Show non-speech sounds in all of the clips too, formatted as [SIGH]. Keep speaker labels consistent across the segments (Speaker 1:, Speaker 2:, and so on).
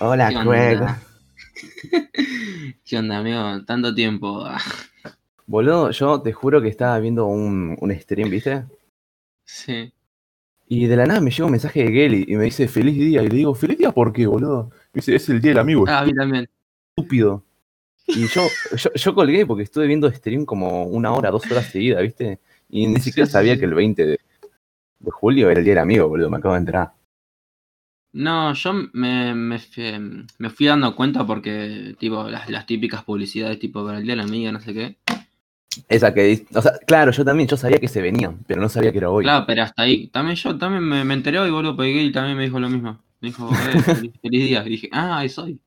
Speaker 1: Hola,
Speaker 2: ¿Qué
Speaker 1: Craig.
Speaker 2: onda? ¿Qué onda, amigo? Tanto tiempo. ah.
Speaker 1: Boludo, yo te juro que estaba viendo un, un stream, ¿viste?
Speaker 2: Sí.
Speaker 1: Y de la nada me llega un mensaje de Gelly y me dice feliz día. Y le digo, ¿feliz día por qué, boludo? Me dice, es el día del amigo,
Speaker 2: Ah, a mí también.
Speaker 1: estúpido. Y yo, yo, yo colgué porque estuve viendo stream como una hora, dos horas seguidas, ¿viste? Y ni
Speaker 2: Sí,
Speaker 1: siquiera
Speaker 2: sí,
Speaker 1: sabía
Speaker 2: sí.
Speaker 1: que el 20 de, de julio era el día del amigo, boludo. Me acabo de enterar.
Speaker 2: No, yo me, me, fui- me fui dando cuenta porque, tipo, las, las típicas publicidades, tipo, para el día de la amiga, no sé qué.
Speaker 1: Esa que dice. O sea, claro, yo también, yo sabía que se venían, pero no sabía que era hoy.
Speaker 2: Claro, pero hasta ahí. También yo también me, me enteré hoy, boludo, porque Gil también me dijo lo mismo. Me dijo, eh, feliz, feliz día. Y dije, ah, es hoy.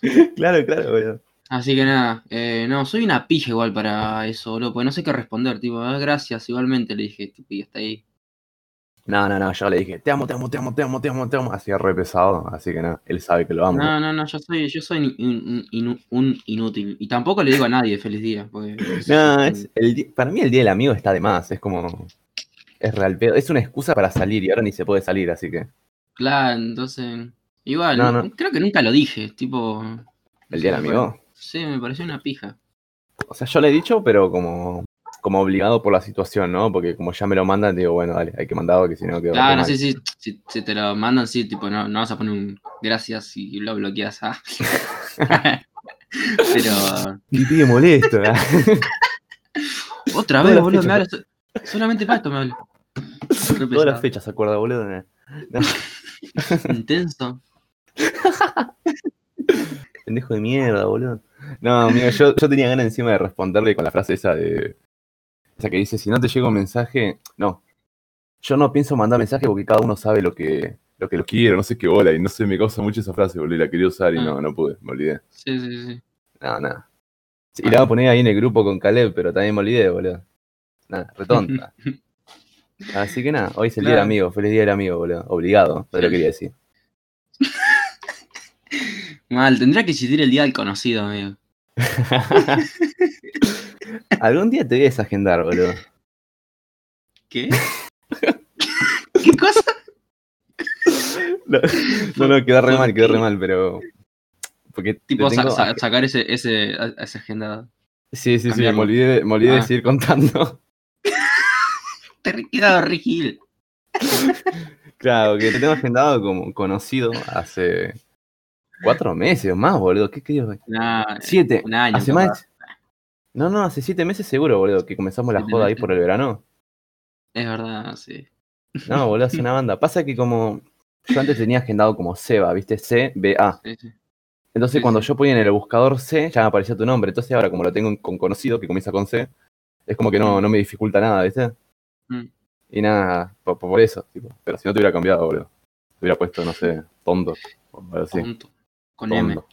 Speaker 1: [LAUGHS] claro, claro, boludo.
Speaker 2: Así que nada, eh, no, soy una pija igual para eso, boludo, porque no sé qué responder, tipo, ah, gracias, igualmente le dije, tipo, y hasta ahí.
Speaker 1: No, no, no, yo le dije, te amo, te amo, te amo, te amo, te amo, te amo. Así re pesado, así que no, él sabe que lo amo.
Speaker 2: No, no, no, yo soy, yo soy in- in- inu- un inútil. Y tampoco le digo a nadie feliz día,
Speaker 1: [CLEARS THROAT]
Speaker 2: porque.
Speaker 1: No, es el di- para mí el día del amigo está de más, es como. Es real pedo. Es una excusa para salir y ahora ni se puede salir, así que.
Speaker 2: Claro, entonces. Igual,
Speaker 1: No, no.
Speaker 2: creo que nunca lo dije, tipo.
Speaker 1: El día del amigo.
Speaker 2: Sí, me pareció una pija.
Speaker 1: O sea, yo le he dicho, pero como. Como obligado por la situación, ¿no? Porque como ya me lo mandan, digo, bueno, dale, hay que mandarlo, que si no quedo.
Speaker 2: Claro,
Speaker 1: mal.
Speaker 2: sí, sí, si, si te lo mandan, sí, tipo, no, no vas a poner un gracias y lo bloqueas. ah. [LAUGHS] Pero.
Speaker 1: Y pide
Speaker 2: [LAUGHS]
Speaker 1: molesto, ¿verdad?
Speaker 2: Otra
Speaker 1: Todas
Speaker 2: vez,
Speaker 1: las
Speaker 2: boludo, me habla.
Speaker 1: fechas.
Speaker 2: so- Solamente para esto me habla. Re
Speaker 1: [LAUGHS] Todas las
Speaker 2: pesado.
Speaker 1: fechas se acuerda, boludo. ¿no?
Speaker 2: Intenso.
Speaker 1: Pendejo de mierda, boludo. No, amigo, yo, yo tenía ganas encima de responderle con la frase esa de. Esa que dice, si no te llega un mensaje. No. Yo no pienso mandar mensaje porque cada uno sabe lo que lo que lo quiero, no sé qué bola. Y no sé, me causa mucho esa frase, boludo. Y la quería usar y no, no pude, me olvidé.
Speaker 2: Sí, sí, sí.
Speaker 1: No, nada. y la voy a poner ahí en el grupo con Caleb, pero también me olvidé, boludo. Nada, retonta. Así que nada, hoy es el día del
Speaker 2: Claro.
Speaker 1: amigo, feliz día del amigo, boludo. Obligado, pero lo quería decir.
Speaker 2: Mal, tendría que existir el día del conocido, amigo.
Speaker 1: Algún día te voy a desagendar, boludo.
Speaker 2: ¿Qué? [LAUGHS] ¿Qué cosa? [LAUGHS]
Speaker 1: No, no, no, quedó re
Speaker 2: ¿Por
Speaker 1: mal, quedó
Speaker 2: qué?
Speaker 1: re mal, pero. Porque te
Speaker 2: Tipo, sa-
Speaker 1: tengo-
Speaker 2: sa- sacar ese, ese, a- ese agendado.
Speaker 1: Sí, sí, sí, me
Speaker 2: cambiarlo.
Speaker 1: olvidé, de- me olvidé de
Speaker 2: Ah.
Speaker 1: seguir contando.
Speaker 2: [LAUGHS] Te he quedado rigil.
Speaker 1: Claro, que te tengo agendado como conocido hace cuatro meses o más, boludo. ¿Qué querías?
Speaker 2: Nah,
Speaker 1: Siete.
Speaker 2: un año.
Speaker 1: Hace
Speaker 2: capaz.
Speaker 1: más. No, no, hace siete meses seguro, boludo, que comenzamos la
Speaker 2: Siete
Speaker 1: joda ahí
Speaker 2: meses.
Speaker 1: por el verano.
Speaker 2: Es verdad, sí.
Speaker 1: No, boludo, hace una banda. Pasa que como. Yo antes tenía agendado como Seba, ¿viste? C-B-A.
Speaker 2: sí, sí.
Speaker 1: Entonces,
Speaker 2: Sí,
Speaker 1: cuando
Speaker 2: sí.
Speaker 1: yo ponía en el buscador C, ya me aparecía tu nombre. Entonces, ahora como lo tengo en- con conocido, que comienza con C, es como que no, no me dificulta nada, ¿viste?
Speaker 2: Mm.
Speaker 1: Y nada, po- po- por, eso. tipo. Pero si no te hubiera cambiado, boludo. Te hubiera puesto, no sé, tonto. o algo así.
Speaker 2: Tonto. Con M.
Speaker 1: Tonto.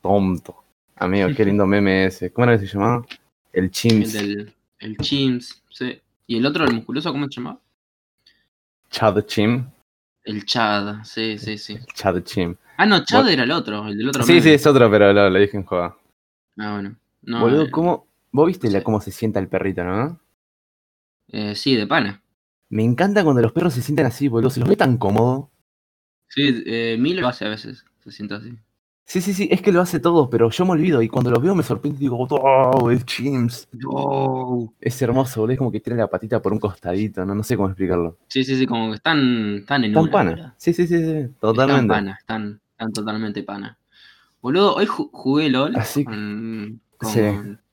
Speaker 1: Tonto. Amigo, qué lindo meme ese. ¿Cómo era que se llamaba? El
Speaker 2: El
Speaker 1: Chimps.
Speaker 2: del el Chimps. Sí. ¿Y el otro, el musculoso, cómo se llamaba?
Speaker 1: Chad Chim.
Speaker 2: El Chad. Sí, sí, sí.
Speaker 1: Chad Chim.
Speaker 2: Ah, no, Chad
Speaker 1: Bol-
Speaker 2: era el otro. El del otro.
Speaker 1: Sí,
Speaker 2: meme.
Speaker 1: sí, es otro, pero lo, lo dije en joda.
Speaker 2: Ah, bueno. No,
Speaker 1: boludo,
Speaker 2: eh,
Speaker 1: ¿cómo? Vos viste la-
Speaker 2: sí.
Speaker 1: cómo se sienta el perrito, ¿no?
Speaker 2: eh, sí, de pana.
Speaker 1: Me encanta cuando los perros se sientan así, boludo. Se los ve tan cómodo.
Speaker 2: Sí, eh, Milo lo hace a veces. Se siente así.
Speaker 1: Sí, sí, sí, es que lo hace todo, pero yo me olvido y cuando los veo me sorprende y digo, wow, el Chimps. Es hermoso, boludo, es como que tiene la patita por un costadito, no, no sé cómo explicarlo.
Speaker 2: Sí, sí, sí, como que están, están en
Speaker 1: Tan
Speaker 2: una, boludo.
Speaker 1: pana. Sí, sí, sí, sí, totalmente.
Speaker 2: Están pana, están, están totalmente pana. Boludo, hoy ju- jugué LOL
Speaker 1: Así que,
Speaker 2: con, con,
Speaker 1: sí.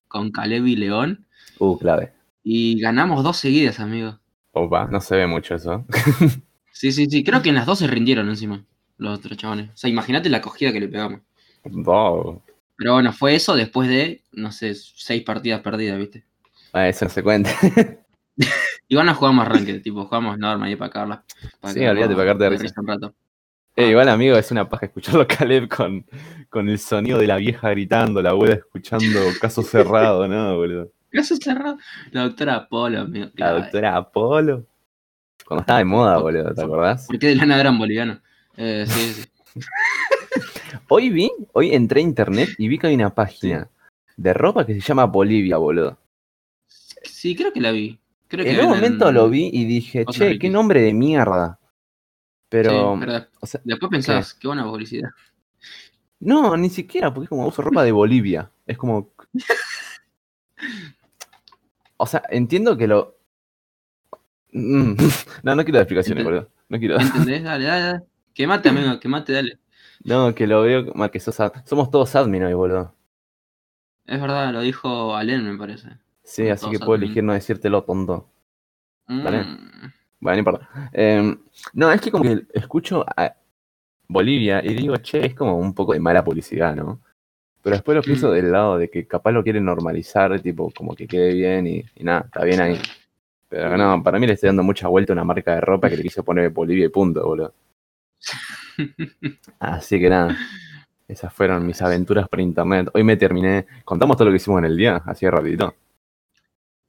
Speaker 2: con Caleb y León
Speaker 1: uh, clave.
Speaker 2: y ganamos dos seguidas, amigo.
Speaker 1: Opa, no se ve mucho eso. [LAUGHS]
Speaker 2: Sí, sí, sí, creo que en las dos se rindieron encima los otros chabones. O sea, imagínate la cogida que le pegamos.
Speaker 1: Wow.
Speaker 2: Pero bueno, fue eso después de, no sé, seis partidas perdidas, ¿viste?
Speaker 1: Ah, eso no se cuenta. [LAUGHS]
Speaker 2: Y van a jugar más ranked, [LAUGHS] tipo, jugamos normal y para cagarla. para
Speaker 1: Sí,
Speaker 2: que-
Speaker 1: olvídate, para cagarte de risa.
Speaker 2: un rato.
Speaker 1: Eh, igual, amigo, es una paja escucharlo [LAUGHS] a Caleb con, con el sonido de la vieja gritando, la abuela escuchando caso cerrado, ¿no, boludo?
Speaker 2: Caso cerrado. La doctora Polo, amigo.
Speaker 1: La doctora Apolo. Cuando estaba de moda, boludo, ¿te acordás?
Speaker 2: ¿Por qué de lana eran bolivianos? Eh, sí, sí.
Speaker 1: Hoy vi, hoy entré a internet y vi que hay una página de ropa que se llama Bolivia, boludo.
Speaker 2: Sí, creo que la vi. Creo que
Speaker 1: En un
Speaker 2: venden-
Speaker 1: momento lo vi y dije,
Speaker 2: cosas
Speaker 1: che, qué
Speaker 2: riquísimas".
Speaker 1: nombre de mierda.
Speaker 2: Sí,
Speaker 1: Pero,
Speaker 2: verdad.
Speaker 1: o sea, [LAUGHS]
Speaker 2: Después pensabas, qué buena publicidad.
Speaker 1: No, ni siquiera, porque es como uso ropa de Bolivia. Es
Speaker 2: [LAUGHS]
Speaker 1: como. O sea, entiendo que lo. Mm. [LAUGHS] No, no quiero dar explicaciones,
Speaker 2: Ente-
Speaker 1: boludo. No quiero.
Speaker 2: ¿Entendés? Dale, dale, dale. Quemate, amigo, quemate, dale.
Speaker 1: No, que lo veo como que sos ad- Somos todos admin hoy, boludo.
Speaker 2: Es verdad, lo dijo Alen, me parece.
Speaker 1: Sí, así
Speaker 2: Todos
Speaker 1: que puedo
Speaker 2: admin.
Speaker 1: elegir no decírtelo, tonto.
Speaker 2: Mm.
Speaker 1: Dale. Bueno, no importa. Eh, no, es que como que escucho a Bolivia y digo, che, es como un poco de mala publicidad, ¿no? Pero después lo pienso
Speaker 2: Mm.
Speaker 1: del lado de que capaz lo quieren normalizar, tipo, como que quede bien y, y nada, está bien ahí. Pero no, para mí le estoy dando mucha vuelta a una marca de ropa que le quiso poner Bolivia y punto, boludo. Así que nada, esas fueron mis aventuras por internet. Hoy me terminé, contamos todo lo que hicimos en el día, así de rapidito.
Speaker 2: [LAUGHS]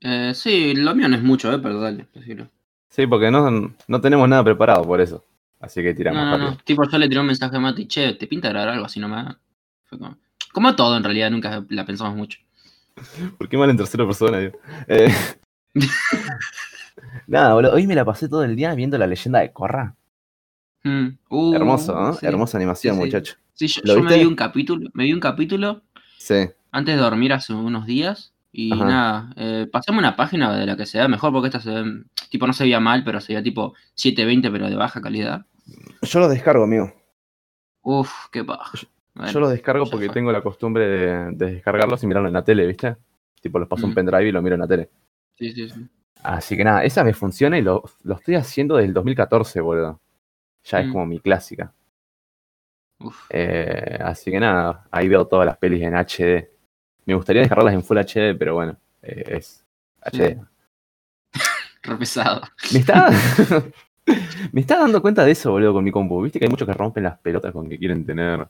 Speaker 2: Eh, sí, lo mío no es mucho, eh, pero dale, decilo.
Speaker 1: Sí, porque no, no tenemos nada preparado por eso. Así que
Speaker 2: No,
Speaker 1: tiramos
Speaker 2: no,
Speaker 1: rápido.
Speaker 2: no. Tipo, yo le tiré un mensaje a Mati, che, ¿te pinta grabar algo así nomás? Fue como, como todo, en realidad, nunca la pensamos mucho.
Speaker 1: ¿Por qué mal en tercera persona? digo? Eh, [LAUGHS] Nada, boludo. Hoy me la pasé todo el día viendo la leyenda de Corra.
Speaker 2: Mm. Uh,
Speaker 1: Hermoso, ¿no?
Speaker 2: sí.
Speaker 1: Hermosa animación,
Speaker 2: Sí, sí.
Speaker 1: muchacho.
Speaker 2: Sí, yo,
Speaker 1: ¿Lo
Speaker 2: yo me
Speaker 1: viste?
Speaker 2: vi un capítulo, me vi un capítulo
Speaker 1: Sí.
Speaker 2: antes de dormir hace unos días. Y
Speaker 1: Ajá.
Speaker 2: nada, eh, pasame una página de la que se vea mejor, porque esta se ve, tipo, no se veía mal, pero se veía tipo 720, pero de baja calidad.
Speaker 1: Yo lo descargo, amigo.
Speaker 2: Uf, qué paja. Bueno,
Speaker 1: Yo lo descargo
Speaker 2: ya
Speaker 1: porque
Speaker 2: fue.
Speaker 1: tengo la costumbre de, de descargarlos y mirarlo en la tele, ¿viste? Tipo, los paso un
Speaker 2: Mm.
Speaker 1: pendrive y lo miro en la tele.
Speaker 2: sí, sí, sí.
Speaker 1: Así que nada, esa me funciona y lo, lo estoy haciendo desde el 2014, boludo. Ya es
Speaker 2: Mm.
Speaker 1: como mi clásica.
Speaker 2: Uf.
Speaker 1: Eh, así que nada, ahí veo todas las pelis en HD. Me gustaría descargarlas en Full HD, pero bueno, eh, es
Speaker 2: Sí.
Speaker 1: HD.
Speaker 2: [LAUGHS] Re pesado.
Speaker 1: Me está, [LAUGHS] me está dando cuenta de eso, boludo, con mi compu. Viste que hay muchos que rompen las pelotas con que quieren tener.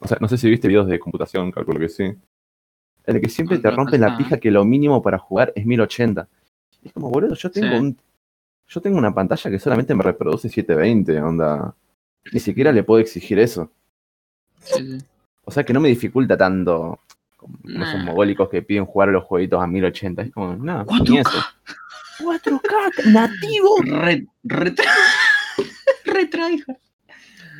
Speaker 1: O sea, no sé si viste videos de computación, calculo que sí. En el que siempre
Speaker 2: No,
Speaker 1: te
Speaker 2: no
Speaker 1: rompen
Speaker 2: pasa
Speaker 1: la
Speaker 2: nada.
Speaker 1: pija que lo mínimo para jugar es 1080. Es como, boludo, yo tengo
Speaker 2: Sí.
Speaker 1: un. Yo tengo una pantalla que solamente me reproduce 720, onda. Ni siquiera le puedo exigir eso.
Speaker 2: Sí, sí.
Speaker 1: O sea que no me dificulta tanto como esos
Speaker 2: Nah.
Speaker 1: mogólicos que piden jugar a los jueguitos a 1080. Es como, no, ni
Speaker 2: 4K. [LAUGHS]
Speaker 1: eso. 4K, nativo.
Speaker 2: Re, re, [LAUGHS] re tryhard.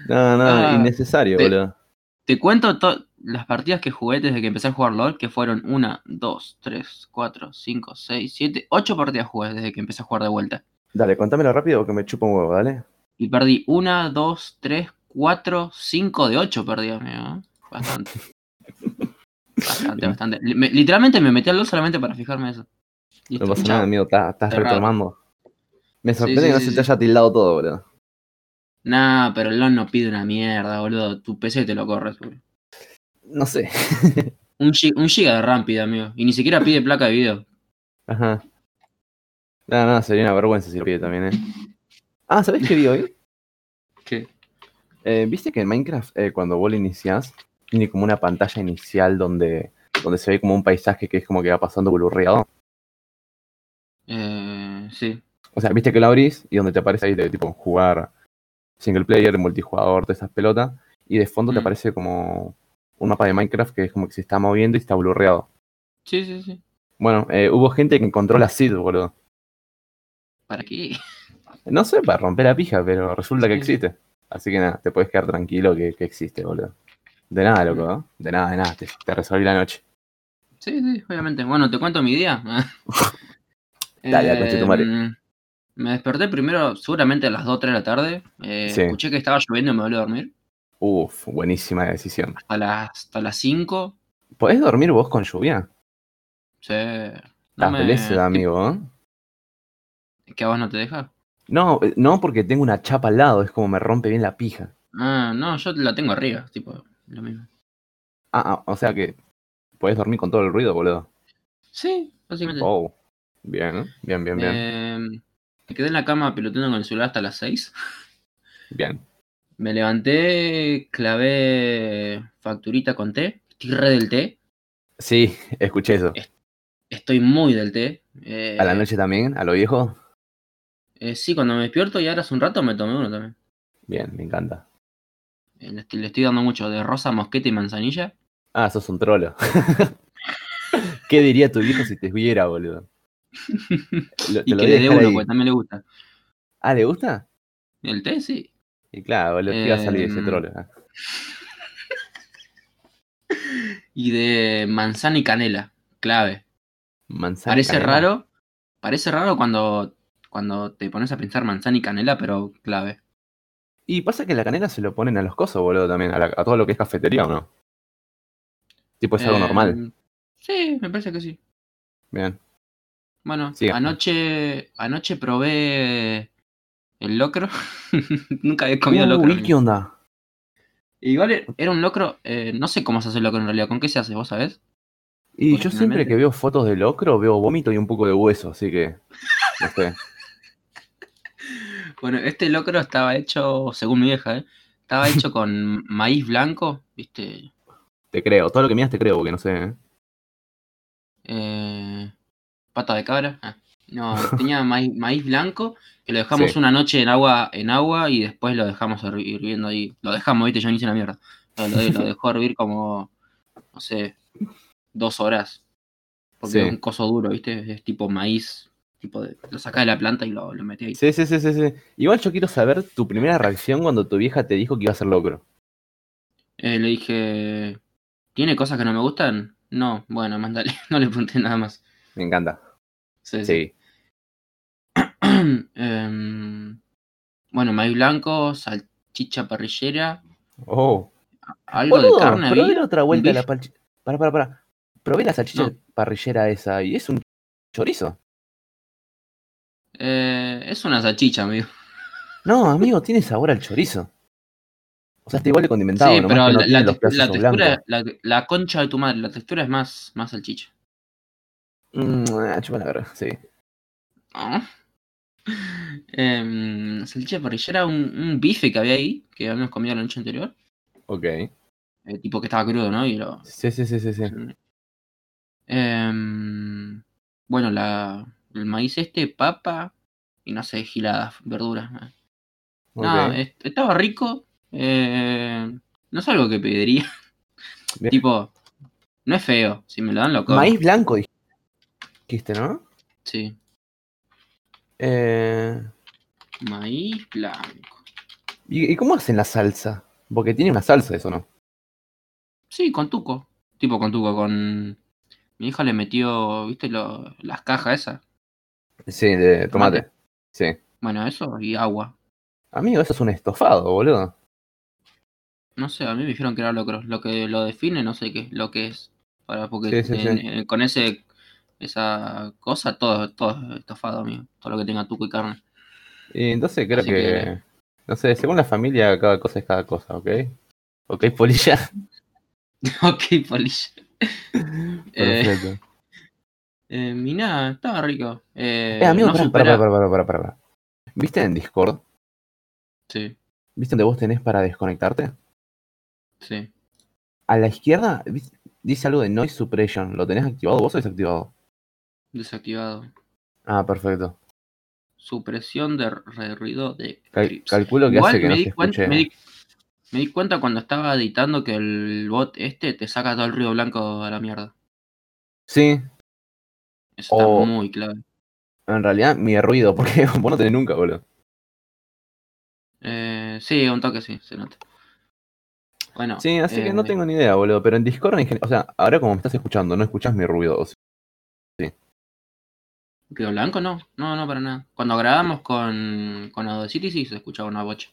Speaker 1: No, no,
Speaker 2: Ah,
Speaker 1: innecesario,
Speaker 2: te-
Speaker 1: boludo.
Speaker 2: Te cuento to- las partidas que jugué desde que empecé a jugar LOL, que fueron 1, 2, 3, 4, 5, 6, 7, 8 partidas jugué desde que empecé a jugar de vuelta.
Speaker 1: Dale, contámelo rápido que me chupa un huevo, dale.
Speaker 2: Y perdí 1, 2, 3, 4, 5 de 8 perdí, amigo. ¿eh?
Speaker 1: [LAUGHS]
Speaker 2: Bastante. Bastante, bastante. Li- me- literalmente me metí al LOL solamente para fijarme eso. Listo,
Speaker 1: no pasa
Speaker 2: chao.
Speaker 1: nada, amigo, ta- estás
Speaker 2: Cerrado.
Speaker 1: retomando. Me
Speaker 2: Sí,
Speaker 1: sorprende
Speaker 2: sí,
Speaker 1: que no
Speaker 2: sí,
Speaker 1: se te
Speaker 2: sí.
Speaker 1: haya tildado todo, boludo.
Speaker 2: Nah, pero el LOL no pide una mierda, boludo. Tu PC te lo corre, seguro.
Speaker 1: No sé.
Speaker 2: Un, gi- un giga de RAM pide, amigo. Y ni siquiera pide placa de video.
Speaker 1: Ajá. No, no, sería una vergüenza si lo pide también, eh. Ah, ¿sabés qué vi hoy?
Speaker 2: [LAUGHS] ¿Qué?
Speaker 1: Eh, ¿Viste que en Minecraft, eh, cuando vos lo iniciás, tiene como una pantalla inicial donde, donde se ve como un paisaje que es como que va pasando blurreado?
Speaker 2: Eh, sí.
Speaker 1: O sea, viste que lo abrís y donde te aparece ahí de tipo jugar single player, multijugador, todas esas pelotas. Y de fondo te
Speaker 2: Mm.
Speaker 1: aparece como un mapa de Minecraft que es como que se está moviendo y está blurreado.
Speaker 2: Sí, sí, sí.
Speaker 1: Bueno, eh, hubo gente que encontró la seed, boludo.
Speaker 2: ¿Para qué?
Speaker 1: No sé, para romper la pija, pero resulta que
Speaker 2: Sí.
Speaker 1: existe. Así que nada, te puedes quedar tranquilo que, que existe, boludo. De nada,
Speaker 2: Mm.
Speaker 1: loco, ¿no? De nada, de nada. Te, te resolví la noche.
Speaker 2: Sí, sí, obviamente. Bueno, te cuento mi día.
Speaker 1: [LAUGHS] Dale, a conchetumare.
Speaker 2: mm, Me desperté primero, seguramente a las 2 3 de la tarde. Eh,
Speaker 1: Sí.
Speaker 2: Escuché que estaba lloviendo y me volví a dormir.
Speaker 1: Uf, buenísima decisión.
Speaker 2: Hasta las, hasta las 5.
Speaker 1: ¿Podés dormir vos con lluvia?
Speaker 2: Sí.
Speaker 1: La
Speaker 2: No me-
Speaker 1: amigo. ¿eh?
Speaker 2: ¿Que a vos no te deja?
Speaker 1: No, eh, no, porque tengo una chapa al lado, es como me rompe bien la pija.
Speaker 2: Ah, no, yo la tengo arriba. Tipo, lo mismo.
Speaker 1: Ah, ah, o sea que puedes dormir con todo el ruido, boludo.
Speaker 2: Sí, básicamente.
Speaker 1: Wow. Bien, bien, Oh, bien, bien.
Speaker 2: Eh, me quedé en la cama peloteando con el celular hasta las 6.
Speaker 1: bien.
Speaker 2: Me levanté, clavé facturita con té. Estoy re del té.
Speaker 1: Sí, escuché eso.
Speaker 2: Estoy muy del té. eh,
Speaker 1: A la noche también, a lo viejo.
Speaker 2: eh, sí, cuando me despierto y ahora hace un rato me tomé uno también.
Speaker 1: Bien, me encanta.
Speaker 2: Eh, Le estoy, le estoy dando mucho de rosa, mosqueta y manzanilla.
Speaker 1: Ah, sos un trolo. [LAUGHS] ¿Qué diría tu viejo si te viera, boludo?
Speaker 2: [LAUGHS]
Speaker 1: Lo- te
Speaker 2: Y
Speaker 1: lo voy
Speaker 2: que
Speaker 1: a
Speaker 2: le dé
Speaker 1: dejar
Speaker 2: uno,
Speaker 1: ahí.
Speaker 2: porque también le gusta.
Speaker 1: Ah, ¿le gusta?
Speaker 2: El té, sí.
Speaker 1: Y claro, boludo, ¿qué iba a salir de ese
Speaker 2: Em,
Speaker 1: trolo? ah?
Speaker 2: y de manzana y canela. Clave.
Speaker 1: Manzana.
Speaker 2: Parece
Speaker 1: canela.
Speaker 2: raro. Parece raro cuando, cuando te pones a pensar manzana y canela, pero clave.
Speaker 1: Y pasa que la canela se lo ponen a los cosos, boludo, también. A, la- a todo lo que es cafetería, ¿o no? Tipo, es algo
Speaker 2: Eh,
Speaker 1: normal.
Speaker 2: Sí, me parece que sí.
Speaker 1: Bien.
Speaker 2: Bueno,
Speaker 1: Siga.
Speaker 2: anoche, anoche probé el locro. [LAUGHS] Nunca había comido
Speaker 1: Uh,
Speaker 2: locro.
Speaker 1: ¿y ¿Qué onda?
Speaker 2: Igual e-, era un locro, eh, no sé cómo se hace el locro en realidad, ¿con qué se hace? ¿Vos sabés?
Speaker 1: Y yo siempre
Speaker 2: Originalmente.
Speaker 1: que veo fotos de locro, veo vómito y un poco de hueso, así que. No sé.
Speaker 2: Bueno, este locro estaba hecho, según mi vieja, ¿eh? estaba
Speaker 1: [LAUGHS]
Speaker 2: hecho con maíz blanco, ¿viste?
Speaker 1: Te creo. Todo lo que miras te creo, porque no sé. ¿eh?
Speaker 2: Eh, pata de cabra. Ah, No,
Speaker 1: [LAUGHS]
Speaker 2: tenía maíz, maíz blanco que lo dejamos
Speaker 1: Sí.
Speaker 2: una noche en agua, en agua y después lo dejamos hervi- hirviendo ahí. Lo dejamos, viste, yo no hice una mierda. Lo, lo- lo dejó hervir como, no sé, dos horas. Porque
Speaker 1: Sí.
Speaker 2: es un coso duro, viste, es tipo maíz, tipo de, lo sacás de la planta y lo, lo metí ahí.
Speaker 1: Sí, sí, sí, sí, sí. Igual yo quiero saber tu primera reacción cuando tu vieja te dijo que iba a ser locro.
Speaker 2: Eh, le dije, ¿tiene cosas que no me gustan? No, bueno, mándale, [LAUGHS] no le pregunté nada más.
Speaker 1: Me encanta.
Speaker 2: Sí, sí.
Speaker 1: Sí.
Speaker 2: [CLEARS THROAT] Em, bueno, maíz blanco, salchicha parrillera,
Speaker 1: Oh.
Speaker 2: algo
Speaker 1: Boludo,
Speaker 2: de carne
Speaker 1: probé
Speaker 2: había.
Speaker 1: la otra vuelta de la
Speaker 2: Beef.
Speaker 1: palchi- Pará, pará, pará. Probé la salchicha
Speaker 2: No.
Speaker 1: parrillera esa y es un chorizo.
Speaker 2: Eh, es una salchicha, amigo.
Speaker 1: No, amigo, tiene sabor al chorizo. O sea, está igual de condimentado,
Speaker 2: sí,
Speaker 1: nomás
Speaker 2: pero
Speaker 1: que no
Speaker 2: la,
Speaker 1: tiene
Speaker 2: la
Speaker 1: los
Speaker 2: tex- la
Speaker 1: pedazos blancos.
Speaker 2: textura, la, la concha de tu madre, la textura es más, más salchicha.
Speaker 1: Mm, ah, chupa la verga, sí.
Speaker 2: Ah. Em, salchicha parrillera, un, un bife que había ahí, que habíamos comido la noche anterior,
Speaker 1: Ok.
Speaker 2: eh, tipo que estaba crudo, ¿no? Y lo,
Speaker 1: Sí, sí, sí, sí, sí.
Speaker 2: Em, bueno, la, el maíz este, papa y no sé, giladas, verduras. ¿no? No,
Speaker 1: Ok.
Speaker 2: est- estaba rico. eh, no es algo que pediría.
Speaker 1: Bien.
Speaker 2: tipo, no es feo. Si me lo dan, lo como.
Speaker 1: Maíz blanco dij- dijiste, ¿no?
Speaker 2: Sí,
Speaker 1: Eh,
Speaker 2: maíz blanco.
Speaker 1: ¿y, y cómo hacen la salsa? Porque tiene una salsa eso, ¿no?
Speaker 2: Sí, con tuco. Tipo con tuco, con... Mi hija le metió, viste, lo- las cajas esas.
Speaker 1: Sí, de tomate.
Speaker 2: Tomate.
Speaker 1: Sí.
Speaker 2: Bueno, eso y agua.
Speaker 1: Amigo, eso es un estofado, boludo.
Speaker 2: No sé, a mí me dijeron que era locro. Lo que lo define, no sé qué, lo que es. Para, porque
Speaker 1: Sí, sí,
Speaker 2: en-
Speaker 1: sí.
Speaker 2: en- con ese esa cosa todo, todo es estofado, amigo. Todo lo que tenga tuco y carne. [LAUGHS]
Speaker 1: Y entonces creo
Speaker 2: Así
Speaker 1: que,
Speaker 2: que-
Speaker 1: No sé, según la familia, cada cosa es cada cosa, ¿ok? Ok, polilla.
Speaker 2: ok, polilla. [LAUGHS]
Speaker 1: [LAUGHS]
Speaker 2: Eh,
Speaker 1: Perfecto. Eh,
Speaker 2: eh, y nada, estaba rico. Eh,
Speaker 1: amigo,
Speaker 2: no
Speaker 1: pará, pará,
Speaker 2: supera-
Speaker 1: pará, pará, pará, pará, pará. ¿Viste en Discord?
Speaker 2: Sí,
Speaker 1: ¿Viste donde vos tenés para desconectarte?
Speaker 2: sí.
Speaker 1: A la izquierda vis- dice algo de noise suppression. ¿Lo tenés activado vos o desactivado?
Speaker 2: Desactivado.
Speaker 1: Ah, perfecto.
Speaker 2: Supresión de re- ruido de
Speaker 1: Cal-
Speaker 2: clips.
Speaker 1: calculo que
Speaker 2: Igual
Speaker 1: hace que
Speaker 2: me,
Speaker 1: no
Speaker 2: di
Speaker 1: se
Speaker 2: cuen-
Speaker 1: escuche.
Speaker 2: me di- me di cuenta cuando estaba editando que el bot este te saca todo el ruido blanco a la mierda.
Speaker 1: Sí,
Speaker 2: Eso
Speaker 1: O-
Speaker 2: está muy clave.
Speaker 1: en realidad mi ruido, [LAUGHS] porque vos no tenés nunca, boludo.
Speaker 2: Eh, sí, un toque sí, se nota. Bueno.
Speaker 1: Sí, así que no
Speaker 2: eh,
Speaker 1: tengo ni idea, boludo. Pero en Discord, en gen- o sea, ahora como me estás escuchando, no escuchás mi ruido. o sea,
Speaker 2: ¿Ruido blanco? No, no, no, para nada. Cuando grabamos con, con Audacity sí se escuchaba una bocha.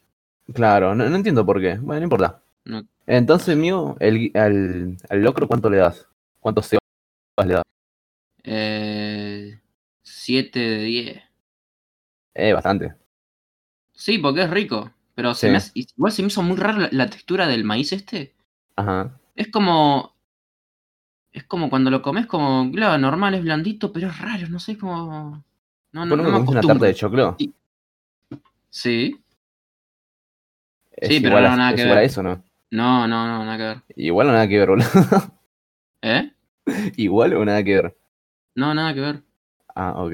Speaker 1: claro, no, no entiendo por qué. Bueno, no importa.
Speaker 2: No.
Speaker 1: Entonces, mío, el, gui- al, al locro, ¿cuánto le das? ¿Cuántos cebas le das?
Speaker 2: Eh, 7 de 10.
Speaker 1: Eh, bastante.
Speaker 2: Sí, porque es rico. Pero se
Speaker 1: Sí.
Speaker 2: me hace- igual se me hizo muy raro la, la textura del maíz este.
Speaker 1: Ajá.
Speaker 2: Es como. Es como cuando lo comes, como. Claro, normal, es blandito, pero es raro, no sé, es como. Ah, No, no,
Speaker 1: ¿Vos nunca
Speaker 2: no
Speaker 1: comiste
Speaker 2: me
Speaker 1: una
Speaker 2: acostumbro.
Speaker 1: tarta de choclo?
Speaker 2: Sí, Sí.
Speaker 1: Es
Speaker 2: Sí, pero
Speaker 1: igual a-
Speaker 2: no, nada
Speaker 1: es
Speaker 2: que
Speaker 1: igual a
Speaker 2: ver.
Speaker 1: eso, ¿no?
Speaker 2: No, no, no, nada que ver.
Speaker 1: Igual o nada que ver, boludo. [LAUGHS]
Speaker 2: ¿Eh?
Speaker 1: igual o nada que ver.
Speaker 2: No, nada que ver.
Speaker 1: Ah, ok.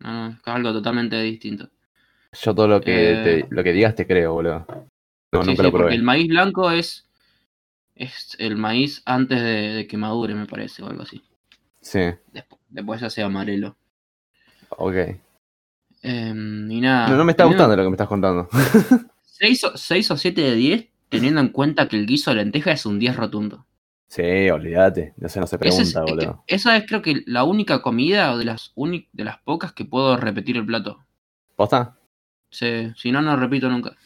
Speaker 2: No, no, es algo totalmente distinto.
Speaker 1: Yo todo lo que,
Speaker 2: Eh.
Speaker 1: te- lo que digas te creo, boludo. No,
Speaker 2: Sí,
Speaker 1: nunca
Speaker 2: sí,
Speaker 1: lo probé.
Speaker 2: porque el maíz blanco es, es el maíz antes de, de que madure, me parece, o algo así.
Speaker 1: Sí,
Speaker 2: Después, después ya sea amarelo.
Speaker 1: ok.
Speaker 2: Em, y nada.
Speaker 1: No, no me está
Speaker 2: a mí
Speaker 1: gustando lo que me estás contando.
Speaker 2: 6 o, 6 o 7 de 10, teniendo en cuenta que el guiso de lenteja es un 10 rotundo.
Speaker 1: Sí, olvídate. Eso no se pregunta,
Speaker 2: Ese es- es que-
Speaker 1: boludo.
Speaker 2: esa es creo que la única comida o de las, uni- de las pocas que puedo repetir el plato.
Speaker 1: ¿Posta?
Speaker 2: Sí, si no, no repito nunca.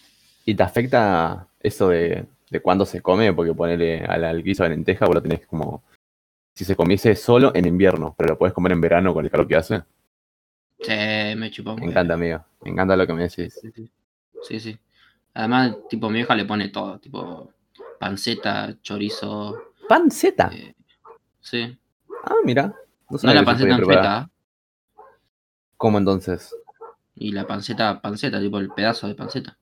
Speaker 1: ¿Y te afecta eso de, de cuándo se come? Porque ponerle al, al guiso de lenteja, vos lo tenés como. Si se comiese solo en invierno, pero lo podés comer en verano con el calor que hace.
Speaker 2: Sí, me chupó. un
Speaker 1: Me
Speaker 2: huevo.
Speaker 1: encanta, amigo. Me encanta lo que me decís.
Speaker 2: Sí, sí. Sí, sí. Además, tipo, mi vieja le pone todo, tipo, panceta, chorizo.
Speaker 1: Panceta.
Speaker 2: eh, sí.
Speaker 1: Ah, mira. No
Speaker 2: No
Speaker 1: sabía
Speaker 2: la
Speaker 1: que se podía
Speaker 2: panceta en
Speaker 1: preparar.
Speaker 2: feta, ¿eh?
Speaker 1: ¿Cómo entonces?
Speaker 2: y la panceta, panceta, tipo, el pedazo de panceta.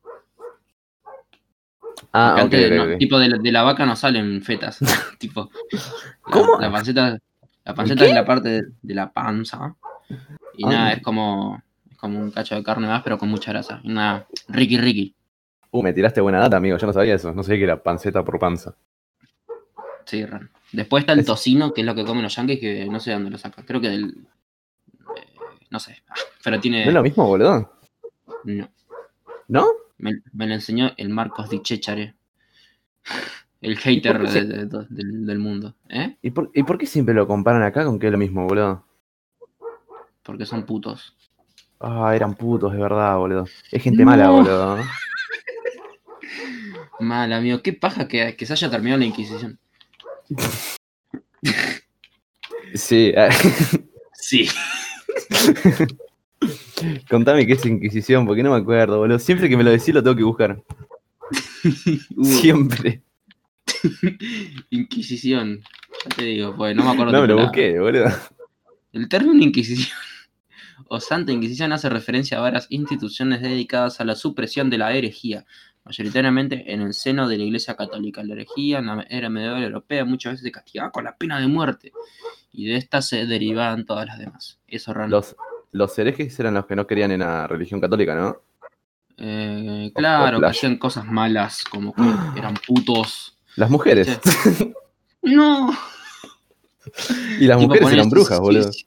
Speaker 1: Ah,
Speaker 2: Porque
Speaker 1: ok.
Speaker 2: antes,
Speaker 1: ok,
Speaker 2: no,
Speaker 1: ok.
Speaker 2: tipo, de la, de la vaca no
Speaker 1: [LAUGHS]
Speaker 2: salen fetas. tipo, la-
Speaker 1: ¿Cómo?
Speaker 2: La, panceta, la panceta
Speaker 1: ¿Qué?
Speaker 2: es la parte de, de la panza. Y
Speaker 1: Ah.
Speaker 2: nada, es como, es como un cacho de carne más, pero con mucha grasa. Y nada, ricky ricky.
Speaker 1: Uh, me tiraste buena data, amigo. Yo no sabía eso. No sabía que era panceta por panza.
Speaker 2: Sí, ran. Después está el
Speaker 1: Es-
Speaker 2: tocino, que es lo que comen los yankees, que no sé de dónde lo sacan. Creo que del. eh, no sé. Pero tiene.
Speaker 1: ¿No es lo mismo, boludo?
Speaker 2: no.
Speaker 1: ¿No?
Speaker 2: Me, me lo enseñó el Marcos Di Cecchare. [LAUGHS] El hater
Speaker 1: qué se-
Speaker 2: de- de- de- del, del mundo. ¿Eh?
Speaker 1: ¿Y por, ¿Y por qué siempre lo comparan acá con que es lo mismo, boludo?
Speaker 2: Porque son putos.
Speaker 1: Ah, eran putos, de verdad, boludo. Es gente
Speaker 2: No.
Speaker 1: mala, boludo.
Speaker 2: Mal, amigo. Qué paja que, que se haya terminado la Inquisición.
Speaker 1: Sí. eh,
Speaker 2: Sí.
Speaker 1: Contame qué es Inquisición, porque no me acuerdo, boludo. Siempre que me lo decís lo tengo que buscar.
Speaker 2: Uh,
Speaker 1: Siempre.
Speaker 2: Inquisición. Ya te digo, pues no me acuerdo
Speaker 1: No me
Speaker 2: tipo
Speaker 1: lo
Speaker 2: la-
Speaker 1: busqué, boludo.
Speaker 2: El término Inquisición [LAUGHS] o Santa Inquisición hace referencia a varias instituciones dedicadas a la supresión de la herejía, mayoritariamente en el seno de la Iglesia Católica. La herejía en la era medieval europea muchas veces se castigaba con la pena de muerte, y de esta se derivaban todas las demás. Eso raro.
Speaker 1: Los, los herejes eran los que no querían en la religión católica, ¿no?
Speaker 2: Eh, claro, que
Speaker 1: Flash.
Speaker 2: hacían cosas malas, como que eran putos.
Speaker 1: Las mujeres.
Speaker 2: No.
Speaker 1: Y las
Speaker 2: Tipo,
Speaker 1: mujeres
Speaker 2: ponele-
Speaker 1: eran brujas,
Speaker 2: sí,
Speaker 1: boludo.
Speaker 2: sí.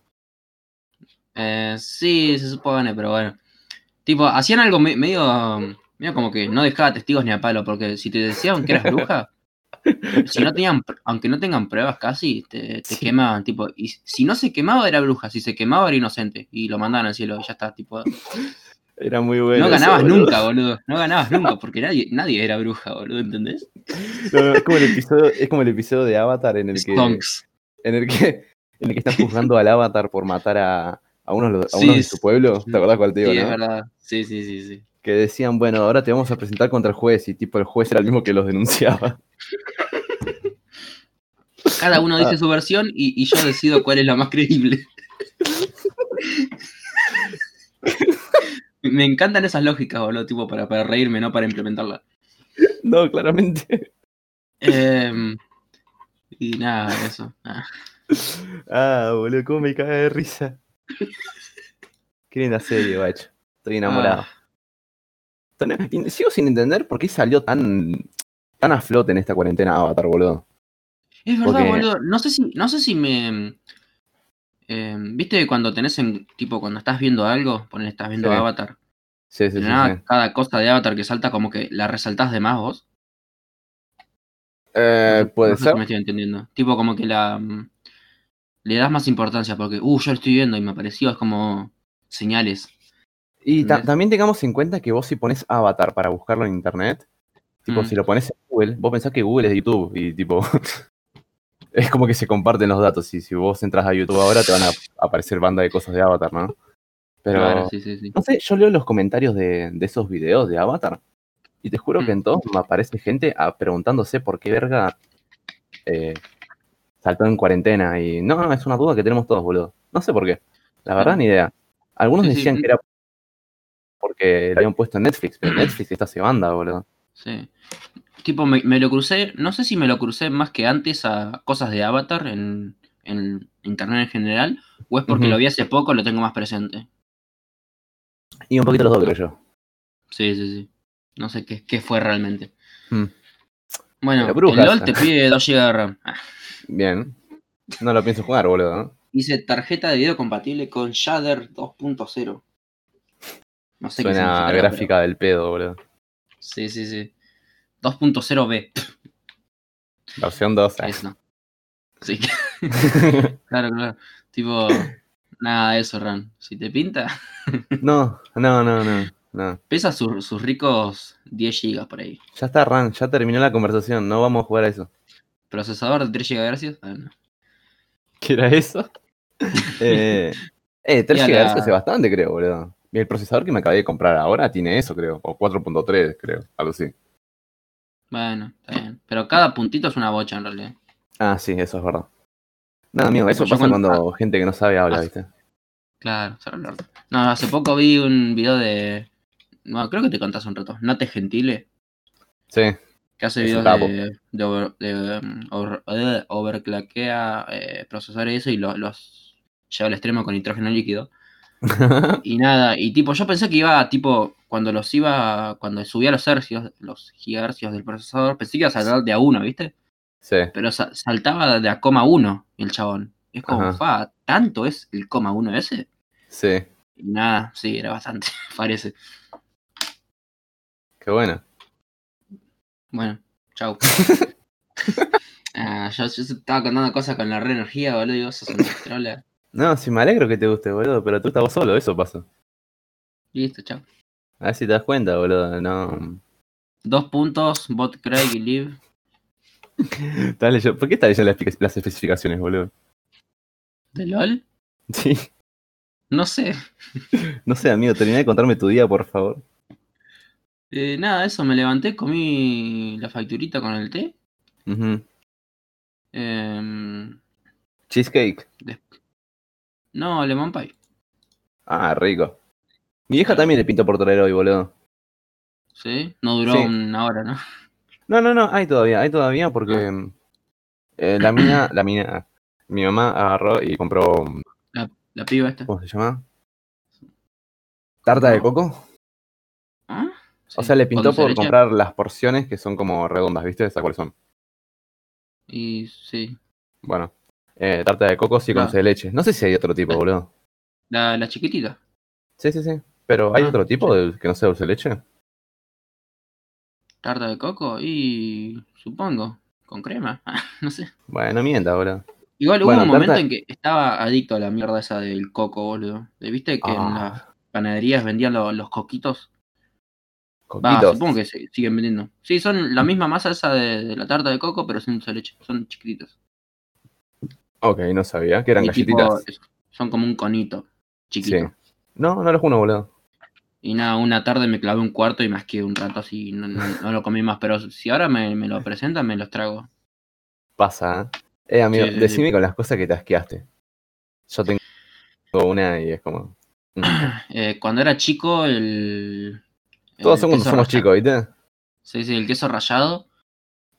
Speaker 2: Eh, sí, se supone, pero bueno. Tipo, hacían algo me- medio, medio como que no dejaba testigos ni a palo, porque si te decían que eras
Speaker 1: [LAUGHS]
Speaker 2: bruja, si no tenían, pr- aunque no tengan pruebas casi, te, te
Speaker 1: Sí.
Speaker 2: quemaban, tipo, y si no se quemaba era bruja, si se quemaba era inocente, y lo mandaban al cielo, y ya está, tipo,
Speaker 1: Era muy bueno.
Speaker 2: no
Speaker 1: eso,
Speaker 2: ganabas
Speaker 1: boludo.
Speaker 2: nunca, boludo, no ganabas nunca, porque nadie, nadie era bruja, boludo, ¿entendés?
Speaker 1: No, no, es, como el episodio, es como el episodio de Avatar en el que.
Speaker 2: Stonks.
Speaker 1: en el que, en el que están juzgando al avatar por matar a, a unos, lo- a
Speaker 2: Sí,
Speaker 1: unos de
Speaker 2: es-
Speaker 1: su pueblo. ¿Te acordás cuál te digo,
Speaker 2: sí, es
Speaker 1: no?
Speaker 2: verdad, sí, sí, sí, sí.
Speaker 1: Que decían, bueno, ahora te vamos a presentar contra el juez. Y tipo, el juez era el mismo que los denunciaba. [LAUGHS]
Speaker 2: Cada uno
Speaker 1: Ah.
Speaker 2: dice su versión y, y yo decido cuál es la más creíble. Me encantan esas lógicas, boludo, tipo para, para reírme, no para implementarla.
Speaker 1: No, claramente.
Speaker 2: Em, y nada, eso. Ah,
Speaker 1: Ah, boludo, cómo me caga de risa. Qué linda serie, bacho. Estoy enamorado. Ah. Tan- y Sigo sin entender por qué salió tan, tan a flote en esta cuarentena Avatar, boludo.
Speaker 2: Es verdad,
Speaker 1: Porque-
Speaker 2: boludo. No sé si, no sé si me. em, ¿Viste cuando tenés en. tipo cuando estás viendo algo? Ponele, estás viendo
Speaker 1: Sí,
Speaker 2: Avatar.
Speaker 1: Sí, sí,
Speaker 2: de
Speaker 1: sí.
Speaker 2: nada,
Speaker 1: sí.
Speaker 2: cada cosa de Avatar que salta como que la resaltás de más vos. No
Speaker 1: Eh,
Speaker 2: sé-
Speaker 1: puede
Speaker 2: no sé
Speaker 1: ser.
Speaker 2: si me estoy entendiendo. Tipo como que la mm, le das más importancia porque, uh, yo lo estoy viendo y me apareció, es como señales.
Speaker 1: Y ta-
Speaker 2: ¿Entendés?
Speaker 1: también tengamos en cuenta que vos si pones avatar para buscarlo en internet, tipo,
Speaker 2: Mm.
Speaker 1: si lo pones en Google, vos pensás que Google es YouTube y tipo... [LAUGHS] es como que se comparten los datos y si vos entras a YouTube ahora te van a aparecer banda de cosas de avatar, ¿no? Pero...
Speaker 2: Claro, sí, sí, sí.
Speaker 1: No sé, yo leo los comentarios de, de esos videos de avatar y te juro que en todos me aparece gente ah, preguntándose por qué verga eh, saltó en cuarentena y no, no, es una duda que tenemos todos, boludo. No sé por qué. La verdad, ni idea. Algunos
Speaker 2: Sí, sí,
Speaker 1: decían
Speaker 2: mm.
Speaker 1: que era porque le habían puesto en Netflix, pero Netflix está se banda, boludo.
Speaker 2: Sí. Tipo, me, me lo crucé, no sé si me lo crucé más que antes a cosas de Avatar en, en internet en general, o es porque
Speaker 1: Ujú.
Speaker 2: lo vi hace poco, lo tengo más presente.
Speaker 1: Y un poquito los dos, creo yo.
Speaker 2: Sí, sí, sí. No sé qué, qué fue realmente.
Speaker 1: Hmm.
Speaker 2: Bueno,
Speaker 1: Pero brujas.
Speaker 2: el LOL te pide 2 GB de RAM. Ah.
Speaker 1: Bien. No lo pienso jugar, boludo. ¿no?
Speaker 2: Dice tarjeta de video compatible con Shader 2.0. No sé qué
Speaker 1: Suena
Speaker 2: significará, pero-
Speaker 1: gráfica del pedo, boludo.
Speaker 2: Sí, sí, sí. 2.0B.
Speaker 1: Versión 2.
Speaker 2: Eso. Sí. [LAUGHS] claro, claro. Tipo, nada de eso, Ran. Si te pinta,
Speaker 1: [LAUGHS] No, no, no, no. no.
Speaker 2: pesa sus- sus ricos 10 gigas por ahí.
Speaker 1: Ya está, Ran, ya terminó la conversación, no vamos a jugar a eso. [LAUGHS]
Speaker 2: Procesador de 3 GB, gracias. Ah, no.
Speaker 1: ¿Qué era eso? eh, eh, 3
Speaker 2: Y a la-
Speaker 1: GHz hace bastante, creo, boludo. Y el procesador que me acabé de comprar ahora tiene eso, creo. O 4.3, creo. Algo así.
Speaker 2: Bueno, está bien. Pero cada puntito es una bocha en realidad.
Speaker 1: Ah, sí, eso es verdad. No, amigo, eso
Speaker 2: Yo
Speaker 1: pasa
Speaker 2: cuando-
Speaker 1: cuando gente que no sabe habla,
Speaker 2: Ah,
Speaker 1: ¿viste?
Speaker 2: Claro, solo el orto. No, hace poco vi un video de. No, creo que te contaste un rato. Nate Gentile,
Speaker 1: Sí. [LAUGHS]
Speaker 2: que hace
Speaker 1: Es un
Speaker 2: videos
Speaker 1: capo.
Speaker 2: de, de, over- de, um, over- eh, overclaquea eh, procesadores y eso y lo- los lleva al extremo con nitrógeno líquido. Y nada, y tipo, yo pensé que iba, tipo, cuando los iba, cuando subía los hercios, los gigahercios del procesador, pensé que iba a saltar de a uno, ¿viste?
Speaker 1: sí.
Speaker 2: Pero sa- saltaba de a coma uno el chabón. Es como,
Speaker 1: Ajá.
Speaker 2: fa, ¿tanto es el coma uno ese?
Speaker 1: Sí.
Speaker 2: Y Nada, sí, era bastante, [LAUGHS] parece.
Speaker 1: Qué bueno.
Speaker 2: Bueno,
Speaker 1: [LAUGHS]
Speaker 2: chau. Ah, yo, yo estaba contando cosas con la reenergía, boludo, y vos
Speaker 1: [LAUGHS]
Speaker 2: sos una trola.
Speaker 1: No, sí, me alegro que te guste, boludo, pero tú estabas solo, eso pasa.
Speaker 2: Listo, chau.
Speaker 1: A ver si te das cuenta, boludo. No.
Speaker 2: Dos puntos, bot Craig y Liv.
Speaker 1: Estás leyendo- ¿Por qué estás leyendo las espe- las especificaciones, boludo? [LAUGHS]
Speaker 2: ¿De LOL?
Speaker 1: Sí.
Speaker 2: No sé.
Speaker 1: No sé, amigo, terminá de contarme tu día, por favor.
Speaker 2: Eh, nada, eso, me levanté, comí la facturita con el té.
Speaker 1: Ujú.
Speaker 2: em,
Speaker 1: Cheesecake.
Speaker 2: no, lemon pie.
Speaker 1: Ah, rico. Mi vieja también le pintó por traer hoy, boludo.
Speaker 2: ¿Sí? No duró
Speaker 1: Sí.
Speaker 2: una hora, ¿no?
Speaker 1: No, no, no, hay todavía, hay todavía porque
Speaker 2: Ah.
Speaker 1: mm, eh, la mina, [COUGHS] la mina, mi mamá agarró y compró, mm,
Speaker 2: La, la piba esta.
Speaker 1: ¿cómo se llama? Tarta de coco.
Speaker 2: ¿Ah?
Speaker 1: O
Speaker 2: Sí,
Speaker 1: sea, le
Speaker 2: con
Speaker 1: pintó
Speaker 2: dulce de
Speaker 1: por
Speaker 2: leche.
Speaker 1: comprar las porciones que son como redondas, ¿viste? ¿Esas cuáles son?
Speaker 2: Y sí.
Speaker 1: Bueno, eh, tarta de coco sí con
Speaker 2: Ah.
Speaker 1: dulce de leche. No sé si hay otro tipo,
Speaker 2: Ah.
Speaker 1: boludo.
Speaker 2: La, la chiquitita.
Speaker 1: Sí, sí, sí. Pero ¿hay
Speaker 2: Ah,
Speaker 1: otro tipo de- que no sea dulce de leche?
Speaker 2: Tarta de coco y supongo, con crema, [LAUGHS] Ah, no sé.
Speaker 1: Bueno, mienta, boludo.
Speaker 2: Igual hubo
Speaker 1: Bueno,
Speaker 2: un momento
Speaker 1: tarta-
Speaker 2: en que estaba adicto a la mierda esa del coco, boludo. ¿Viste que en las
Speaker 1: Ah,
Speaker 2: panaderías vendían lo- los coquitos? Va,
Speaker 1: coquitos.
Speaker 2: Ah, supongo que se- siguen vendiendo. Sí, son la misma masa esa de, de la tarta de coco, pero sin dulce de leche. Son chiquititos.
Speaker 1: Ok, no sabía que eran
Speaker 2: Y tipo,
Speaker 1: galletitas.
Speaker 2: es- son como un conito
Speaker 1: Sí.
Speaker 2: chiquito.
Speaker 1: No, no lo uno, boludo.
Speaker 2: Y nada, una tarde me clavé un cuarto y más que un rato así. No, no- no lo comí más, pero si ahora me, me lo presentan, me los trago.
Speaker 1: Pasa, ¿eh? Eh, amigo,
Speaker 2: Sí, sí, sí.
Speaker 1: decime con las cosas que te asqueaste. Yo tengo una y es como.
Speaker 2: Eh, cuando era chico, el.
Speaker 1: Todos
Speaker 2: el
Speaker 1: somos,
Speaker 2: queso
Speaker 1: somos
Speaker 2: rallado.
Speaker 1: chicos, ¿viste?
Speaker 2: Sí, sí, el queso rallado.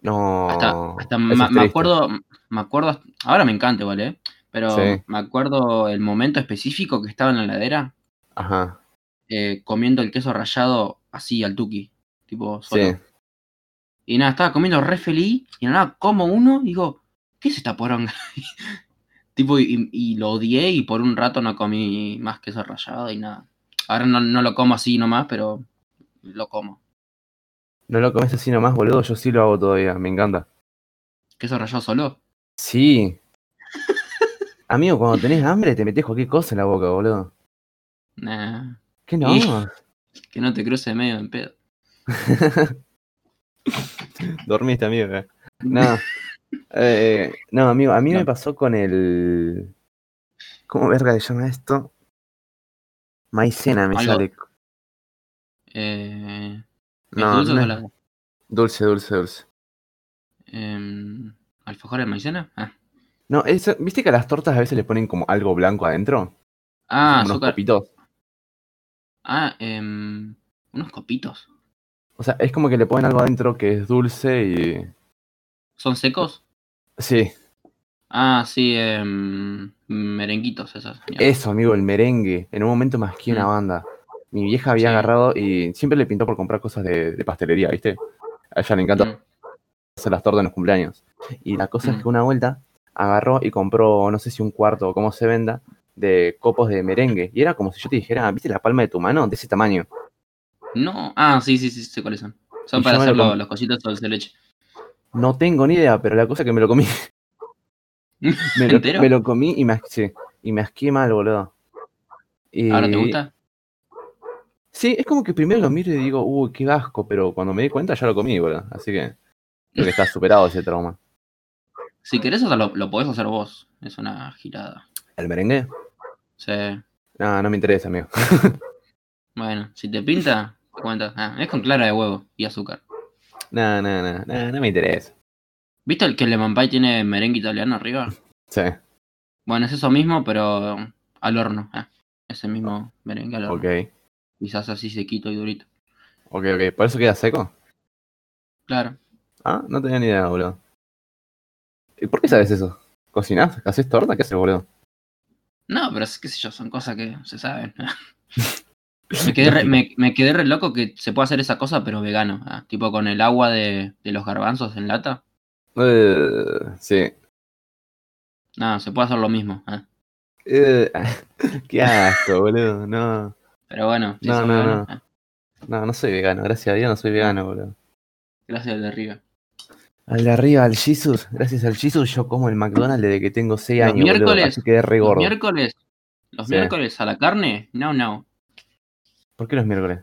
Speaker 1: No.
Speaker 2: Hasta, hasta
Speaker 1: Oh, eso
Speaker 2: ma-
Speaker 1: es
Speaker 2: me,
Speaker 1: triste.
Speaker 2: acuerdo, me acuerdo, ahora me encanta igual, ¿eh? Pero
Speaker 1: Sí.
Speaker 2: me acuerdo el momento específico que estaba en la heladera
Speaker 1: Ajá.
Speaker 2: eh, comiendo el queso rallado así al tuki, tipo solo.
Speaker 1: Sí.
Speaker 2: Y nada, estaba comiendo re feliz y de nada, como uno y digo, ¿qué es esta poronga? [LAUGHS] tipo, y, y lo odié y por un rato no comí más queso rallado y nada. Ahora no, no lo como así nomás, pero lo como.
Speaker 1: No lo comes así nomás, boludo. Yo sí lo hago todavía. Me encanta.
Speaker 2: ¿Queso rallado solo? [LAUGHS]
Speaker 1: Sí. Amigo, cuando tenés hambre te metes cualquier cosa en la boca, boludo.
Speaker 2: Nah,
Speaker 1: ¿Qué no?
Speaker 2: Y- que no te cruce medio en pedo.
Speaker 1: [LAUGHS] Dormiste, amigo. eh. No. Eh, no, amigo, a mí
Speaker 2: No.
Speaker 1: me pasó con el. ¿Cómo verga se llama esto? Maicena me
Speaker 2: Algo-
Speaker 1: sale.
Speaker 2: Eh, ¿Es
Speaker 1: No,
Speaker 2: dulce o
Speaker 1: no es-
Speaker 2: salado?
Speaker 1: Dulce, dulce, dulce.
Speaker 2: Em, ¿Alfajor de maicena? Ah,
Speaker 1: No, eso- ¿viste que a las tortas a veces le ponen como algo blanco adentro?
Speaker 2: Ah,
Speaker 1: Como unos
Speaker 2: azúcar.
Speaker 1: copitos.
Speaker 2: Ah, em, unos copitos.
Speaker 1: O sea, es como que le ponen algo adentro que es dulce y.
Speaker 2: ¿Son secos?
Speaker 1: Sí,
Speaker 2: Ah, sí, em, merenguitos esas. mierda.
Speaker 1: eso, amigo, el merengue. En un momento más que una
Speaker 2: Mm.
Speaker 1: banda. Mi vieja había
Speaker 2: Sí.
Speaker 1: agarrado y siempre le pintó por comprar cosas de, de pastelería, ¿viste? A ella le encanta
Speaker 2: Mm,
Speaker 1: hacer las tortas en los cumpleaños. Y la cosa es
Speaker 2: Mm.
Speaker 1: que una vuelta agarró y compró, no sé si un cuarto o cómo se venda, de copos de merengue. Y era como si yo te dijera, "Ah, ¿viste la palma de tu mano? De ese tamaño.
Speaker 2: No, ah, sí, sí, sí, sé cuáles son. Son
Speaker 1: Y
Speaker 2: para
Speaker 1: yo me lo
Speaker 2: hacer lo-
Speaker 1: com-
Speaker 2: los cositos de dulce de leche. [LAUGHS]
Speaker 1: No tengo ni idea, pero la cosa es que me lo comí. Me lo,
Speaker 2: ¿Entero?
Speaker 1: me lo comí y me, as- sí, y me asqué mal, boludo. Y-
Speaker 2: ¿Ahora te gusta?
Speaker 1: Sí, es como que primero lo miro y digo, uy, qué asco, pero cuando me di cuenta ya lo comí, boludo. Así que creo
Speaker 2: [LAUGHS]
Speaker 1: que está superado ese trauma.
Speaker 2: Si querés, hasta lo, lo podés hacer vos. Es una girada.
Speaker 1: ¿El merengue?
Speaker 2: O sea,
Speaker 1: No, no me interesa, amigo.
Speaker 2: bueno, si te pinta, te cuentas. Ah, es con clara de huevo y azúcar.
Speaker 1: No, no, no, no, no me interesa.
Speaker 2: ¿Viste el que el lemon pie tiene merengue italiano arriba?
Speaker 1: Sí,
Speaker 2: Bueno, es eso mismo, pero al horno. ah, ese mismo merengue al horno.
Speaker 1: ok,
Speaker 2: Quizás así sequito y durito.
Speaker 1: ok, ok. ¿Por eso queda seco?
Speaker 2: Claro.
Speaker 1: Ah, no tenía ni idea, boludo. ¿Y por qué sabes eso? ¿Cocinás? ¿Haces torta? ¿Qué haces, boludo?
Speaker 2: No, pero es, qué sé yo, son cosas que se
Speaker 1: [LAUGHS]
Speaker 2: saben. me, quedé re, me- me quedé re loco que se puede hacer esa cosa, pero vegano. ah, Tipo con el agua de, de los garbanzos en lata.
Speaker 1: Eh, sí.
Speaker 2: No, se puede hacer lo mismo. ah.
Speaker 1: Eh, [LAUGHS] qué asco, boludo. No,
Speaker 2: Pero bueno, si
Speaker 1: No,
Speaker 2: sos
Speaker 1: no,
Speaker 2: vegano,
Speaker 1: no.
Speaker 2: ah,
Speaker 1: no, no soy vegano. Gracias a Dios no soy vegano, boludo.
Speaker 2: gracias al de arriba.
Speaker 1: Al de arriba, al Jesus. Gracias al Jesus, yo como el McDonald's desde que tengo 6
Speaker 2: Los
Speaker 1: años, boludo.
Speaker 2: miércoles-
Speaker 1: Así quedé re
Speaker 2: Los
Speaker 1: gordo.
Speaker 2: miércoles, los
Speaker 1: Sí.
Speaker 2: miércoles a la carne, no, no.
Speaker 1: ¿Por qué los miércoles?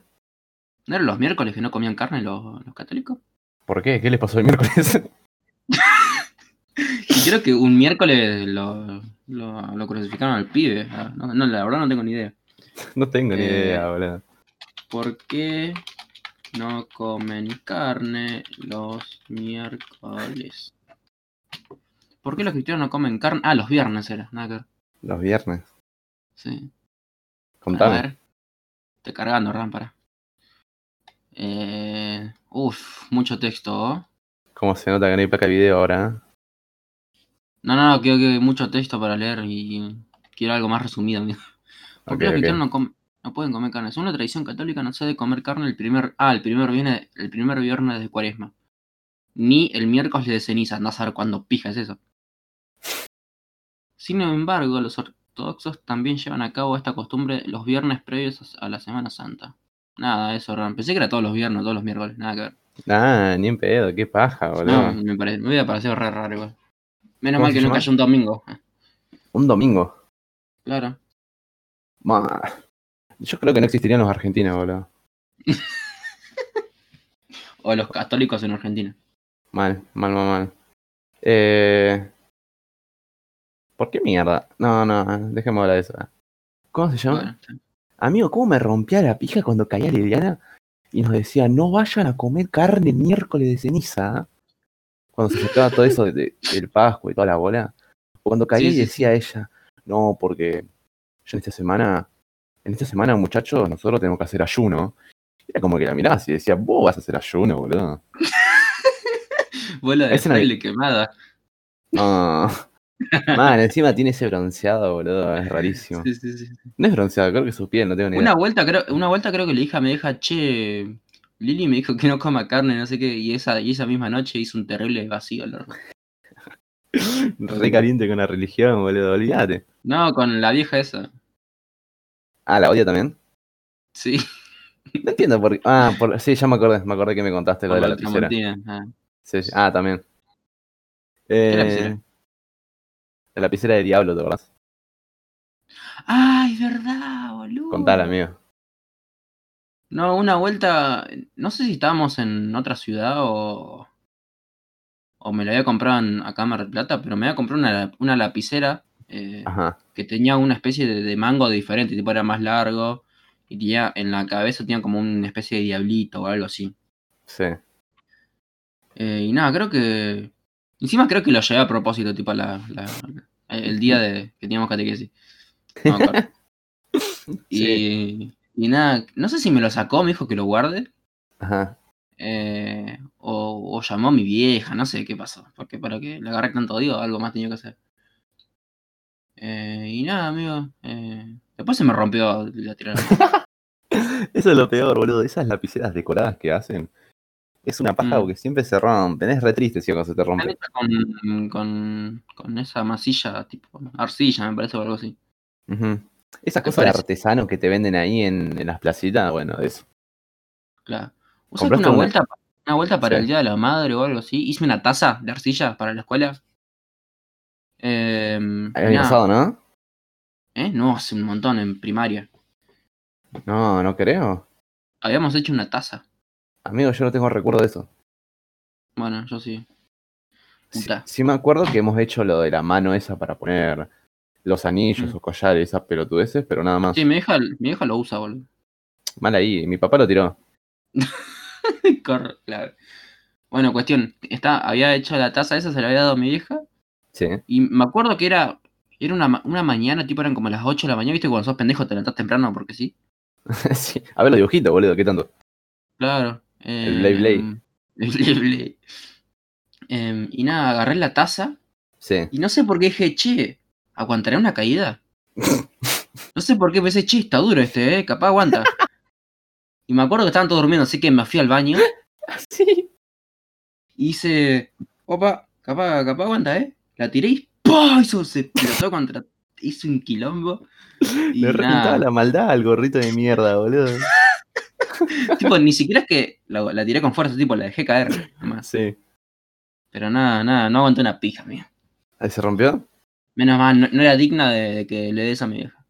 Speaker 2: ¿No eran los miércoles que no comían carne los, los católicos?
Speaker 1: ¿Por qué? ¿Qué les pasó el miércoles? [LAUGHS]
Speaker 2: Y creo que un miércoles lo, lo, lo crucificaron al pibe. ah, No, no, la verdad no tengo ni idea.
Speaker 1: no tengo ni
Speaker 2: Eh,
Speaker 1: idea, boludo.
Speaker 2: ¿Por qué no comen carne los miércoles? ¿Por qué los cristianos no comen carne? Ah, los viernes era, nada que ver.
Speaker 1: Los viernes.
Speaker 2: Sí. A
Speaker 1: Contame.
Speaker 2: ver. Estoy cargando, Ram, para. Eh, uf, mucho texto. ¿oh?
Speaker 1: ¿Cómo se nota que no hay placa de video ahora? eh?
Speaker 2: No, no, no, que, que mucho texto para leer y quiero algo más resumido, amigo.
Speaker 1: Ah,
Speaker 2: ¿Por qué
Speaker 1: Ok,
Speaker 2: los
Speaker 1: ok.
Speaker 2: cristianos no, comen- no pueden comer carne? Según la tradición católica no se debe comer carne el primer, ah, el primer viernes, el primer viernes de cuaresma. Ni el miércoles de ceniza, no a saber cuándo pija es eso. Sin embargo, los ortodoxos también llevan a cabo esta costumbre los viernes previos a la Semana Santa. Nada, eso, Ram. Pensé que era todos los viernes, todos los miércoles, nada que ver.
Speaker 1: Ah, ni en pedo, qué paja, boludo.
Speaker 2: No, me, pare- me hubiera parecido re raro igual. Menos
Speaker 1: ¿Cómo
Speaker 2: mal
Speaker 1: se
Speaker 2: que no
Speaker 1: llama?
Speaker 2: cayó un domingo. Ah,
Speaker 1: Un domingo.
Speaker 2: Claro.
Speaker 1: Ma. Yo creo que no existirían los argentinos, boludo.
Speaker 2: O los católicos en Argentina.
Speaker 1: Mal, mal, mal, mal. Eh... ¿Por qué mierda? No, no, dejemos hablar de eso. ¿Cómo se llama?
Speaker 2: Bueno,
Speaker 1: Amigo, ¿cómo me rompía la pija cuando caía Liliana y nos decía, no vayan a comer carne el miércoles de ceniza? ¿eh?" Cuando se acercaba todo eso de- de- del Pascua y toda la bola. Cuando caía
Speaker 2: Sí,
Speaker 1: y
Speaker 2: sí,
Speaker 1: decía ella, no, porque yo en esta semana, en esta semana, muchachos, nosotros tenemos que hacer ayuno. Era como que la mirabas y decía, vos vas a hacer ayuno, boludo.
Speaker 2: Bola de
Speaker 1: Es una-
Speaker 2: fraile quemada. [LAUGHS]
Speaker 1: No. Man, Ah. encima tiene ese bronceado, boludo, es rarísimo.
Speaker 2: Sí, sí, sí.
Speaker 1: No es bronceado, creo que su piel, no tengo ni idea.
Speaker 2: Una vuelta, creo, una vuelta creo que le dije a mi hija, che, Lili me dijo que no coma carne, no sé qué, y esa, y esa misma noche hizo un terrible vacío. al horno. [LAUGHS]
Speaker 1: Re caliente con la religión, boludo, olvídate.
Speaker 2: No, con la vieja esa.
Speaker 1: Ah, la odia también.
Speaker 2: Sí, [LAUGHS]
Speaker 1: No entiendo por qué. Ah, por- sí, ya me acordé. Me acordé que me contaste lo de la
Speaker 2: con
Speaker 1: lapicera.
Speaker 2: Martina, ah.
Speaker 1: Sí, sí. Ah, también. Eh,
Speaker 2: lapicera?
Speaker 1: La lapicera de Diablo, ¿te acordás?
Speaker 2: Ay, verdad, boludo.
Speaker 1: Contala, amigo.
Speaker 2: No, una vuelta, no sé si estábamos en otra ciudad o... O me la había comprado en, acá en Mar del Plata, pero me había comprado una, una lapicera. eh,
Speaker 1: Ajá.
Speaker 2: que tenía una especie de, de mango diferente, tipo era más largo y tenía en la cabeza tenía como una especie de diablito o algo así.
Speaker 1: Sí.
Speaker 2: Eh, y nada, creo que encima creo que lo llevé a propósito, tipo la, la- el día de que teníamos catequesis. No me acuerdo. y, y nada, no sé si me lo sacó, me dijo que lo guarde.
Speaker 1: [LAUGHS] Ajá.
Speaker 2: eh, o, o llamó a mi vieja, no sé qué pasó. Porque para que le agarré tanto odio, algo más tenía que hacer. Eh, y nada, amigo. eh, después se me rompió la tirada.
Speaker 1: Eso es lo peor, boludo. Esas lapiceras decoradas que hacen. Es una paja
Speaker 2: Mm.
Speaker 1: porque siempre se rompen. Es re triste si cuando se te
Speaker 2: Están
Speaker 1: rompe.
Speaker 2: hechas con, con, con esa masilla, tipo arcilla, me parece, o algo así.
Speaker 1: Ujú. Esas
Speaker 2: ¿Qué
Speaker 1: cosas de
Speaker 2: parece?
Speaker 1: artesanos que te venden ahí en, en las placitas, bueno, de eso.
Speaker 2: Claro. O sea, que
Speaker 1: ¿Compraste
Speaker 2: una
Speaker 1: una?
Speaker 2: vuelta, una vuelta para
Speaker 1: Sí.
Speaker 2: el Día de la Madre o algo así, hice una taza de arcilla para la escuela. Eh,
Speaker 1: El año
Speaker 2: nada.
Speaker 1: pasado, ¿no?
Speaker 2: ¿Eh? No, hace un montón en primaria.
Speaker 1: No, no creo.
Speaker 2: Habíamos hecho una taza.
Speaker 1: Amigo, yo no tengo recuerdo de eso.
Speaker 2: Bueno, yo sí.
Speaker 1: Sí,
Speaker 2: Puta.
Speaker 1: sí me acuerdo que hemos hecho lo de la mano esa para poner los anillos
Speaker 2: Mm.
Speaker 1: o collares, esas pelotudeces, pero nada más.
Speaker 2: Sí, mi hija, mi hija lo usa, boludo. [LAUGHS]
Speaker 1: Mal ahí, mi papá lo tiró.
Speaker 2: Cor- la- Bueno, cuestión. Está, había hecho la taza esa, se la había dado a mi hija.
Speaker 1: Sí. [LAUGHS]
Speaker 2: Y me acuerdo que era, era una, ma- una mañana, tipo eran como las 8 de la mañana, viste, cuando sos pendejo te levantás temprano porque sí.
Speaker 1: Sí. A ver los dibujitos, boludo, qué tanto.
Speaker 2: Claro.
Speaker 1: El Blay Blay.
Speaker 2: em, El Blay Blay. Em, y nada, agarré la taza
Speaker 1: Sí.
Speaker 2: y no sé por qué dije, che, ¿aguantaré
Speaker 1: [LAUGHS]
Speaker 2: una caída? No sé por qué pensé, che, está duro este, eh, capaz aguanta. Y me acuerdo que estaban todos durmiendo, así que me fui al baño
Speaker 1: Sí.
Speaker 2: y hice, opa, capaz, capaz aguanta, eh. La tiré y ¡pah! Hizo, se explotó contra. Hizo un quilombo.
Speaker 1: [LAUGHS]
Speaker 2: Y
Speaker 1: Le
Speaker 2: nada.
Speaker 1: reventaba la maldad al gorrito de mierda, boludo.
Speaker 2: tipo, ni siquiera es que la, la tiré con fuerza, tipo, la dejé caer. nomás.
Speaker 1: Sí.
Speaker 2: Pero nada, nada, no aguanté una pija, mía.
Speaker 1: Ahí Ah, se rompió.
Speaker 2: Menos mal, no, no era digna de, de que le des a mi vieja.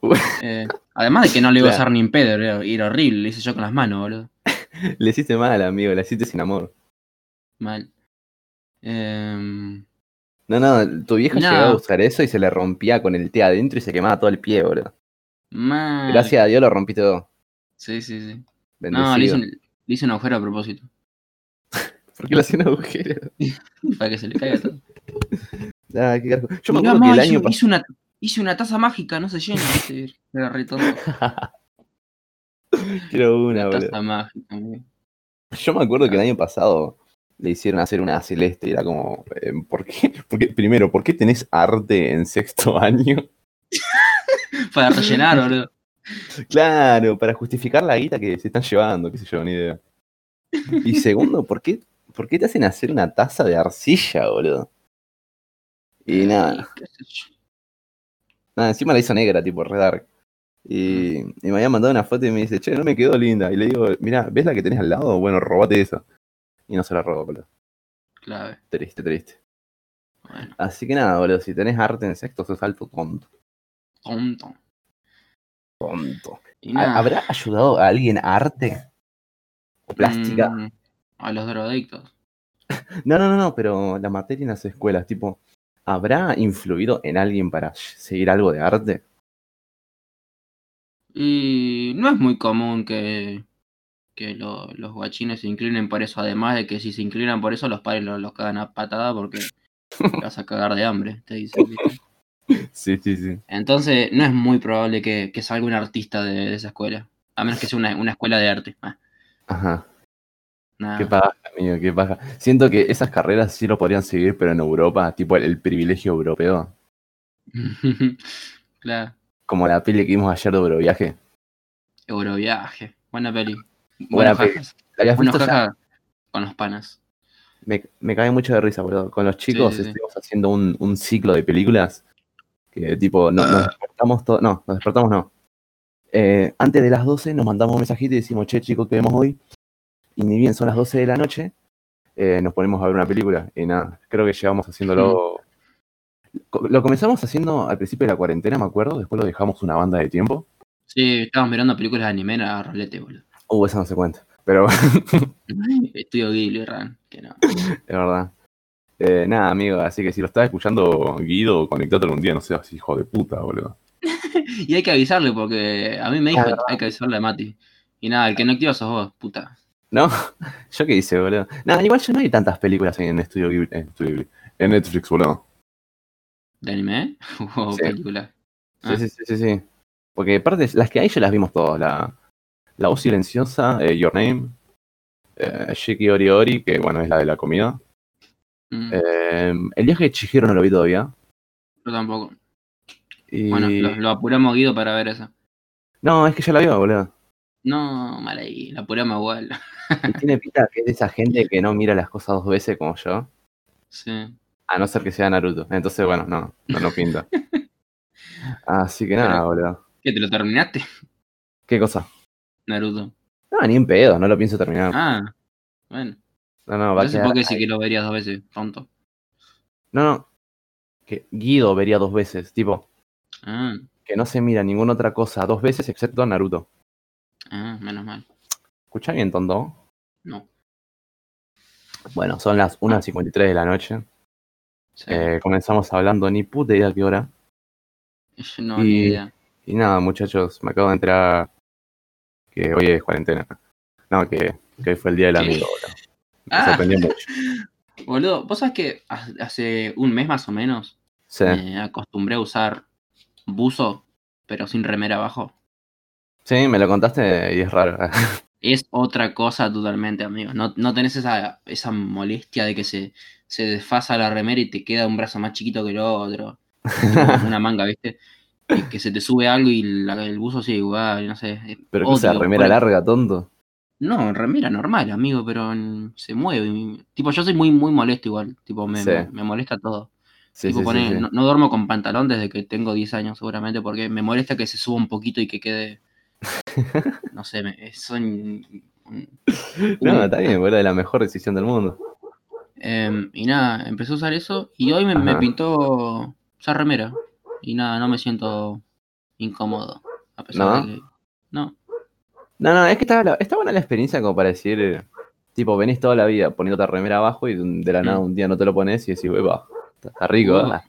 Speaker 1: Uy.
Speaker 2: Eh, además de que no le iba a
Speaker 1: Claro.
Speaker 2: usar ni en pedo, era, era horrible, lo hice yo con las manos, boludo.
Speaker 1: Le hiciste mal, amigo, le hiciste sin amor.
Speaker 2: Mal. Em,
Speaker 1: No, no, tu vieja
Speaker 2: No.
Speaker 1: llegaba a buscar eso y se le rompía con el té adentro y se quemaba todo el pie, boludo.
Speaker 2: mal.
Speaker 1: Gracias a Dios lo rompiste todo.
Speaker 2: Sí, sí, sí.
Speaker 1: Bendecido.
Speaker 2: No, le hice, un, le hice un agujero a propósito.
Speaker 1: ¿Por qué le hacían agujeros?
Speaker 2: Para que se le caiga todo.
Speaker 1: Ah, qué carajo. [LAUGHS] Yo me
Speaker 2: Mirá,
Speaker 1: acuerdo
Speaker 2: ma,
Speaker 1: que el
Speaker 2: hice,
Speaker 1: año pasado.
Speaker 2: hice una, hice una taza mágica, no se llena. dice, Era
Speaker 1: [LAUGHS]
Speaker 2: re tonto.
Speaker 1: Quiero una, boludo.
Speaker 2: Taza mágica, amigo.
Speaker 1: [LAUGHS] Yo me acuerdo que el año pasado le hicieron hacer una celeste y era como, eh, ¿por qué? [LAUGHS] Porque, primero, ¿por qué tenés arte en sexto [LAUGHS] año?
Speaker 2: Para rellenar, boludo.
Speaker 1: Claro, para justificar la guita que se están llevando, qué sé yo, ni idea. Y segundo, ¿por qué, por qué te hacen hacer una taza de arcilla, boludo?
Speaker 2: Eh.
Speaker 1: Y nada,
Speaker 2: qué sé yo.
Speaker 1: nada, encima la hizo negra, tipo, re dark. Y, y me había mandado una foto y me dice, che, no me quedó linda. Y le digo, mira, ¿ves la que tenés al lado? Bueno, robate esa. Y no se la robó, boludo.
Speaker 2: Clave.
Speaker 1: Triste, triste.
Speaker 2: Bueno,
Speaker 1: Así que nada, boludo, si tenés arte en sexto, sos alto tonto.
Speaker 2: tonto.
Speaker 1: Tonto.
Speaker 2: Y nada.
Speaker 1: ¿Habrá ayudado a alguien arte? ¿O plástica?
Speaker 2: Mm, a los drogadictos.
Speaker 1: No, no, no, no, pero la materia en las escuelas, tipo, ¿habrá influido en alguien para seguir algo de arte?
Speaker 2: Y no es muy común que, que lo- los guachines se inclinen por eso. Además de que si se inclinan por eso, los padres lo- los, cagan a patada
Speaker 1: [LAUGHS]
Speaker 2: porque te vas a cagar de hambre, te dicen. ¿viste?
Speaker 1: Sí, sí, sí.
Speaker 2: Entonces, no es muy probable que, que salga un artista de, de esa escuela. A menos que sea una, una escuela de arte. Ah,
Speaker 1: Ajá.
Speaker 2: nada.
Speaker 1: Qué paja, amigo, qué paja. Siento que esas carreras sí lo podrían seguir, pero en Europa, tipo el, el privilegio europeo.
Speaker 2: [LAUGHS] claro.
Speaker 1: Como la peli que vimos ayer de Euroviaje.
Speaker 2: Euroviaje. Buena peli.
Speaker 1: Buena
Speaker 2: Buenos
Speaker 1: peli.
Speaker 2: jajas.
Speaker 1: ¿La habías
Speaker 2: Buenos
Speaker 1: visto ya?
Speaker 2: jajas con los panas.
Speaker 1: Me, me cae mucho de risa, boludo. Con los chicos
Speaker 2: Sí, sí, sí.
Speaker 1: estuvimos haciendo un, un ciclo de películas que tipo, no- nos despertamos todo. No, nos despertamos no. Eh, antes de las 12 nos mandamos un mensajito y decimos, che, chicos, ¿qué vemos hoy? Y ni bien son las 12 de la noche, eh, nos ponemos a ver una película. Y nada, creo que llevamos haciéndolo. Co- Lo comenzamos haciendo al principio de la cuarentena, me acuerdo. Después lo dejamos una banda de tiempo.
Speaker 2: Sí, estábamos mirando películas de anime a rolete, boludo.
Speaker 1: Uh, esa no se cuenta. Pero
Speaker 2: [LAUGHS] Estudio Ghibli, Ran, que no. [LAUGHS]
Speaker 1: Es verdad. Eh, nada, amigo, así que si lo estás escuchando, Guido, conectate algún día, no seas hijo de puta, boludo.
Speaker 2: Y hay que avisarle porque a mí me dijo
Speaker 1: Ah, verdad.
Speaker 2: hay que avisarle a Mati. Y nada, el que no activa sos vos, puta.
Speaker 1: ¿No? [LAUGHS] ¿Yo qué hice, boludo? Nada, igual yo no hay tantas películas en Estudio Ghibli- en, Estudio Ghibli, en Netflix, boludo.
Speaker 2: ¿De anime? eh? [LAUGHS] O
Speaker 1: Sí.
Speaker 2: película.
Speaker 1: Sí,
Speaker 2: Ah.
Speaker 1: sí, sí, sí, sí. Porque aparte, las que hay ya las vimos todas. La, la voz silenciosa, eh, Your Name, eh, Shiki Ori Ori, que bueno, es la de la comida.
Speaker 2: Mm,
Speaker 1: Eh, el viaje de Chihiro no lo vi todavía.
Speaker 2: Yo tampoco.
Speaker 1: Y...
Speaker 2: Bueno, lo, lo apuramos Guido para ver eso.
Speaker 1: No, es que ya la vio, boludo.
Speaker 2: No, mal ahí, la apuramos igual. [LAUGHS]
Speaker 1: Y tiene pinta que es de esa gente que no mira las cosas dos veces como yo.
Speaker 2: Sí.
Speaker 1: A no ser que sea Naruto. Entonces, bueno, no, no, no
Speaker 2: [LAUGHS]
Speaker 1: pinta. Así que nada,
Speaker 2: Pero-
Speaker 1: boludo.
Speaker 2: ¿Qué, te lo terminaste, [LAUGHS]
Speaker 1: ¿Qué cosa?
Speaker 2: Naruto?
Speaker 1: No, ni en pedo, no lo pienso terminar.
Speaker 2: Ah, bueno.
Speaker 1: No, no, va a
Speaker 2: Entonces,
Speaker 1: quedar.
Speaker 2: ¿por qué sí
Speaker 1: ahí.
Speaker 2: que lo verías dos veces, tonto?
Speaker 1: No, no. que Guido vería dos veces, tipo,
Speaker 2: Ah,
Speaker 1: que no se mira ninguna otra cosa dos veces excepto Naruto.
Speaker 2: ah, menos mal.
Speaker 1: ¿Escucha bien, tonto?
Speaker 2: No. Ah.
Speaker 1: Bueno, son las 1.53 de la noche.
Speaker 2: Sí.
Speaker 1: Eh, comenzamos hablando ni puta idea qué hora.
Speaker 2: Yo [LAUGHS] no, ni
Speaker 1: y-
Speaker 2: idea.
Speaker 1: Y nada, muchachos, me acabo de enterar que hoy es cuarentena. No, que, que hoy fue el día del
Speaker 2: ¿Qué?
Speaker 1: amigo. boludo. Me
Speaker 2: Ah.
Speaker 1: sorprendió mucho.
Speaker 2: Boludo, vos sabés que ha- hace un mes más o menos
Speaker 1: Sí,
Speaker 2: me acostumbré a usar buzo, pero sin remera abajo.
Speaker 1: sí, me lo contaste y es raro. [LAUGHS]
Speaker 2: Es otra cosa totalmente, amigo. No, no tenés esa, esa molestia de que se, se desfasa la remera y te queda un brazo más chiquito que
Speaker 1: [LAUGHS]
Speaker 2: el otro. Como Una manga, ¿viste? Y que se te sube algo y la- el buzo sigue igual, no sé. es-
Speaker 1: Pero que sea
Speaker 2: odio,
Speaker 1: remera
Speaker 2: por-
Speaker 1: larga, tonto.
Speaker 2: No, remera normal, amigo, pero mm, se mueve. y- Tipo, yo soy muy, muy molesto igual. Tipo, me,
Speaker 1: Sí.
Speaker 2: me molesta todo.
Speaker 1: Sí,
Speaker 2: Tipo,
Speaker 1: sí, sí,
Speaker 2: poné-
Speaker 1: sí.
Speaker 2: No, no duermo con pantalón desde que tengo 10 años, seguramente, porque me molesta que se suba un poquito y que quede.
Speaker 1: [LAUGHS]
Speaker 2: No sé, me, eh, son.
Speaker 1: No, está bien, boludo, es la mejor decisión del mundo.
Speaker 2: Em, y nada, empecé a usar eso y hoy me, me
Speaker 1: Ajá.
Speaker 2: pintó esa remera. Y nada, no me siento incómodo. A pesar
Speaker 1: ¿No?
Speaker 2: de que. No,
Speaker 1: No, no, es que está, la- está buena la experiencia como para decir, eh, tipo, venís toda la vida poniéndote remera abajo y de un- de la nada
Speaker 2: Mm.
Speaker 1: un día no te lo pones y decís, "Uepa, está- está rico,
Speaker 2: Ujú.
Speaker 1: ¿verdad?".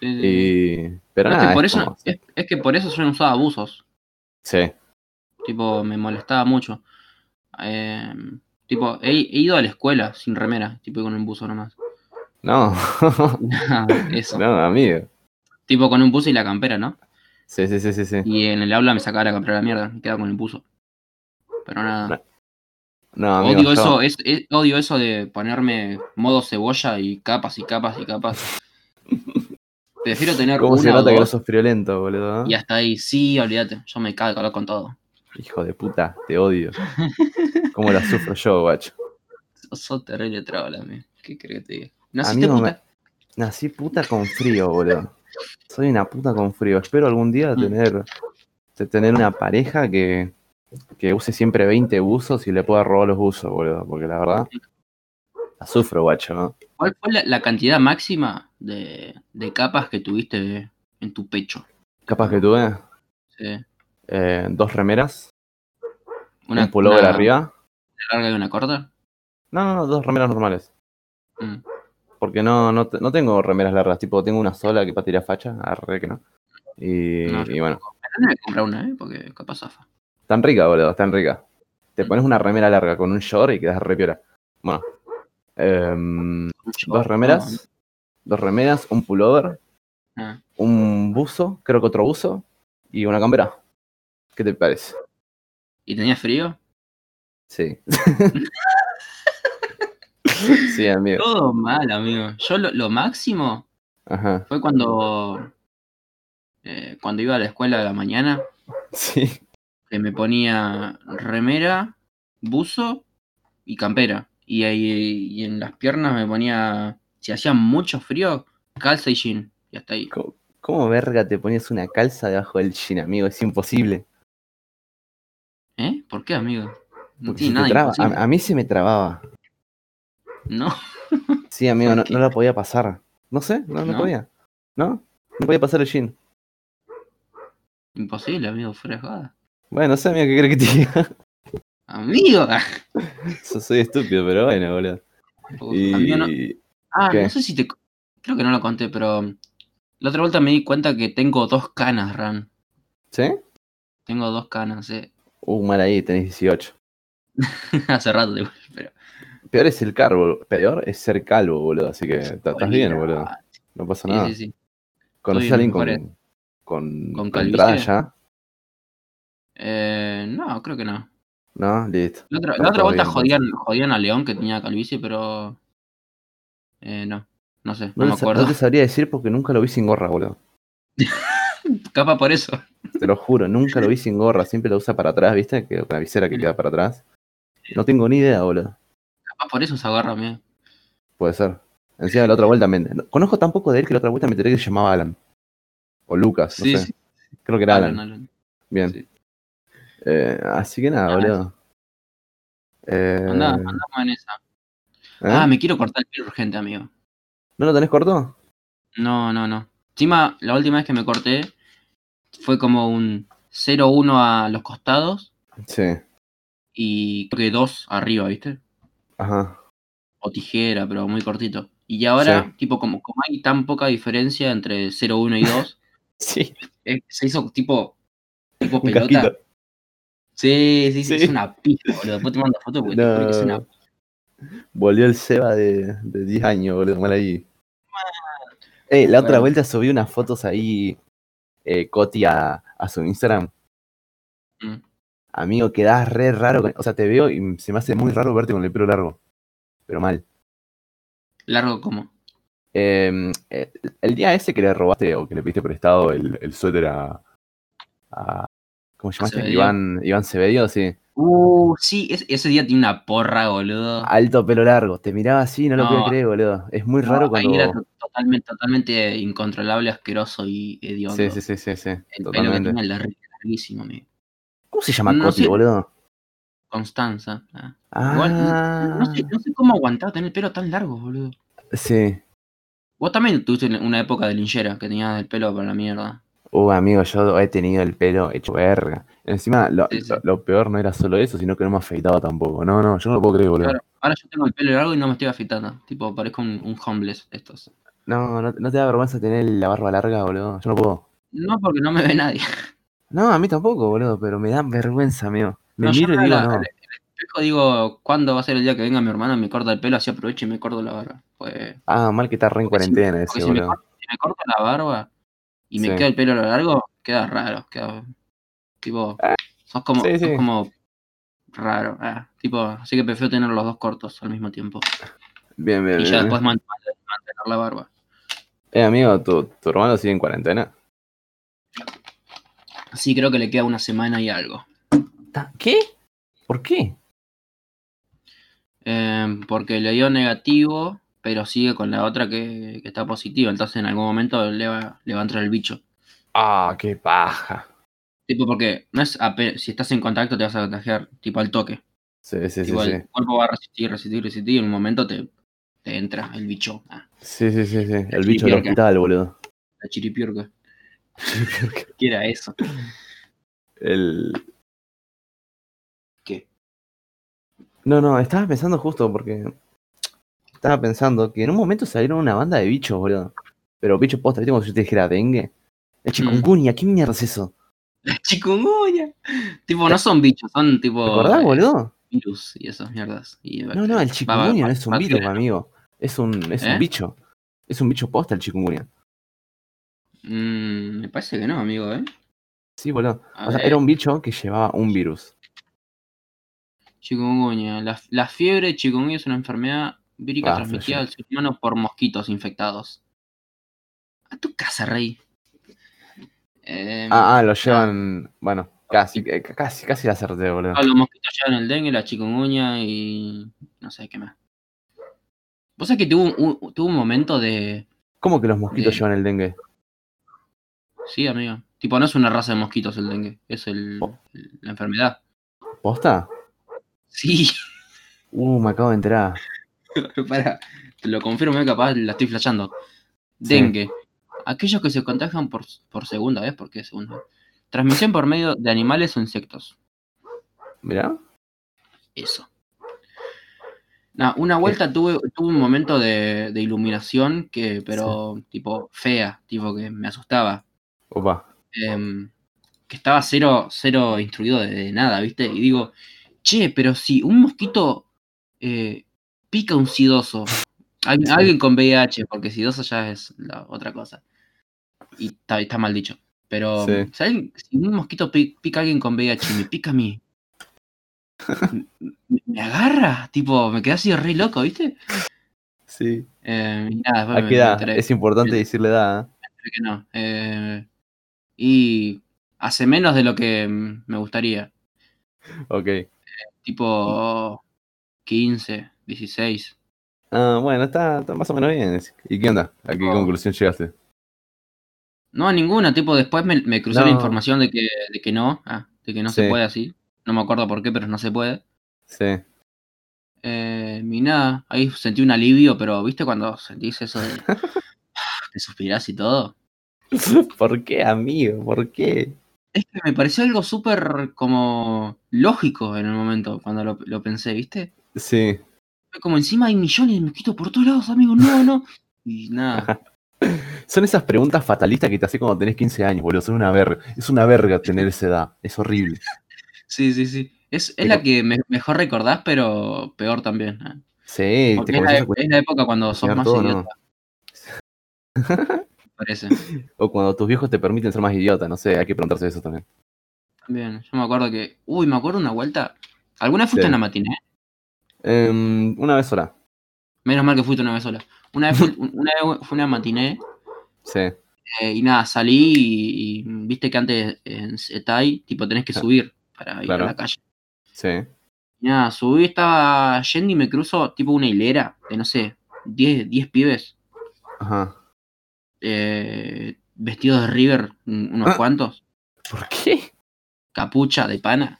Speaker 2: sí, sí, sí.
Speaker 1: Y... Pero
Speaker 2: eh, No, eh. es
Speaker 1: nada,
Speaker 2: que por
Speaker 1: es
Speaker 2: eso,
Speaker 1: como-
Speaker 2: es- es que por eso yo no usaba abusos.
Speaker 1: Sí,
Speaker 2: Tipo, me molestaba mucho. Em, tipo, he, he ido a la escuela sin remera, tipo con un buzo nomás. [LAUGHS]
Speaker 1: no,
Speaker 2: Eso.
Speaker 1: no, amigo.
Speaker 2: Tipo con un buzo y la campera, ¿no?
Speaker 1: Sí, sí, sí, sí, sí.
Speaker 2: Y en el aula me sacaba la campera a la mierda, me quedaba con el buzo. Pero nada.
Speaker 1: No, Ah, amigo,
Speaker 2: odio
Speaker 1: yo-
Speaker 2: Oh, eso, es, es- odio eso de ponerme modo cebolla y capas y capas
Speaker 1: [LAUGHS]
Speaker 2: y capas. Prefiero tener
Speaker 1: ¿Cómo se
Speaker 2: una o
Speaker 1: nota que no
Speaker 2: dos
Speaker 1: sos friolento, boludo?
Speaker 2: y hasta ahí. Sí, olvídate, yo me cago de calor con todo.
Speaker 1: Hijo de puta, te
Speaker 2: [LAUGHS]
Speaker 1: odio. ¿Cómo la sufro yo, guacho?
Speaker 2: Sos sos terrible troll, amigo. ¿Qué crees que te diga? Naciste
Speaker 1: Amigo,
Speaker 2: puta.
Speaker 1: me- nací puta con frío, boludo. Soy una puta con frío. Espero algún día
Speaker 2: Mm.
Speaker 1: tener, te- tener una pareja que, que use siempre 20 buzos y le pueda robar los buzos, boludo. Porque la verdad, la sufro, guacho. ¿no?
Speaker 2: ¿Cuál fue la, la cantidad máxima de, de capas que tuviste en tu pecho?
Speaker 1: Capaz que tuve
Speaker 2: Sí.
Speaker 1: eh, dos remeras,
Speaker 2: Una,
Speaker 1: un pullover
Speaker 2: una
Speaker 1: arriba.
Speaker 2: larga y una corta.
Speaker 1: No, no, no, dos remeras normales.
Speaker 2: Mm,
Speaker 1: Porque no, no, te- no tengo remeras largas, tipo, tengo una sola que para tirar facha, arre que no. Y,
Speaker 2: No,
Speaker 1: y bueno,
Speaker 2: Pero no voy a comprar una, ¿eh? Porque capaz zafa.
Speaker 1: tan rica, boludo, tan rica.
Speaker 2: Mm.
Speaker 1: Te pones una remera larga con un short y quedas re piola. Bueno, em,
Speaker 2: Oh,
Speaker 1: dos remeras, dos remeras, un pullover,
Speaker 2: Ah,
Speaker 1: un buzo, creo que otro buzo, y una campera. ¿Qué te parece?
Speaker 2: ¿Y tenías frío?
Speaker 1: Sí. [LAUGHS] sí, amigo.
Speaker 2: Todo mal, amigo. Yo lo, lo máximo
Speaker 1: Ajá.
Speaker 2: fue cuando, eh, cuando iba a la escuela de la mañana,
Speaker 1: Sí.
Speaker 2: que me ponía remera, buzo y campera. Y ahí y en las piernas me ponía, si hacía mucho frío, calza y jean. Y hasta ahí.
Speaker 1: ¿Cómo, cómo verga te ponías una calza debajo del jean, amigo? Es imposible.
Speaker 2: ¿Eh? ¿Por qué, amigo? No
Speaker 1: Porque se te
Speaker 2: tiene nada
Speaker 1: traba.
Speaker 2: imposible.
Speaker 1: A, a mí se me trababa.
Speaker 2: No,
Speaker 1: Sí, amigo,
Speaker 2: ¿Por
Speaker 1: no,
Speaker 2: qué?
Speaker 1: no la podía pasar. No sé, no, no,
Speaker 2: ¿No?
Speaker 1: podía. ¿No? No podía pasar el jean.
Speaker 2: imposible, amigo, fuera de joda.
Speaker 1: Bueno, no sé, amigo, ¿qué crees que te diga? [LAUGHS]
Speaker 2: ¡Amigo!
Speaker 1: Yo soy estúpido, pero bueno, boludo.
Speaker 2: Amigo, no-
Speaker 1: Y...
Speaker 2: Ah,
Speaker 1: ¿qué?
Speaker 2: no sé si te... Creo que no lo conté, pero... La otra vuelta me di cuenta que tengo dos canas, Ran.
Speaker 1: ¿Sí?
Speaker 2: Tengo dos canas, eh.
Speaker 1: Uh, mal ahí, tenés 18.
Speaker 2: Hace rato, igual, pero...
Speaker 1: Peor es el calvo, peor es ser calvo, boludo. Así que ta- estás bien, boludo. No pasa
Speaker 2: ah. Sí,
Speaker 1: nada.
Speaker 2: sí, sí.
Speaker 1: ¿Conoces a
Speaker 2: estoy
Speaker 1: alguien
Speaker 2: en
Speaker 1: con,
Speaker 2: pared.
Speaker 1: con, con,
Speaker 2: ¿Con
Speaker 1: entrada
Speaker 2: calvicie?
Speaker 1: ya?
Speaker 2: Eh, no, creo que no.
Speaker 1: ¿No? Listo.
Speaker 2: La otra,
Speaker 1: Está
Speaker 2: la otra
Speaker 1: todo
Speaker 2: vuelta
Speaker 1: bien,
Speaker 2: jodían, jodían a León, que tenía calvicie, pero... Eh, no. No sé,
Speaker 1: No,
Speaker 2: no, me
Speaker 1: le sa- no
Speaker 2: acuerdo.
Speaker 1: te sabría decir porque nunca lo vi sin gorra, boludo.
Speaker 2: Capaz por eso.
Speaker 1: Te lo juro, nunca lo vi sin gorra, siempre lo usa para atrás, ¿viste? Que, con la visera que queda para atrás. No tengo ni idea, boludo.
Speaker 2: Capaz por eso se agarra, amigo.
Speaker 1: Puede ser. Encima de la otra vuelta me... no- Conozco tan poco de él que la otra vuelta me enteré que se llamaba Alan. O Lucas, no
Speaker 2: Sí,
Speaker 1: sé.
Speaker 2: sí.
Speaker 1: Creo que era Alan.
Speaker 2: Alan, Alan.
Speaker 1: Bien.
Speaker 2: sí.
Speaker 1: Eh, así que nada,
Speaker 2: Ah.
Speaker 1: boludo. Eh,
Speaker 2: Andá, andamos en esa.
Speaker 1: ¿eh?
Speaker 2: Ah, me quiero cortar el pelo urgente, amigo.
Speaker 1: ¿No lo tenés corto?
Speaker 2: No, no, no. Encima, la última vez que me corté fue como un 0-1 a los costados
Speaker 1: Sí.
Speaker 2: y creo que 2 arriba, ¿viste? [LAUGHS]
Speaker 1: Ajá.
Speaker 2: O tijera, pero muy cortito. Y ahora,
Speaker 1: Sí.
Speaker 2: tipo, como, como hay tan poca diferencia entre 0-1 y
Speaker 1: [LAUGHS]
Speaker 2: 2,
Speaker 1: Sí.
Speaker 2: eh, se hizo tipo, tipo
Speaker 1: Un
Speaker 2: pelota.
Speaker 1: casquito.
Speaker 2: Sí, sí, sí,
Speaker 1: Sí.
Speaker 2: es una pija, boludo. Después te mando fotos porque te juro que es una
Speaker 1: No. Volvió el Seba de, de 10 años, boludo. Mal ahí. Eh, la otra
Speaker 2: Ah, Bueno.
Speaker 1: vuelta subí unas fotos ahí, eh, Coti, a, a su Instagram.
Speaker 2: Mm.
Speaker 1: Amigo, quedás re raro. con- o sea, te veo y se me hace muy raro verte con el pelo largo. Pero mal.
Speaker 2: largo como.
Speaker 1: Eh, eh, el día ese que le robaste o que le pediste prestado el, el suéter a, a- ¿Cómo se llamaste?
Speaker 2: Acevedo.
Speaker 1: Iván, Iván Cebedio, sí.
Speaker 2: Uh, sí, es- ese día tiene una porra, boludo.
Speaker 1: Alto pelo largo. Te miraba así, no lo
Speaker 2: Ah. No.
Speaker 1: podía creer, boludo. Es muy
Speaker 2: No,
Speaker 1: raro cuando.
Speaker 2: Ahí era to- totalmente, totalmente incontrolable, asqueroso y hediondo.
Speaker 1: Sí, sí, sí, sí, sí.
Speaker 2: El pelo que
Speaker 1: Totalmente.
Speaker 2: tenía larg- larguísimo, amigo.
Speaker 1: ¿Cómo se llama
Speaker 2: No
Speaker 1: Coti,
Speaker 2: sé.
Speaker 1: boludo?
Speaker 2: Constanza. ah. Igual,
Speaker 1: Ah,
Speaker 2: No sé, no sé cómo aguantaba tener el pelo tan largo, boludo.
Speaker 1: sí.
Speaker 2: Vos también tuviste una época de linchera que tenías el pelo para la mierda.
Speaker 1: Uh, amigo, yo he tenido el pelo hecho verga. Encima, lo,
Speaker 2: Sí, sí.
Speaker 1: lo- lo peor no era solo eso, sino que no me afeitaba tampoco. No, no, yo no lo puedo creer, boludo.
Speaker 2: Claro, ahora yo tengo el pelo largo y no me estoy afeitando. Tipo, parezco un, un homeless de estos.
Speaker 1: No, no, no te da vergüenza tener la barba larga, boludo. Yo no puedo.
Speaker 2: No porque no me ve nadie.
Speaker 1: No, a mí tampoco, boludo, pero me da vergüenza, amigo. Me
Speaker 2: No, yo
Speaker 1: miro y
Speaker 2: me
Speaker 1: digo,
Speaker 2: la-
Speaker 1: no.
Speaker 2: el- Yo digo, ¿cuándo va a ser el día que venga mi hermano y me corta el pelo? Así aprovecho y me corto la barba. Pues,
Speaker 1: Ah, mal que está re en
Speaker 2: Porque si-
Speaker 1: cuarentena
Speaker 2: porque
Speaker 1: ese,
Speaker 2: si me,
Speaker 1: boludo.
Speaker 2: corto, si me corto la barba y me
Speaker 1: Sí.
Speaker 2: queda el pelo a lo largo, queda raro. Queda, tipo, sos como,
Speaker 1: Ah, sí,
Speaker 2: sos
Speaker 1: sí.
Speaker 2: como raro. ah, tipo, así que prefiero tener los dos cortos al mismo tiempo.
Speaker 1: Bien, bien,
Speaker 2: Y
Speaker 1: bien.
Speaker 2: ya
Speaker 1: bien.
Speaker 2: después man- man- mantener la barba.
Speaker 1: Eh, amigo, ¿tu, tu hermano sigue en cuarentena?
Speaker 2: Así creo que le queda una semana y algo.
Speaker 1: ¿Qué? ¿Por qué?
Speaker 2: Eh, porque le dio negativo, pero sigue con la otra que, que está positiva. Entonces en algún momento le va, le va a entrar el bicho.
Speaker 1: Ah, qué paja.
Speaker 2: Tipo, porque no es ape- si estás en contacto te vas a contagiar, tipo al toque.
Speaker 1: Sí, sí, sí,
Speaker 2: Tipo,
Speaker 1: sí.
Speaker 2: el cuerpo va a resistir, resistir, resistir y en un momento te, te entra el bicho, ah,
Speaker 1: Sí, sí, sí, sí. El bicho del
Speaker 2: Chiripiorca.
Speaker 1: hospital,
Speaker 2: [LAUGHS]
Speaker 1: boludo.
Speaker 2: la chiripiorca. ¿Qué era eso? [LAUGHS]
Speaker 1: El...
Speaker 2: ¿Qué?
Speaker 1: No, no, estaba pensando justo porque. Estaba pensando que en un momento salieron una banda de bichos, boludo. Pero bichos posta, ¿viste? Como si yo te dijera dengue. Es
Speaker 2: Mm.
Speaker 1: chikungunya, ¿qué mierda es eso?
Speaker 2: La chikungunya. Tipo, no son bichos, son tipo
Speaker 1: ¿Te acordás,
Speaker 2: eh,
Speaker 1: boludo?
Speaker 2: virus y esas mierdas. y
Speaker 1: No, no, el
Speaker 2: bacterias. Va, va,
Speaker 1: chikungunya no es un virus,
Speaker 2: bacterias.
Speaker 1: amigo. Es un, es
Speaker 2: ¿Eh?
Speaker 1: un bicho. Es un bicho posta el chikungunya.
Speaker 2: Mm, me parece que no, amigo, ¿eh?
Speaker 1: Sí, boludo.
Speaker 2: A
Speaker 1: O sea,
Speaker 2: ver,
Speaker 1: era un bicho que llevaba un virus.
Speaker 2: Chikungunya. La, la fiebre chikungunya es una enfermedad vírica
Speaker 1: Ah,
Speaker 2: transmitida
Speaker 1: flashé.
Speaker 2: al ser humano por mosquitos infectados. A tu casa, rey. Eh,
Speaker 1: Ah, ah, lo llevan. Bueno, casi, eh, casi, casi la acerté, boludo.
Speaker 2: Ah, los mosquitos llevan el dengue, la chikungunya y no sé qué más. Vos sabés que tuvo un, un- tuvo un momento de...
Speaker 1: ¿Cómo que los mosquitos
Speaker 2: Eh.
Speaker 1: llevan el dengue?
Speaker 2: Sí, amigo. Tipo, no es una raza de mosquitos el dengue, es el, el- la enfermedad. [LAUGHS]
Speaker 1: ¿Posta?
Speaker 2: Sí, [LAUGHS]
Speaker 1: Uh, me acabo de enterar.
Speaker 2: para, te lo confirmo, eh, capaz la estoy flasheando. Dengue. Aquellos que se contagian por, por segunda vez, ¿por qué segunda vez? Transmisión por medio de animales o insectos.
Speaker 1: Mirá.
Speaker 2: Eso. Nah, una vuelta tuve, tuve un momento de, de iluminación que, pero tipo, fea, tipo que me asustaba.
Speaker 1: Opa.
Speaker 2: Em, que estaba cero, cero instruido de, de nada, ¿viste? Y digo, che, pero si un mosquito eh, pica un sidoso, al-
Speaker 1: Sí.
Speaker 2: alguien con VIH, porque sidoso ya es la otra cosa. Y está, está mal dicho. Pero um,
Speaker 1: Sí.
Speaker 2: si, alguien- si un mosquito pi- pica a alguien con VIH y me pica
Speaker 1: [LAUGHS]
Speaker 2: a mí, me, me agarra, tipo, me quedé así re loco, ¿viste?
Speaker 1: Sí.
Speaker 2: Eh, y nada, después
Speaker 1: ¿A
Speaker 2: me-
Speaker 1: qué
Speaker 2: me
Speaker 1: edad?
Speaker 2: enteré.
Speaker 1: Es importante
Speaker 2: Sí.
Speaker 1: decirle edad. ¿eh?
Speaker 2: Creo que no. Eh, y hace menos de lo que mm, me gustaría.
Speaker 1: ¿eh? Ok.
Speaker 2: Tipo 15, 16.
Speaker 1: Ah, bueno, está, está más o menos bien. ¿Y qué onda? ¿A qué
Speaker 2: Oh.
Speaker 1: conclusión llegaste?
Speaker 2: No, ninguna. Tipo, después me, me cruzó la
Speaker 1: No.
Speaker 2: información de que, de que no. ah, de que no se
Speaker 1: Sí.
Speaker 2: puede así. No me acuerdo por qué, pero no se puede.
Speaker 1: Sí. [LAUGHS]
Speaker 2: Eh, y nada, ahí sentí un alivio, pero viste cuando sentís eso de. ¿Te suspirás y todo?
Speaker 1: [LAUGHS] ¿Por qué, amigo? ¿Por qué?
Speaker 2: Es que me pareció algo súper como lógico en el momento cuando lo, lo pensé, ¿viste?
Speaker 1: Sí.
Speaker 2: Fue Como encima hay millones de mosquitos por todos lados, amigo, no, no. Y nada,
Speaker 1: Son esas preguntas fatalistas que te hace cuando tenés 15 años, boludo. Son una verga. Es una verga tener esa edad. Es horrible.
Speaker 2: sí, sí, sí. Es, es la que me- mejor recordás, pero peor también. ¿eh?
Speaker 1: Sí,
Speaker 2: Porque
Speaker 1: te
Speaker 2: es, la,
Speaker 1: comenzás a
Speaker 2: es la época cuando sos
Speaker 1: cuestionar
Speaker 2: más
Speaker 1: todo,
Speaker 2: idiota,
Speaker 1: ¿no?
Speaker 2: me parece.
Speaker 1: O cuando tus viejos te permiten ser más idiota, no sé, hay que preguntarse eso también.
Speaker 2: Bien, yo me acuerdo que. Uy, me acuerdo una vuelta. ¿Alguna vez fuiste
Speaker 1: Sí.
Speaker 2: en la matiné? ¿eh?
Speaker 1: Em, una vez sola.
Speaker 2: Menos mal que fuiste una vez sola.
Speaker 1: [LAUGHS]
Speaker 2: Una vez fue una, vez fue una matiné
Speaker 1: Sí.
Speaker 2: eh, y nada, salí y, y viste que antes en Setai, tipo, tenés que
Speaker 1: Ah,
Speaker 2: subir para ir
Speaker 1: claro.
Speaker 2: a la calle.
Speaker 1: Sí.
Speaker 2: Y nada, subí, estaba yendo y me cruzo tipo una hilera de no sé, 10, 10 pibes
Speaker 1: Ajá.
Speaker 2: eh, vestidos de River, un- unos
Speaker 1: Ah.
Speaker 2: cuantos,
Speaker 1: ¿Por qué?
Speaker 2: capucha de pana.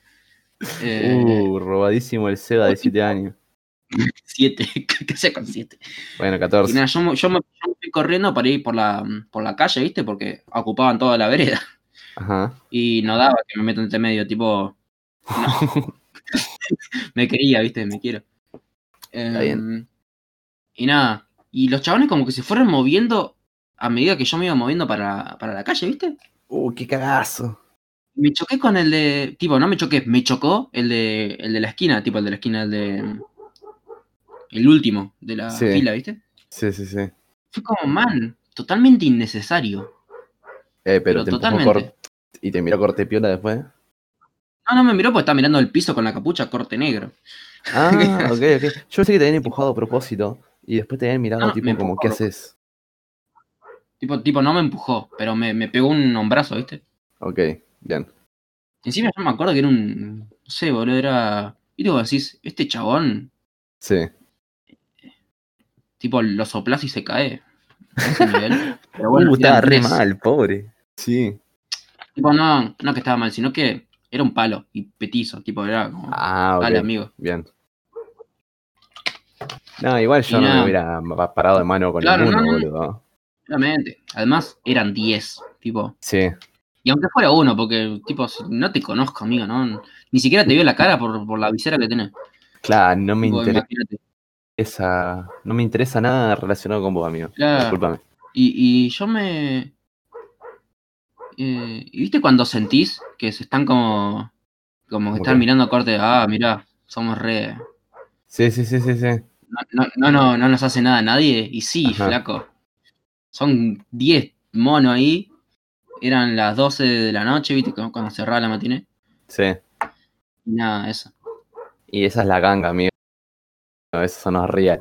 Speaker 2: Eh,
Speaker 1: Uh, robadísimo el Sega de 7 años.
Speaker 2: [LAUGHS] Siete, [LAUGHS] ¿qué hacía con siete?
Speaker 1: Bueno,
Speaker 2: Y
Speaker 1: 14.
Speaker 2: nada, yo, me- yo me, yo me fui corriendo para ir por la, por la calle, ¿viste? Porque ocupaban toda la vereda.
Speaker 1: Ajá.
Speaker 2: Y no daba que me metan entre medio, tipo,
Speaker 1: [LAUGHS]
Speaker 2: [LAUGHS] me quería, ¿viste? Me quiero.
Speaker 1: Está bien.
Speaker 2: Em, Y nada, y los chabones como que se fueron moviendo a medida que yo me iba moviendo para, para la calle, ¿viste?
Speaker 1: Uh, qué cagazo.
Speaker 2: Me choqué con el de, tipo, no me choqué, me chocó el de, el de la esquina, tipo, el de la esquina, el de... El último de la
Speaker 1: Sí.
Speaker 2: fila, ¿viste?
Speaker 1: Sí, sí, sí.
Speaker 2: Fue como, man, totalmente innecesario.
Speaker 1: Eh, pero,
Speaker 2: Pero
Speaker 1: te empujó
Speaker 2: totalmente.
Speaker 1: cort- y te miró corte piola
Speaker 2: [LAUGHS]
Speaker 1: después.
Speaker 2: No, no me miró porque estaba mirando el piso con la capucha corte negro.
Speaker 1: Ah, ok, ok. Yo pensé que te habían empujado a propósito y después te habían mirado,
Speaker 2: No,
Speaker 1: tipo,
Speaker 2: Ah, me
Speaker 1: como,
Speaker 2: empujó,
Speaker 1: ¿qué
Speaker 2: loco.
Speaker 1: haces?
Speaker 2: Tipo, tipo, no me empujó, pero me, me pegó un hombrazo, ¿viste?
Speaker 1: Ok, bien.
Speaker 2: Encima yo me acuerdo que era un. No sé, boludo, era. Y digo, decís, este chabón,
Speaker 1: Sí.
Speaker 2: tipo, lo soplás y se cae. A
Speaker 1: [LAUGHS]
Speaker 2: ese nivel. Pero bueno,
Speaker 1: Uh, estaba
Speaker 2: eran
Speaker 1: re
Speaker 2: pibes-
Speaker 1: mal, pobre. Sí.
Speaker 2: Tipo, no, no que estaba mal, sino que era un palo y petizo, tipo, era como.
Speaker 1: Ah,
Speaker 2: Dale,
Speaker 1: ok.
Speaker 2: amigo.
Speaker 1: Bien. No, igual yo
Speaker 2: Y
Speaker 1: no me
Speaker 2: nada.
Speaker 1: hubiera ma- parado de mano con
Speaker 2: Claro,
Speaker 1: ninguno,
Speaker 2: no, no.
Speaker 1: boludo.
Speaker 2: Claramente. Además, eran 10, tipo.
Speaker 1: Sí.
Speaker 2: Y aunque fuera uno, porque, tipo, si- no te conozco, amigo, ¿no? Ni siquiera te veo la cara por, por la visera que tenés.
Speaker 1: Claro, no me
Speaker 2: Tipo,
Speaker 1: interesa.
Speaker 2: imagínate.
Speaker 1: No me interesa nada relacionado con vos, amigo.
Speaker 2: Claro.
Speaker 1: Disculpame.
Speaker 2: Y, y yo me. eh, ¿Y viste cuando sentís que se están como. como que
Speaker 1: ¿Cómo
Speaker 2: están
Speaker 1: qué?
Speaker 2: mirando corte, ah, mirá, somos re.
Speaker 1: Sí, sí, sí, sí, sí.
Speaker 2: No, no, no, no nos hace nada a nadie. Y sí,
Speaker 1: Ajá.
Speaker 2: flaco. Son 10 monos ahí. Eran las 12 de la noche, viste, Como cuando cerraba la matiné.
Speaker 1: Sí.
Speaker 2: Y nada, eso.
Speaker 1: Y esa es la ganga, amigo. No, eso no es real.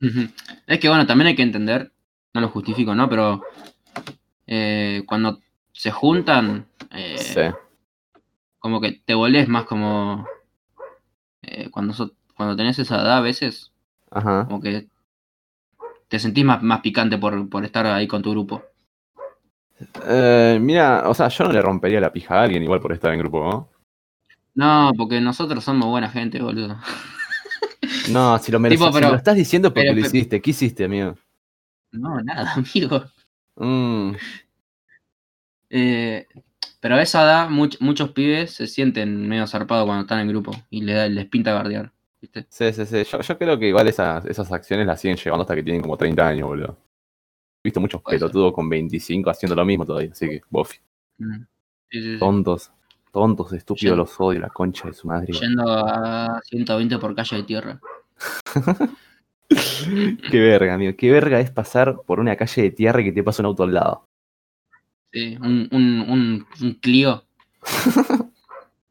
Speaker 2: Ujú. Es que bueno, también hay que entender, no lo justifico, ¿no? Pero eh, cuando se juntan, eh,
Speaker 1: Sí.
Speaker 2: como que te volvés más como eh, cuando so- cuando tenés esa edad a veces
Speaker 1: Ajá.
Speaker 2: como que te sentís más, más picante por, por estar ahí con tu grupo
Speaker 1: Eh, mira, o sea, yo no le rompería la pija a alguien igual por estar en grupo, ¿no?
Speaker 2: no porque nosotros somos buena gente boludo [LAUGHS]
Speaker 1: No, si lo mereces.
Speaker 2: Tipo,
Speaker 1: si
Speaker 2: pero-
Speaker 1: me lo estás diciendo porque
Speaker 2: pero-
Speaker 1: lo
Speaker 2: pero-
Speaker 1: hiciste. ¿Qué hiciste, amigo?
Speaker 2: no nada [LAUGHS] amigo
Speaker 1: Mm,
Speaker 2: Eh, pero a esa edad much- muchos pibes se sienten medio zarpados cuando están en grupo y le da- les pinta bardear ¿viste?
Speaker 1: sí, sí, sí. Yo, yo creo que igual esas, esas acciones las siguen llevando hasta que tienen como 30 años, boludo. He visto muchos
Speaker 2: Puede ser.
Speaker 1: pelotudos con 25 haciendo lo mismo todavía, así que, bofi.
Speaker 2: Mm. Sí, sí, sí.
Speaker 1: Tontos, tontos, estúpidos,
Speaker 2: Yo-
Speaker 1: los odio, la concha de su madre.
Speaker 2: yendo a 120 por calle de tierra
Speaker 1: qué verga, amigo. Qué verga es pasar por una calle de tierra y que te pasa un auto al lado.
Speaker 2: Sí, un, un, un, un Clio.
Speaker 1: [LAUGHS]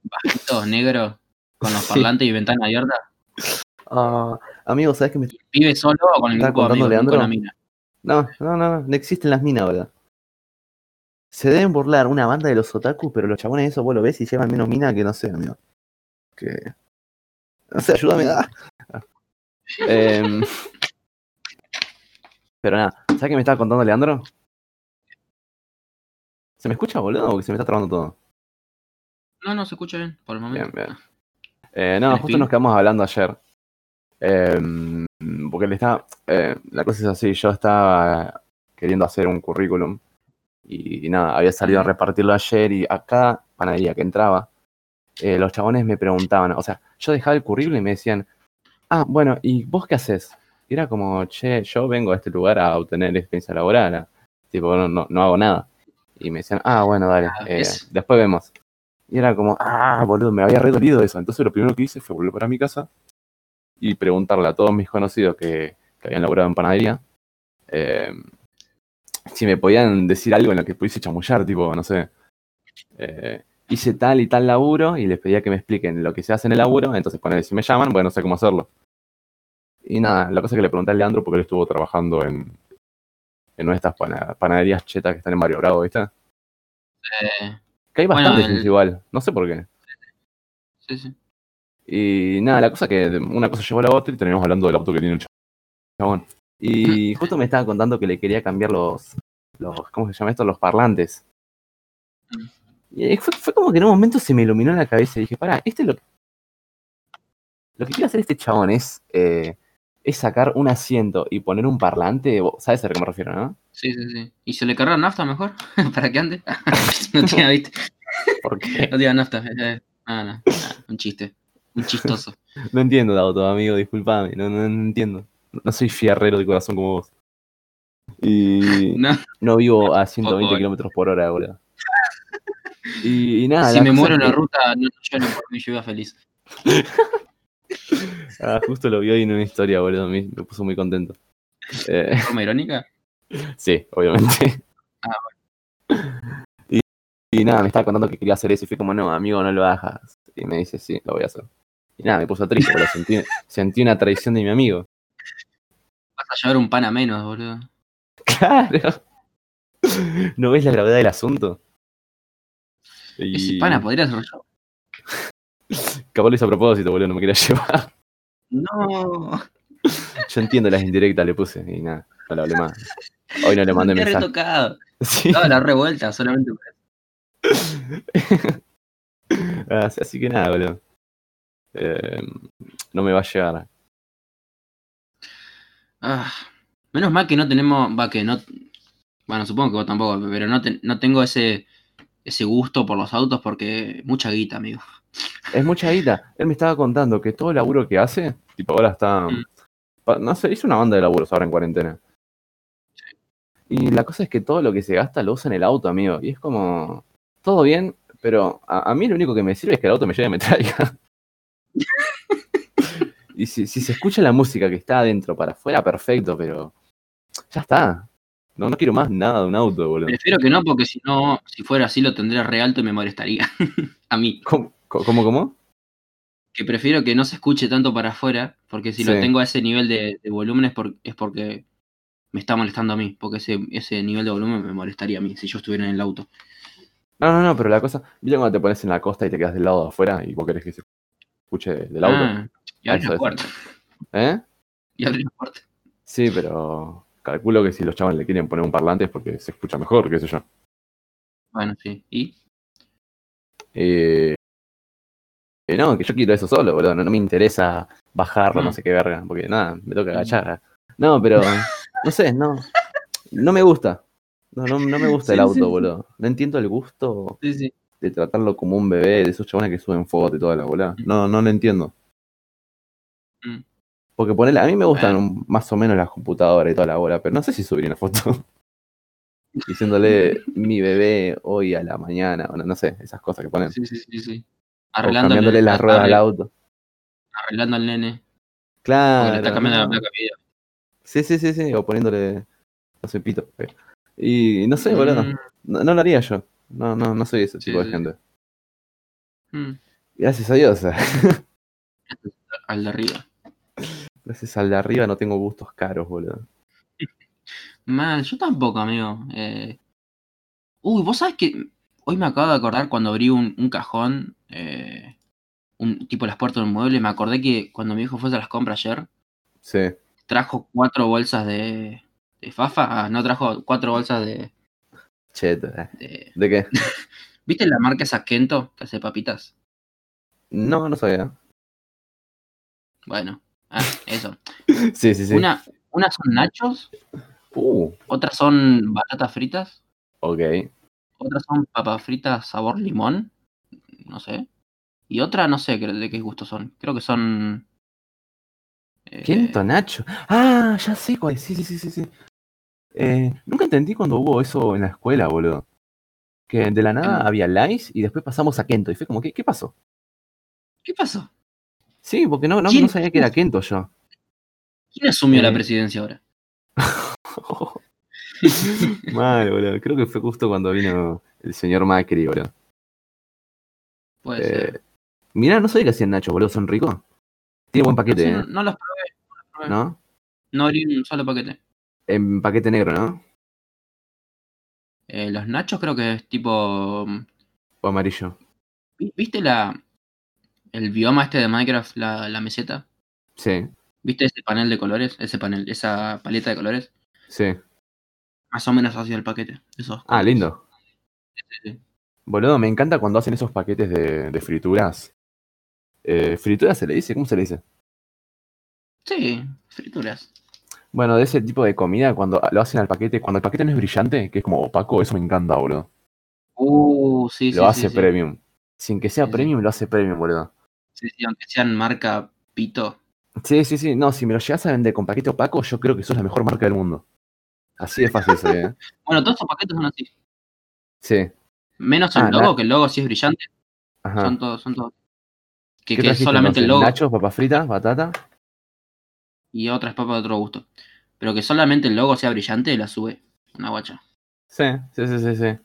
Speaker 2: Bajito, negro, con los
Speaker 1: Sí.
Speaker 2: parlantes y ventana abierta.
Speaker 1: Ah, amigo, ¿sabes qué me
Speaker 2: Pibe solo o con el
Speaker 1: ¿Estás
Speaker 2: grupo de
Speaker 1: contando,
Speaker 2: amigos, no
Speaker 1: Leandro?
Speaker 2: con la mina.
Speaker 1: No, no, no, no, no existen las minas, ¿verdad? Se deben burlar una banda de los otakus, pero los chabones eso vos lo ves y llevan menos mina que no sé, amigo. Que. No sé, ayúdame. ah. Em, pero nada, ¿sabes qué me estaba contando Leandro? ¿Se me escucha, boludo? Porque se me está trabando todo.
Speaker 2: No, no se escucha bien por el momento.
Speaker 1: Bien, bien. Eh, no,
Speaker 2: ¿Tenés
Speaker 1: justo
Speaker 2: pin?
Speaker 1: nos quedamos hablando ayer. Em, porque le está. eh, la cosa es así, yo estaba. que queriendo hacer un currículum. Y, nada, había salido a repartirlo ayer y a cada panadería que entraba, eh, los chabones me preguntaban, o sea, yo dejaba el currículum y me decían, ah, bueno, ¿y vos qué haces? Y era como, che, yo vengo a este lugar a obtener experiencia laboral, a- tipo, no, no, no hago nada. Y me decían, ah, bueno, dale,
Speaker 2: Ah,
Speaker 1: eh,
Speaker 2: ¿ves?
Speaker 1: después vemos. Y era como, ah, boludo, me había re dolido eso. Entonces lo primero que hice fue volver para mi casa y preguntarle a todos mis conocidos que, que habían laburado en panadería eh, si me podían decir algo en lo que pudiese chamullar, tipo, no sé. eh, hice tal y tal laburo y les pedía que me expliquen lo que se hace en el laburo. Entonces, poner, si me llaman, bueno, no sé cómo hacerlo. Y nada, la cosa es que le pregunté a Leandro porque él estuvo trabajando en, en una de estas pana- panaderías chetas que están en Mario Bravo, ¿viste?
Speaker 2: Eh,
Speaker 1: Que hay
Speaker 2: Bueno,
Speaker 1: bastantes
Speaker 2: el-
Speaker 1: es igual, no sé por qué.
Speaker 2: sí, sí.
Speaker 1: Y nada, la cosa que de- una cosa llevó a la otra y terminamos hablando del auto que tiene el chabón. Y justo me estaba contando que le quería cambiar los, los ¿cómo se llama esto? Los parlantes. Y eh, fue, fue como que en un momento se me iluminó la cabeza y dije, pará, este es lo que... Lo que quiere hacer este chabón es, eh, es sacar un asiento y poner un parlante, vos ¿sabes a lo que me refiero, no?
Speaker 2: Sí, sí, sí. ¿Y se le carga nafta mejor? [LAUGHS] ¿Para qué ande? no tenía, viste. [LAUGHS]
Speaker 1: Porque
Speaker 2: No tenía nafta. eh, eh. Ah, no, ah, un chiste.
Speaker 1: [LAUGHS]
Speaker 2: Un chistoso.
Speaker 1: no entiendo de auto, amigo, disculpame, no, no, no entiendo. No soy fierrero de corazón como vos. Y...
Speaker 2: No,
Speaker 1: No vivo a
Speaker 2: Poco,
Speaker 1: 120
Speaker 2: eh.
Speaker 1: kilómetros por hora, boludo. Y, y nada.
Speaker 2: si
Speaker 1: Ah, la
Speaker 2: me
Speaker 1: cosa
Speaker 2: muero en
Speaker 1: es
Speaker 2: Ah, la
Speaker 1: que-
Speaker 2: ruta, no lloro por mi lluvia feliz.
Speaker 1: Ah, justo lo vi hoy en una historia, boludo. Me, me puso muy contento. Eh, [LAUGHS]
Speaker 2: ¿De forma irónica?
Speaker 1: sí, obviamente.
Speaker 2: Ah,
Speaker 1: [LAUGHS] Y, y nada, me estaba contando que quería hacer eso. Y fui como, no, amigo, no lo hagas. Y me dice, sí, lo voy a hacer. Y nada, me puso triste, boludo. Sentí, [LAUGHS] sentí una traición de mi amigo. [LAUGHS]
Speaker 2: Vas a llevar un pan a menos, boludo.
Speaker 1: Claro. ¿No ves la gravedad del asunto?
Speaker 2: Ese
Speaker 1: Y
Speaker 2: pana podría ser yo.
Speaker 1: capaz lo hice a propósito, boludo. No me quería [LAUGHS] llevar.
Speaker 2: No.
Speaker 1: Yo entiendo las indirectas, le puse y nada, no le hablé más. Hoy no le
Speaker 2: [LAUGHS]
Speaker 1: mandé
Speaker 2: Te he
Speaker 1: mensaje.
Speaker 2: retocado.
Speaker 1: [LAUGHS] Sí. [LAUGHS]
Speaker 2: Daba la revuelta solamente. por eso.
Speaker 1: Así así que nada, boludo. Eh, no me va a llegar.
Speaker 2: Ah, menos mal que no tenemos. Va, que no. Bueno, supongo que vos tampoco, pero no, te- no tengo ese, ese gusto por los autos porque mucha guita, amigo.
Speaker 1: Es mucha guita. Él me estaba contando que todo el laburo que hace, tipo ahora está.
Speaker 2: Mm.
Speaker 1: pa- No sé, hizo una banda de laburos ahora en cuarentena. Y la cosa es que todo lo que se gasta lo usa en el auto, amigo. Y es como. Todo bien, pero a, a mí lo único que me sirve es que el auto me lleve y me traiga. y si, si se escucha la música que está adentro para afuera, perfecto, pero. Ya está. No, no quiero más nada de un auto, boludo.
Speaker 2: Prefiero que no, porque si no, si fuera así lo tendría re alto y me molestaría. [LAUGHS] a mí.
Speaker 1: ¿Cómo, co- cómo, cómo?
Speaker 2: Que prefiero que no se escuche tanto para afuera, porque si lo
Speaker 1: Sí.
Speaker 2: tengo a ese nivel de, de volumen es, por- es porque me está molestando a mí, porque ese, ese nivel de volumen me molestaría a mí si yo estuviera en el auto.
Speaker 1: No, no, no, pero la cosa. ¿Viste cuando te pones en la costa y te quedas del lado de afuera y vos querés que se escuche del auto?
Speaker 2: Ah, y abrir
Speaker 1: Eso
Speaker 2: la
Speaker 1: es.
Speaker 2: puerta. Ah.
Speaker 1: ¿Eh?
Speaker 2: Y abrir la puerta.
Speaker 1: Sí, pero calculo que si los chavales le quieren poner un parlante es porque se escucha mejor, qué sé yo.
Speaker 2: Bueno, sí. Y
Speaker 1: Eh, eh, no, que yo quiero eso solo, boludo. No, no me interesa bajarlo, no
Speaker 2: Mm.
Speaker 1: sé qué verga, porque nada, me toca agachar. No, pero no sé, no. No me gusta. No, no, no me gusta el
Speaker 2: Sí,
Speaker 1: auto,
Speaker 2: sí, sí.
Speaker 1: boludo. No entiendo el gusto
Speaker 2: sí, sí.
Speaker 1: de tratarlo como un bebé, de esos chabones que suben fotos y toda la bola. No, no lo entiendo.
Speaker 2: Mm.
Speaker 1: Porque ponele, a mí me gustan un- más o menos las computadoras y toda la bola, pero no sé si subir una foto. [LAUGHS] Diciéndole mi bebé hoy a la mañana, o no, no sé, esas cosas que ponen.
Speaker 2: sí, sí, sí, sí.
Speaker 1: O
Speaker 2: Arreglándole,
Speaker 1: cambiándole las ruedas al
Speaker 2: arregl-
Speaker 1: auto. Ah,
Speaker 2: arreglando al nene. Porque
Speaker 1: Claro.
Speaker 2: le está cambiando la
Speaker 1: no.
Speaker 2: placa de video.
Speaker 1: Sí, sí, sí, sí. O poniéndole. No sé, pito. eh. Y no sé, boludo.
Speaker 2: Mm,
Speaker 1: No, no lo haría yo. No, no, no soy ese
Speaker 2: Sí,
Speaker 1: tipo de
Speaker 2: sí.
Speaker 1: gente.
Speaker 2: mm,
Speaker 1: Gracias a Dios. [LAUGHS]
Speaker 2: al de arriba.
Speaker 1: Gracias al de arriba no tengo gustos caros, boludo.
Speaker 2: Mal, yo tampoco, amigo. Eh, Uy, vos sabés que hoy me acabo de acordar cuando abrí un, un cajón, eh, un tipo las puertas de un mueble, me acordé que cuando mi hijo fue a las compras ayer,
Speaker 1: Sí.
Speaker 2: trajo cuatro bolsas de, de fafa. Ah, no, trajo cuatro bolsas de,
Speaker 1: Cheta.
Speaker 2: de-
Speaker 1: eh, ¿De qué?
Speaker 2: ¿Viste la marca esa Kento que hace papitas?
Speaker 1: No, no sabía.
Speaker 2: Bueno, ah, eso.
Speaker 1: Sí, sí, sí.
Speaker 2: Una, unas son nachos
Speaker 1: Uh,
Speaker 2: Otras son batatas fritas.
Speaker 1: ok.
Speaker 2: Otras son papas fritas sabor limón. No sé. Y otra no sé qué- de qué gusto son. Creo que son. eh,
Speaker 1: Quinto Nacho. Ah, ya sé cuál. es. Sí, sí, sí, sí. sí. Eh, nunca entendí cuando hubo eso en la escuela, boludo. Que de la nada
Speaker 2: En-
Speaker 1: había Lice y después pasamos a Kento. Y fue como, ¿qué, qué pasó?
Speaker 2: ¿Qué pasó?
Speaker 1: Sí, porque no, no,
Speaker 2: ¿Quién-
Speaker 1: no sabía que era Kento yo.
Speaker 2: ¿Quién asumió la
Speaker 1: Eh. [LAUGHS]
Speaker 2: presidencia ahora?
Speaker 1: Mal, boludo. Creo que fue justo cuando vino el señor Macri, boludo.
Speaker 2: Puede
Speaker 1: Eh,
Speaker 2: ser.
Speaker 1: mirá, no sabía que hacían Nacho, boludo. Son ricos. Tiene buen
Speaker 2: No, sé,
Speaker 1: paquete,
Speaker 2: no,
Speaker 1: ¿eh?
Speaker 2: no las probé, no.
Speaker 1: ¿No?
Speaker 2: no abrí un solo paquete.
Speaker 1: En paquete negro, ¿no?
Speaker 2: Eh, los nachos creo que es tipo. mm,
Speaker 1: O amarillo.
Speaker 2: ¿vi- ¿Viste la. el bioma este de Minecraft, la, la meseta?
Speaker 1: Sí,
Speaker 2: ¿Viste ese panel de colores? Ese panel, esa paleta de colores.
Speaker 1: sí.
Speaker 2: Más o menos hacia el paquete. Esos
Speaker 1: Ah,
Speaker 2: colores.
Speaker 1: lindo.
Speaker 2: Sí, sí.
Speaker 1: Boludo, me encanta cuando hacen esos paquetes de, de frituras. Eh, ¿Frituras se le dice? ¿Cómo se le dice?
Speaker 2: Sí, frituras.
Speaker 1: Bueno, de ese tipo de comida, cuando lo hacen al paquete, cuando el paquete no es brillante, que es como opaco, eso me encanta, boludo.
Speaker 2: Uh, sí, sí.
Speaker 1: lo
Speaker 2: sí,
Speaker 1: hace
Speaker 2: sí.
Speaker 1: premium. Sin que sea
Speaker 2: Sí, sí.
Speaker 1: premium, lo hace premium, boludo.
Speaker 2: Sí, sí, aunque sean marca Pito.
Speaker 1: Sí, sí, sí. No, si me lo llegas a vender con paquete opaco, yo creo que sos la mejor marca del mundo. Así de fácil se ¿eh?
Speaker 2: Bueno, todos estos paquetes son así.
Speaker 1: Sí.
Speaker 2: Menos el
Speaker 1: Ah,
Speaker 2: logo,
Speaker 1: la-
Speaker 2: que el logo sí es brillante.
Speaker 1: Ajá.
Speaker 2: Son todos, son todos. Que,
Speaker 1: ¿Qué
Speaker 2: que es
Speaker 1: trajiste,
Speaker 2: solamente el
Speaker 1: entonces?
Speaker 2: logo
Speaker 1: Nachos, papas fritas, batata.
Speaker 2: y otras papas de otro gusto. Pero que solamente el logo sea brillante, la sube. Una guacha.
Speaker 1: Sí, sí, sí, sí, sí.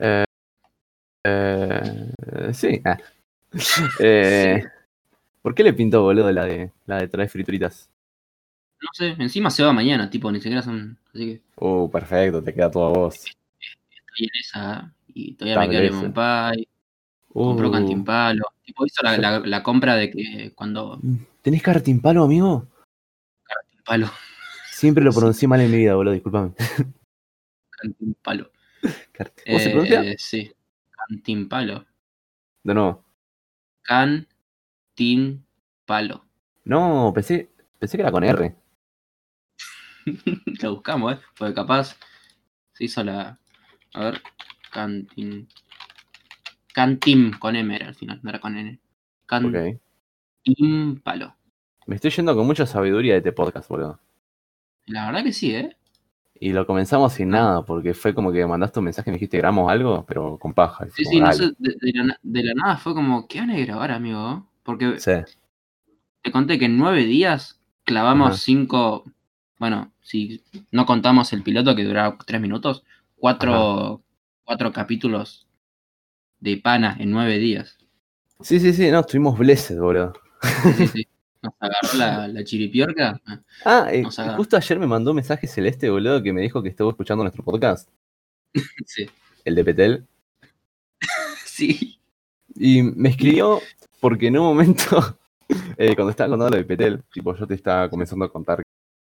Speaker 1: Eh, eh, sí. [LAUGHS] ah. Eh, ¿Por qué le pintó, boludo, la de, la de traer frituritas?
Speaker 2: No sé, encima se va mañana, tipo, ni siquiera son. Así que
Speaker 1: Uh, perfecto, te queda toda voz.
Speaker 2: estoy en esa. Y todavía me
Speaker 1: Establece.
Speaker 2: quedé un pie. Compró
Speaker 1: Uh,
Speaker 2: cantimpalo. Tipo, hizo la, la- la compra de que cuando.
Speaker 1: ¿Tenés cartimpalo, amigo?
Speaker 2: [LAUGHS] Palo,
Speaker 1: Siempre lo
Speaker 2: Sí.
Speaker 1: pronuncié mal en mi vida, boludo, disculpame.
Speaker 2: cantimpalo.
Speaker 1: [LAUGHS] Cart- ¿Cómo se
Speaker 2: Eh,
Speaker 1: pronuncia?
Speaker 2: sí. Cantimpalo.
Speaker 1: No, no.
Speaker 2: Can. Tin. Palo.
Speaker 1: No, pensé, pensé que era con R.
Speaker 2: [LAUGHS] Lo buscamos, ¿eh? Porque capaz se hizo la. A ver. Cantin. Cantim con M era al final, no era con N. Cantim
Speaker 1: Ok.
Speaker 2: palo.
Speaker 1: Me estoy yendo con mucha sabiduría de este podcast, boludo.
Speaker 2: La verdad que sí, ¿eh?
Speaker 1: Y lo comenzamos sin nada, porque fue como que mandaste un mensaje y me dijiste, gramos algo, pero con paja. y fue
Speaker 2: Sí, sí,
Speaker 1: como,
Speaker 2: no
Speaker 1: "Dale".
Speaker 2: sé, de, de la, na- de la nada fue como, ¿qué van a grabar, amigo? Porque
Speaker 1: Sí.
Speaker 2: te conté que en nueve días
Speaker 1: Ajá.
Speaker 2: clavamos cinco. Bueno, si no contamos el piloto que duraba tres minutos, cuatro, cuatro capítulos de pana en nueve días.
Speaker 1: Sí, sí, sí, no, estuvimos blessed, boludo.
Speaker 2: Sí, sí. Nos agarró la, la chiripiorca. [LAUGHS]
Speaker 1: Ah, eh,
Speaker 2: O sea-
Speaker 1: justo ayer me mandó un mensaje celeste, boludo, que me dijo que estuvo escuchando nuestro podcast,
Speaker 2: Sí.
Speaker 1: el de Petel,
Speaker 2: Sí.
Speaker 1: y me escribió porque en un momento, [LAUGHS] eh, cuando estaba contando lo de Petel, tipo, yo te estaba comenzando a contar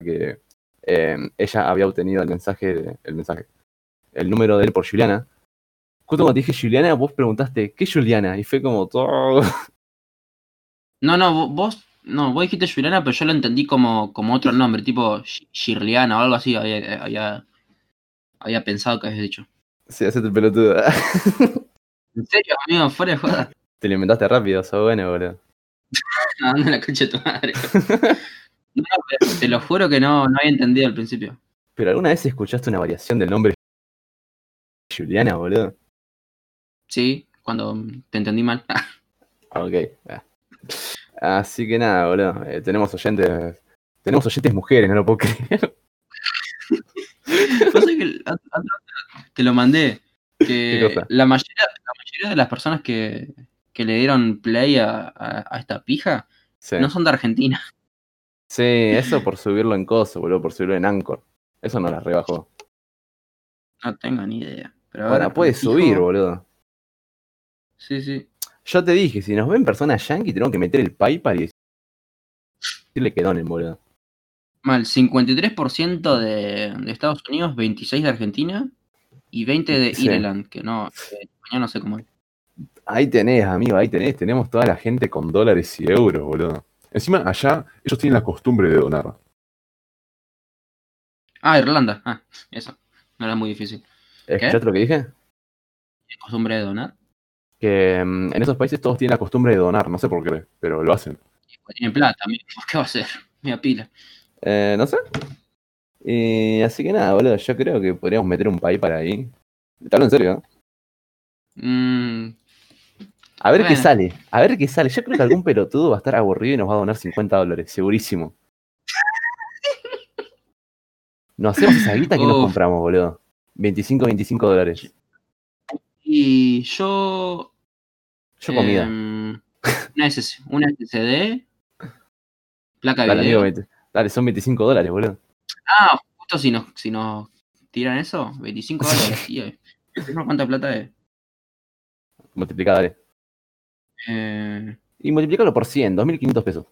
Speaker 1: que eh, ella había obtenido el mensaje, de- el mensaje, el número de él por Juliana. Justo cuando te dije Juliana, vos preguntaste, ¿qué Juliana? Y fue como todo. [LAUGHS]
Speaker 2: No, no, vo- vos, no, vos dijiste Juliana, pero yo lo entendí como, como otro nombre, tipo Shi- Shirliana o algo así, había, había, había pensado que habías dicho.
Speaker 1: Se hace tu pelotuda.
Speaker 2: ¿En serio, amigo? Fuera de joda.
Speaker 1: [LAUGHS] Te lo inventaste rápido, sos bueno, boludo.
Speaker 2: No, anda la concha de tu madre. No, no, pero te lo juro que no, no había entendido al principio.
Speaker 1: Pero alguna vez escuchaste una variación del nombre Juliana, boludo.
Speaker 2: Sí, cuando te entendí mal. [LAUGHS]
Speaker 1: Ok. ah. Así que nada, boludo. eh, tenemos oyentes. Tenemos oyentes mujeres, no lo puedo [LAUGHS] creer.
Speaker 2: Pasa que el- at- at- te lo mandé.
Speaker 1: ¿Qué
Speaker 2: Que
Speaker 1: cosa?
Speaker 2: la mayoría, la mayoría de las personas que, que le dieron play a, a- a esta pija
Speaker 1: Sí.
Speaker 2: no son de Argentina. [LAUGHS]
Speaker 1: Sí, eso por subirlo en coso, boludo, por subirlo en Anchor. Eso no las rebajó.
Speaker 2: No tengo ni idea. Pero ahora
Speaker 1: Ahora puedes subir, boludo.
Speaker 2: Sí, sí.
Speaker 1: Yo te dije, si nos ven personas yankee, tenemos que meter el PayPal y decirle que donen, boludo.
Speaker 2: Mal, 53% de, de Estados Unidos, 26% de Argentina y 20% de
Speaker 1: Sí.
Speaker 2: Ireland, que no, eh, yo no sé cómo es.
Speaker 1: Ahí tenés, amigo, ahí tenés. Tenemos toda la gente con dólares y euros, boludo.
Speaker 3: Encima, allá, ellos tienen la costumbre de donar.
Speaker 2: Ah, Irlanda. Ah, eso. No era muy difícil.
Speaker 1: ¿Escuchaste lo que dije?
Speaker 2: ¿Costumbre de donar?
Speaker 1: Que mm, en esos países todos tienen la costumbre de donar, no sé por qué, pero lo hacen.
Speaker 2: Porque Tiene pues, plata, amigo. [LAUGHS] ¿qué va a hacer? Me apila.
Speaker 1: Eh, no sé. Y así que nada, boludo, yo creo que podríamos meter un país para ahí. Te hablo en serio. ¿eh?
Speaker 2: Mm,
Speaker 1: A ver qué
Speaker 2: Bueno.
Speaker 1: sale, a ver qué sale. Yo creo que algún pelotudo va a estar aburrido y nos va a donar 50 dólares, segurísimo. Nos hacemos esa guita que nos
Speaker 2: Uf.
Speaker 1: compramos, boludo. 25, 25 dólares.
Speaker 2: y yo.
Speaker 1: Yo comida.
Speaker 2: em, una, SS, una SSD. Placa de
Speaker 1: Dale, amigo,
Speaker 2: video.
Speaker 1: 20. Dale, son 25 dólares, boludo.
Speaker 2: Ah, justo si nos, si nos tiran eso, [LAUGHS] 25 dólares, tío. No, ¿Cuánta plata es?
Speaker 1: Multiplica, dale.
Speaker 2: Eh,
Speaker 1: Y multiplícalo por 100, 2.500 pesos.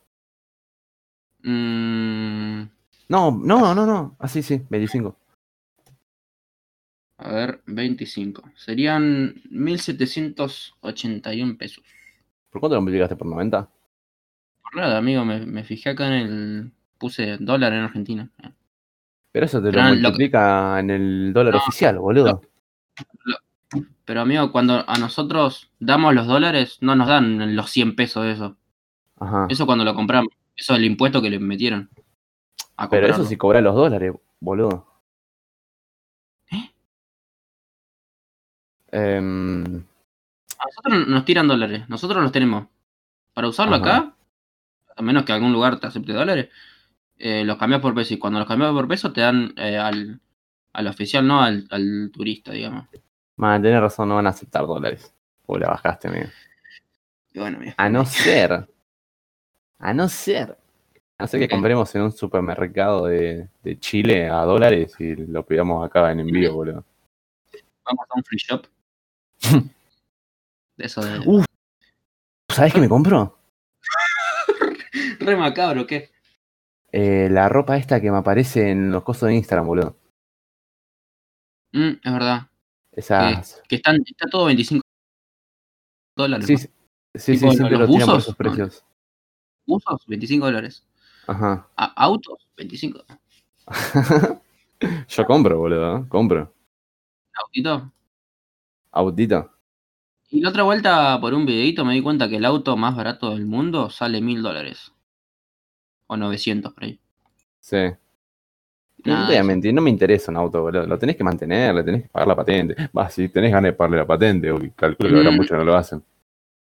Speaker 2: mm,
Speaker 1: No, no, no, no. Así, sí, 25.
Speaker 2: a ver, 25. Serían 1781 pesos.
Speaker 1: ¿Por cuánto lo multiplicaste? ¿Por 90?
Speaker 2: Por nada, amigo, me, me fijé acá en el. Puse dólar en Argentina.
Speaker 1: Pero eso te lo
Speaker 2: Gran loco.
Speaker 1: multiplica en el dólar oficial, boludo.
Speaker 2: Pero, amigo, cuando a nosotros damos los dólares, no nos dan los 100 pesos de eso.
Speaker 1: Ajá.
Speaker 2: Eso cuando lo compramos. Eso es el impuesto que le metieron. A
Speaker 1: Pero eso
Speaker 2: comprarlo.
Speaker 1: sí cobra los dólares, boludo.
Speaker 2: ¿Eh?
Speaker 1: Em,
Speaker 2: A nosotros nos tiran dólares, nosotros los tenemos. Para usarlo
Speaker 1: Ajá.
Speaker 2: acá, a menos que algún lugar te acepte dólares, eh, los cambias por peso. Y cuando los cambias por peso, te dan eh, al, al oficial, no al, al turista, digamos.
Speaker 1: man, tenés razón, no van a aceptar dólares. O la bajaste, amigo.
Speaker 2: Y bueno, mira. [LAUGHS]
Speaker 1: A no ser. A no ser. A no ser que
Speaker 2: Ok.
Speaker 1: compremos en un supermercado de, de Chile a dólares y lo pidamos acá en envío, boludo.
Speaker 2: vamos a un
Speaker 1: [LAUGHS]
Speaker 2: free shop. De eso de.
Speaker 1: Uh. ¿Sabes qué me compro?
Speaker 2: Re macabro, ¿qué?
Speaker 1: Eh, la ropa esta que me aparece en los costos de Instagram, boludo.
Speaker 2: Mm, es verdad.
Speaker 1: Esas.
Speaker 2: Que están, está todo 25 dólares.
Speaker 1: Sí,
Speaker 2: ¿no?
Speaker 1: sí, sí,
Speaker 2: Tipo,
Speaker 1: siempre
Speaker 2: los
Speaker 1: lo tiran por
Speaker 2: buzos,
Speaker 1: esos
Speaker 2: ¿no?
Speaker 1: precios.
Speaker 2: Usos, 25 dólares.
Speaker 1: Ajá. [LAUGHS]
Speaker 2: A- autos, 25.
Speaker 1: Yo compro, boludo, ¿eh? compro.
Speaker 2: Autito.
Speaker 1: Autito.
Speaker 2: Y la otra vuelta por un videito me di cuenta que el auto más barato del mundo sale 1000 dólares. O 900 por ahí.
Speaker 1: Sí. No,
Speaker 2: Nah,
Speaker 1: te voy a
Speaker 2: eso-
Speaker 1: mentir, no me interesa un auto, boludo. Lo tenés que mantener, le tenés que pagar la patente. Va, si tenés ganas de pagarle la patente, o calculo que habrá
Speaker 2: Mm.
Speaker 1: muchos que no lo hacen.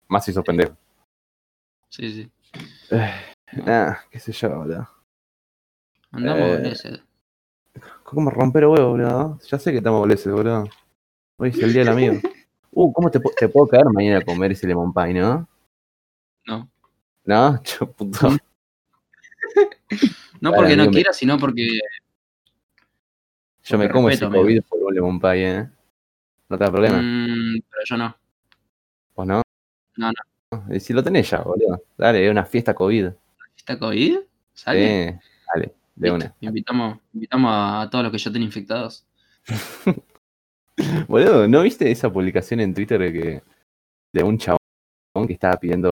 Speaker 1: Más si sos pendejo.
Speaker 2: Sí, sí.
Speaker 1: Ah, qué sé yo, boludo.
Speaker 2: Andamos
Speaker 1: Eh.
Speaker 2: con ese.
Speaker 1: ¿Cómo romper huevo, boludo? Ya sé que estamos boleses, boludo. Hoy es el día del
Speaker 2: [LAUGHS]
Speaker 1: amigo. Uh, ¿cómo te, po- te puedo caer mañana a comer ese lemon pie, no?
Speaker 2: No.
Speaker 1: No, [LAUGHS] yo puto.
Speaker 2: No
Speaker 1: Para,
Speaker 2: porque no
Speaker 1: amigo, me-
Speaker 2: quiera, sino porque.
Speaker 1: Yo me
Speaker 2: Porque
Speaker 1: como
Speaker 2: respeto,
Speaker 1: ese COVID por un lemon pie, eh. No te da problema.
Speaker 2: Mm, pero yo no.
Speaker 1: ¿Vos no?
Speaker 2: No,
Speaker 1: no. Y si lo tenés ya, boludo. Dale, es una fiesta COVID.
Speaker 2: ¿Está COVID? ¿Sale?
Speaker 1: Eh, dale, de una.
Speaker 2: Invitamos, invitamos a todos los que ya estén infectados.
Speaker 1: Boludo, ¿no viste esa publicación en Twitter de que de un chabón que estaba pidiendo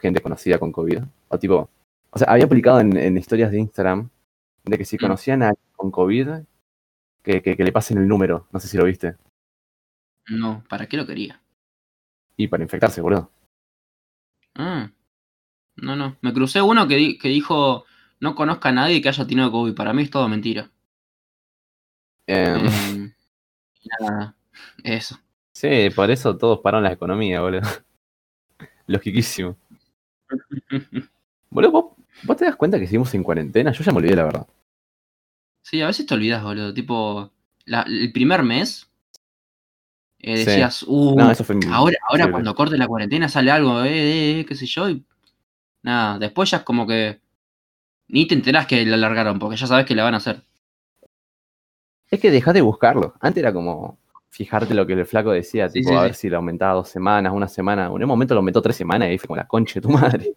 Speaker 1: gente conocida con COVID? O tipo, o sea, había publicado en, en historias de Instagram de que si
Speaker 2: Mm.
Speaker 1: conocían a alguien con COVID, que, que- que le pasen el número. No sé si lo viste.
Speaker 2: No, ¿para qué lo quería?
Speaker 1: Y para infectarse, boludo.
Speaker 2: Ah. No, no. Me crucé uno que, di- que dijo: No conozca a nadie que haya tenido COVID. Para mí es todo mentira.
Speaker 1: Eh,
Speaker 2: Eh, y nada. Eso. [LAUGHS]
Speaker 1: sí, por eso todos pararon la economía, boludo. [LAUGHS] Logiquísimo. Boludo, ¿vos, vos te das cuenta que seguimos en cuarentena? Yo ya me olvidé, la verdad.
Speaker 2: Sí, a veces te olvidas, boludo. Tipo, la- el primer mes eh,
Speaker 1: Sí.
Speaker 2: decías, uh,
Speaker 1: No, eso fue mi-
Speaker 2: ahora, ahora
Speaker 1: sí,
Speaker 2: cuando corte la cuarentena sale algo, eh, eh, eh, qué sé yo, y nada, después ya es como que ni te enterás que la alargaron, porque ya sabes que la van a hacer.
Speaker 1: Es que dejás de buscarlo. Antes era como fijarte lo que el flaco decía,
Speaker 2: Sí,
Speaker 1: tipo,
Speaker 2: sí,
Speaker 1: a
Speaker 2: sí.
Speaker 1: ver si lo aumentaba dos semanas, una semana. En un momento lo aumentó tres semanas y ahí fue como la concha de tu madre.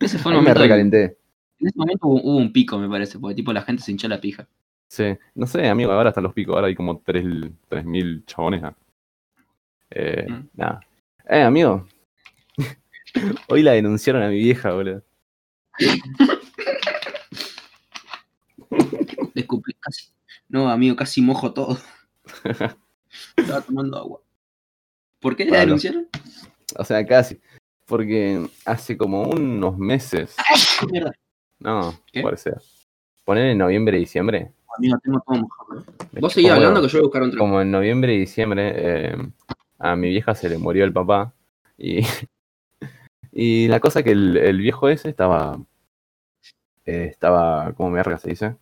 Speaker 2: Ese fue
Speaker 1: Ahí
Speaker 2: el
Speaker 1: me
Speaker 2: momento. del-
Speaker 1: recalenté.
Speaker 2: en ese momento hubo, hubo un pico, me parece, porque tipo la gente se hinchó la pija.
Speaker 1: Sí. No sé, amigo, ahora están los picos. Ahora hay como tres- 3.000 chabones. ¿no? Eh,
Speaker 2: Mm.
Speaker 1: Nada. Eh, amigo. [LAUGHS] Hoy la denunciaron a mi vieja, boludo.
Speaker 2: escupí casi. No, amigo, casi
Speaker 1: [LAUGHS]
Speaker 2: mojo todo. Estaba tomando agua. ¿Por qué la
Speaker 1: Pablo. [LAUGHS]
Speaker 2: denunciaron?
Speaker 1: O sea, casi. Porque hace como unos meses.
Speaker 2: Mierda.
Speaker 1: No,
Speaker 2: ¿Qué?
Speaker 1: puede ser. Poner en noviembre y diciembre.
Speaker 2: Amigo, tengo todo mojado.
Speaker 1: me
Speaker 2: Vos seguís
Speaker 1: chupó
Speaker 2: hablando
Speaker 1: huevo.
Speaker 2: que yo voy a buscar un trago.
Speaker 1: Como en noviembre y diciembre, eh, a mi vieja se le murió el papá. Y, [LAUGHS] y la cosa que el, el viejo ese estaba. eh, estaba. ¿Cómo verga se dice?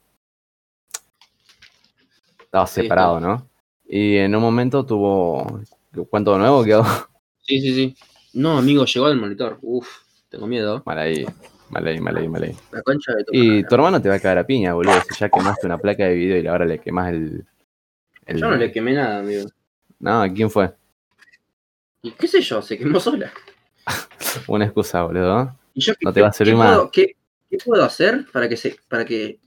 Speaker 1: Estaba
Speaker 2: Sí,
Speaker 1: separado, ¿no? Y en un momento tuvo. ¿Cuánto de nuevo quedó? [LAUGHS]
Speaker 2: Sí, sí, sí. No, amigo, llegó el monitor. Uf, tengo miedo.
Speaker 1: Mal ahí, mal ahí, mal ahí, mal ahí.
Speaker 2: La concha de tu
Speaker 1: Y
Speaker 2: madre.
Speaker 1: tu hermano te va a cagar a piña, boludo. Si ya quemaste una placa de video y ahora le quemás el. el-
Speaker 2: Yo no le quemé nada, amigo.
Speaker 1: No, ¿quién fue?
Speaker 2: Y qué sé yo, se quemó sola.
Speaker 1: Una excusa, boludo.
Speaker 2: Y yo, ¿qué-
Speaker 1: No te va a
Speaker 2: qué-
Speaker 1: servir
Speaker 2: qué
Speaker 1: más.
Speaker 2: puedo- qué, qué puedo hacer para que se. para que.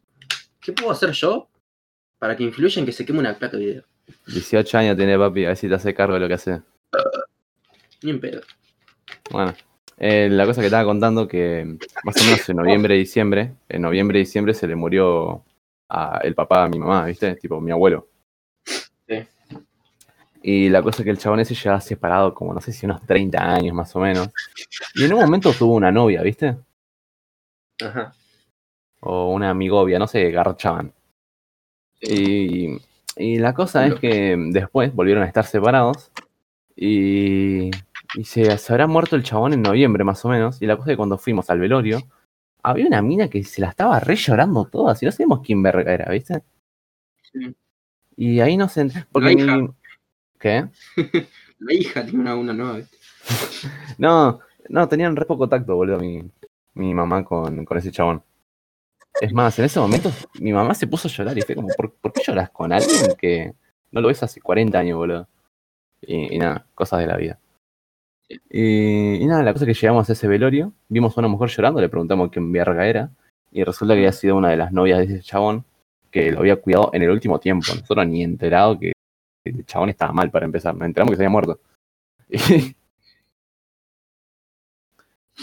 Speaker 2: ¿Qué puedo hacer yo para que influya en que se queme una placa de video?
Speaker 1: 18 años tiene papi, a ver si te hace cargo de lo que hace.
Speaker 2: Ni en pedo.
Speaker 1: Bueno, eh, la cosa que estaba contando que más o menos en noviembre y diciembre, en noviembre y diciembre se le murió a el papá a mi mamá, ¿viste? Tipo, mi abuelo.
Speaker 2: Sí.
Speaker 1: Y la cosa que el chabón ese ya separado como, no sé si unos 30 años más o menos. Y en un momento tuvo una novia, ¿viste?
Speaker 2: Ajá.
Speaker 1: o una amigovia, no sé, garchaban. Y, y la cosa es que después volvieron a estar separados y, y se, se habrá muerto el chabón en noviembre más o menos. Y la cosa es que cuando fuimos al velorio, había una mina que se la estaba re llorando toda, si no sabemos quién verga era, ¿viste?
Speaker 2: Sí.
Speaker 1: Y ahí nos sent- porque
Speaker 2: La hija.
Speaker 1: mi- ¿Qué?
Speaker 2: La hija tiene una, una nueva. ¿viste?
Speaker 1: No, no, tenían re poco tacto, boludo, mi, mi mamá con, con ese chabón. Es más, en ese momento mi mamá se puso a llorar y fue como, ¿por, por qué lloras con alguien que no lo ves hace 40 años, boludo? Y, y nada, cosas de la vida. Eh, Y, y nada, la cosa es que llegamos a ese velorio, vimos a una mujer llorando, le preguntamos quién verga era, y resulta que había sido una de las novias de ese chabón que lo había cuidado en el último tiempo. Nosotros ni enterado que el chabón estaba mal para empezar, nos enteramos que se había muerto. [LAUGHS] Y,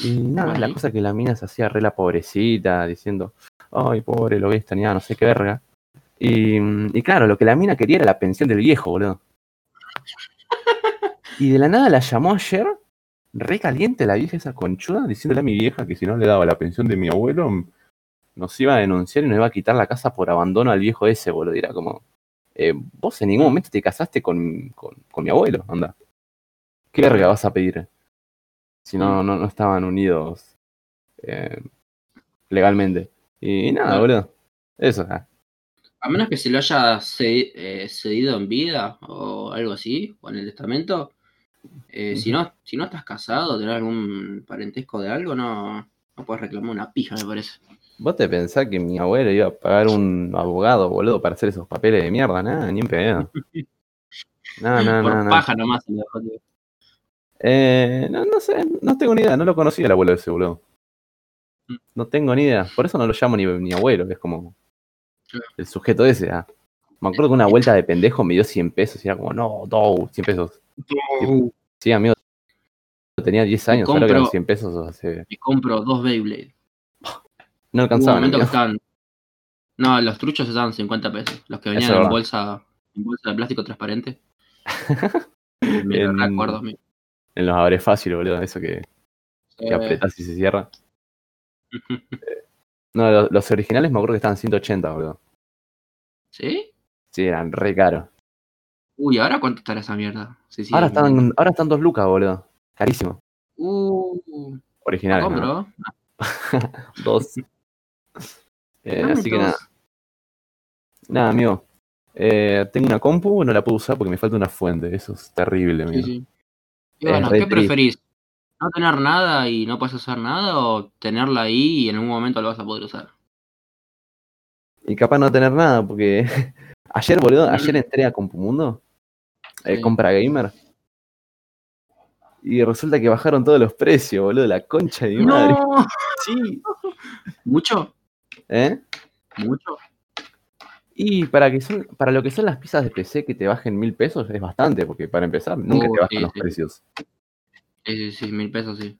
Speaker 1: y nada, la
Speaker 2: Vale.
Speaker 1: cosa es que la mina se hacía re la pobrecita, diciendo, ay, pobre, lo voy a extrañar, no sé qué verga. Y, mm, y claro, lo que la mina quería era la pensión del viejo, boludo. Y de la nada la llamó ayer, re caliente la vieja esa conchuda, diciéndole a mi vieja que si no le daba la pensión de mi abuelo, nos iba a denunciar y nos iba a quitar la casa por abandono al viejo ese, boludo. Y era como, eh, vos en ningún momento te casaste con, con, con mi abuelo, anda. ¿Qué verga vas a pedir? Si no, no, no estaban unidos eh, legalmente. Y, nada,
Speaker 2: Claro.
Speaker 1: boludo. Eso, ah,
Speaker 2: A menos que se lo haya ce- eh, cedido en vida o algo así, o en el testamento. eh, si, no, si no estás casado, tenés algún parentesco de algo, no, no puedes reclamar una pija, me parece.
Speaker 1: ¿Vos te pensás que mi abuelo iba a pagar un abogado, boludo, para hacer esos papeles de mierda? Nada, ni en
Speaker 2: [LAUGHS]
Speaker 1: pedo. No, no,
Speaker 2: Por
Speaker 1: no, no.
Speaker 2: paja nomás se lo dejó, tío.
Speaker 1: Eh, no, no sé, no tengo ni idea, no lo conocía el abuelo ese, boludo.
Speaker 2: Mm.
Speaker 1: No tengo ni idea, por eso no lo llamo ni, ni abuelo, es como
Speaker 2: Claro.
Speaker 1: el sujeto ese. ah. Me acuerdo que una vuelta de pendejo me dio 100 pesos y era como, no, no, 100 pesos. Sí, amigo, tenía 10 años, ahora que eran
Speaker 2: compro-
Speaker 1: 100 pesos hace...
Speaker 2: Me compro dos Beyblade.
Speaker 1: No
Speaker 2: Hubo un
Speaker 1: alcanzaban.
Speaker 2: momento que
Speaker 1: amigo.
Speaker 2: estaban. No, los truchos estaban 50 pesos. Los que venían
Speaker 1: Eso es
Speaker 2: en
Speaker 1: verdad.
Speaker 2: bolsa, en bolsa de
Speaker 1: [LAUGHS]
Speaker 2: plástico transparente. Me
Speaker 1: En-
Speaker 2: lo recuerdo a mí.
Speaker 1: En los abre fácil, boludo, eso que, que
Speaker 2: Eh,
Speaker 1: apretás y se cierra. No, lo- los, originales me acuerdo que estaban 180, boludo.
Speaker 2: [LAUGHS] ¿Sí?
Speaker 1: Sí, eran re caros.
Speaker 2: Uy, ¿ahora cuánto estará esa mierda? Sí, sí,
Speaker 1: ahora,
Speaker 2: es muy-
Speaker 1: están, ahora están 2 lucas, boludo. Carísimo.
Speaker 2: Uh, la
Speaker 1: Originales. Ah, ¿no?
Speaker 2: compro. [LAUGHS]
Speaker 1: Dos. Eh,
Speaker 2: Dame
Speaker 1: así que
Speaker 2: dos.
Speaker 1: nada, nada, amigo. Eh, tengo una compu, no la puedo usar porque me falta una fuente. Eso es terrible,
Speaker 2: Sí,
Speaker 1: amigo.
Speaker 2: sí. Y
Speaker 1: Es
Speaker 2: bueno,
Speaker 1: re
Speaker 2: ¿qué
Speaker 1: triste.
Speaker 2: preferís? ¿No tener nada y no puedes hacer nada o tenerla ahí y en algún momento la vas a poder usar?
Speaker 1: Y capaz no tener nada porque [LAUGHS] ayer, boludo, ayer entré a CompuMundo, eh,
Speaker 2: Sí.
Speaker 1: compra gamer. Y resulta que bajaron todos los precios, boludo, la concha de mi madre.
Speaker 2: ¡No!
Speaker 1: [LAUGHS] Sí.
Speaker 2: ¿Mucho?
Speaker 1: ¿Eh?
Speaker 2: ¿Mucho?
Speaker 1: Y para, que son, para lo que son las piezas de PC que te bajen mil pesos es bastante, porque para empezar nunca
Speaker 2: Oh,
Speaker 1: te bajan
Speaker 2: sí,
Speaker 1: los
Speaker 2: sí.
Speaker 1: precios.
Speaker 2: Sí, sí, sí, mil pesos, sí.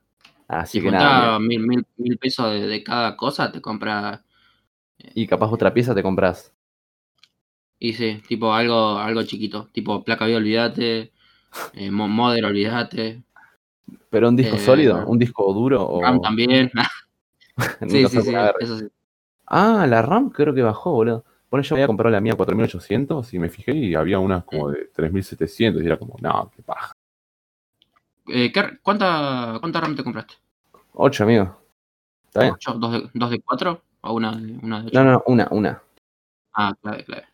Speaker 1: Así
Speaker 2: Si
Speaker 1: que nada.
Speaker 2: juntás mil, mil, mil pesos de, de cada cosa, te compra
Speaker 1: Y capaz otra pieza te compras.
Speaker 2: Y sí, tipo algo, algo chiquito. Tipo placa vida, olvídate. Eh, mo- model, olvídate.
Speaker 1: ¿Pero un disco
Speaker 2: Eh,
Speaker 1: sólido? ¿Un disco duro? O... [LAUGHS]
Speaker 2: RAM también. [LAUGHS] sí,
Speaker 1: Nunca
Speaker 2: sí,
Speaker 1: supe
Speaker 2: sí.
Speaker 1: nada.
Speaker 2: Eso sí.
Speaker 1: Ah, la RAM creo que bajó, boludo. Bueno, yo había comprado la mía 4800 y me fijé y había unas como de 3700 y era como, no, qué paja.
Speaker 2: Eh, ¿qué- cuánta, ¿Cuánta RAM te compraste?
Speaker 1: 8, amigo. ¿Está bien?
Speaker 2: ¿Ocho? ¿Dos de, dos de cuatro? ¿O una de, una de ocho?
Speaker 1: No, no, no, una, una.
Speaker 2: Ah, clave, clave.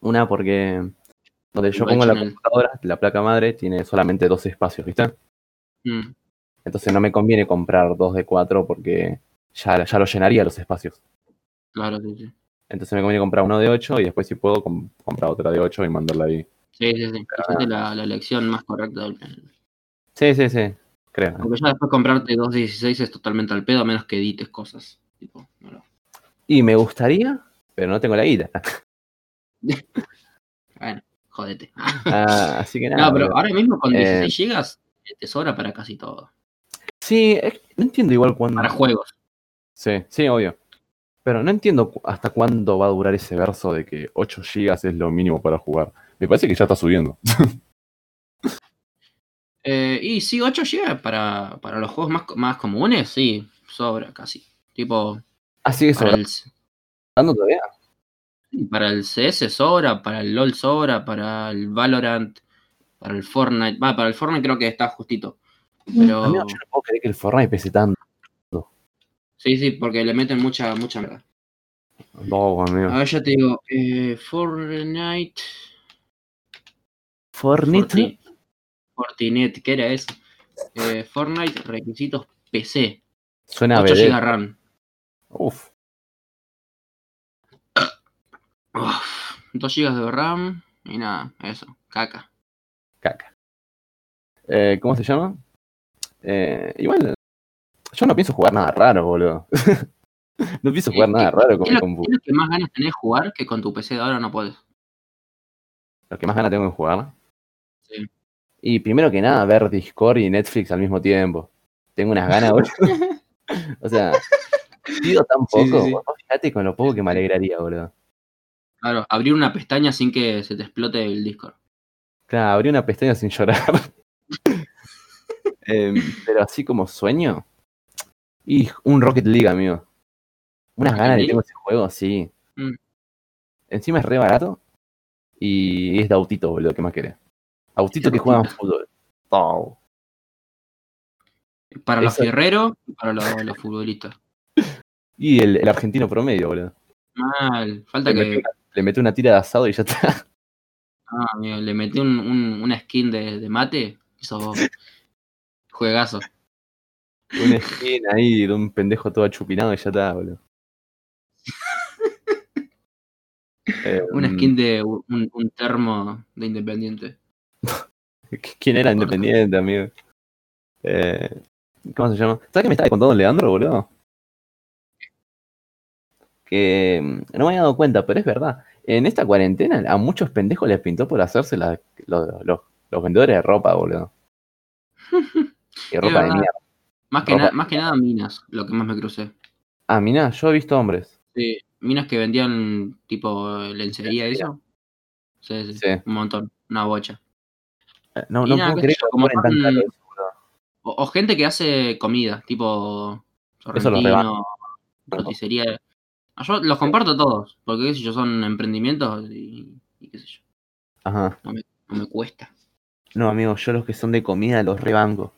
Speaker 1: Una porque donde yo
Speaker 2: Igual
Speaker 1: pongo la
Speaker 2: tienen-
Speaker 1: computadora, la placa madre tiene solamente dos espacios, ¿viste?
Speaker 2: Mm,
Speaker 1: Entonces no me conviene comprar dos de cuatro porque ya, ya lo llenaría los espacios.
Speaker 2: claro, sí, sí.
Speaker 1: Entonces me conviene comprar uno de 8 y después si puedo com- comprar otra de 8 y mandarla ahí.
Speaker 2: Sí, sí, sí. Hiciste la, la elección más correcta del planeta.
Speaker 1: Sí, sí, sí. Creo.
Speaker 2: Porque ya después comprarte dos 16 es totalmente al pedo, a menos que edites cosas. Tipo, no lo-
Speaker 1: Y me gustaría, pero no tengo la guita.
Speaker 2: Bueno, jodete. [LAUGHS]
Speaker 1: Ah, así que nada.
Speaker 2: No, pero
Speaker 1: boludo.
Speaker 2: ahora mismo con
Speaker 1: Eh,
Speaker 2: 16 gigas eh, te sobra para casi todo.
Speaker 1: Sí, es que no entiendo igual cuándo.
Speaker 2: Para juegos.
Speaker 1: Sí, sí, obvio. Pero no entiendo cu- hasta cuándo va a durar ese verso de que 8 GB es lo mínimo para jugar. Me parece que ya está subiendo.
Speaker 2: Eh, y sí, 8 gigas para, para los juegos más, co- más comunes, sí, sobra casi. Tipo,
Speaker 1: Así que
Speaker 2: para
Speaker 1: sobrando
Speaker 2: el,
Speaker 1: Ah, todavía.
Speaker 2: para el CS sobra, para el LOL sobra, para el Valorant, para el Fortnite. Va, para el Fortnite creo que está justito. Pero...
Speaker 1: Amigo, yo no puedo creer que el Fortnite pese tanto.
Speaker 2: Sí, sí, porque le meten mucha, mucha mierda.
Speaker 1: No, amigo.
Speaker 2: A ver, yo te digo, eh, Fortnite.
Speaker 1: Fortnite.
Speaker 2: Forti- Fortinet, ¿qué era eso? Eh, Fortnite, requisitos PC.
Speaker 1: Suena a
Speaker 2: 8 GB
Speaker 1: BD.
Speaker 2: RAM.
Speaker 1: Uf.
Speaker 2: Uf, 2 GB de RAM. Y nada, eso, caca.
Speaker 1: Caca. Eh, ¿Cómo se llama? Eh, igual, yo no pienso jugar nada raro, boludo. [LAUGHS] no pienso jugar nada raro con
Speaker 2: ¿Qué
Speaker 1: mi
Speaker 2: es, lo,
Speaker 1: compu.
Speaker 2: qué es lo que más ganas tenés de jugar que con tu PC de ahora no puedes?
Speaker 1: Lo que más ganas tengo de jugar.
Speaker 2: Sí.
Speaker 1: Y primero que nada, ver Discord y Netflix al mismo tiempo. Tengo unas ganas, boludo. [LAUGHS] o sea, pido tan
Speaker 2: Sí,
Speaker 1: poco.
Speaker 2: sí, sí.
Speaker 1: vos Fíjate con lo poco que me alegraría, boludo.
Speaker 2: Claro, abrir una pestaña sin que se te explote el Discord.
Speaker 1: Claro, abrí una pestaña sin llorar. Em, [LAUGHS] pero así como sueño. Y un Rocket League, amigo. Unas
Speaker 2: ¿Rocket
Speaker 1: ganas que
Speaker 2: League?
Speaker 1: tengo de ese juego, sí.
Speaker 2: Mm.
Speaker 1: Encima es re barato. Y es de autito, boludo, que más querés. Autito
Speaker 2: Es
Speaker 1: que
Speaker 2: de
Speaker 1: juegan
Speaker 2: autito.
Speaker 1: fútbol. Pau.
Speaker 2: Para los
Speaker 1: Eso-
Speaker 2: guerreros y para los, los futbolistas.
Speaker 1: Y el, el argentino promedio, boludo.
Speaker 2: Mal, falta
Speaker 1: Le
Speaker 2: que.
Speaker 1: metió, una, le metió una tira de asado y ya está.
Speaker 2: Ah, amigo, le metí un, un- una skin de, de mate. Eso [LAUGHS] vos. Juegazo.
Speaker 1: [LAUGHS] Una esquina ahí de un pendejo todo achupinado y ya está, [LAUGHS] boludo.
Speaker 2: Una
Speaker 1: Em,
Speaker 2: skin de un, un termo de Independiente.
Speaker 1: ¿Quién era
Speaker 2: Bueno.
Speaker 1: independiente, amigo? Eh, ¿Cómo se llama? ¿Sabes qué me estaba contando Leandro, boludo? Que mm, no me había dado cuenta, pero es verdad. En esta cuarentena a muchos pendejos les pintó por hacerse la- los, los- los vendedores de ropa, [LAUGHS] boludo. Y ropa de
Speaker 2: verdad.
Speaker 1: mierda.
Speaker 2: Más que,
Speaker 1: Ropa.
Speaker 2: nada más que nada minas, lo que más me crucé.
Speaker 1: Ah, mirá, yo he visto hombres.
Speaker 2: Sí, minas que vendían tipo lencería y eso. Sí, sí,
Speaker 1: Sí.
Speaker 2: un montón, una bocha.
Speaker 1: Eh, No,
Speaker 2: Y
Speaker 1: no
Speaker 2: nada,
Speaker 1: puedo
Speaker 2: qué
Speaker 1: creer
Speaker 2: sé
Speaker 1: que
Speaker 2: yo,
Speaker 1: lo
Speaker 2: como
Speaker 1: ponen tan
Speaker 2: son-
Speaker 1: caro eso, boludo.
Speaker 2: O, o gente que hace comida, tipo
Speaker 1: Eso lo rebanco.
Speaker 2: sorrentino, roticería. Ah, Yo los comparto todos, porque qué sé yo, son emprendimientos y, y qué sé yo,
Speaker 1: Ajá.
Speaker 2: no me cuesta.
Speaker 1: No, amigo, yo los que son de comida los rebanco.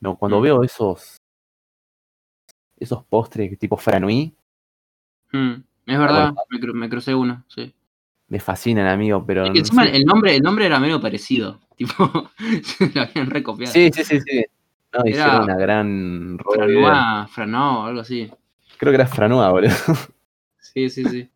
Speaker 1: No, cuando
Speaker 2: Mm.
Speaker 1: veo esos esos postres tipo franui,
Speaker 2: Mm, es verdad,
Speaker 1: bueno.
Speaker 2: me, cru- me crucé uno, sí.
Speaker 1: Me fascinan, amigo, pero.
Speaker 2: Es que
Speaker 1: no
Speaker 2: encima
Speaker 1: sé.
Speaker 2: el nombre, el nombre era medio parecido. [LAUGHS] Tipo, se lo habían recopiado.
Speaker 1: Sí, sí, sí, sí. No, hicieron una gran. roba de ideas.
Speaker 2: Franua, Franao, algo así.
Speaker 1: Creo que era Franua, boludo.
Speaker 2: Sí, sí, sí.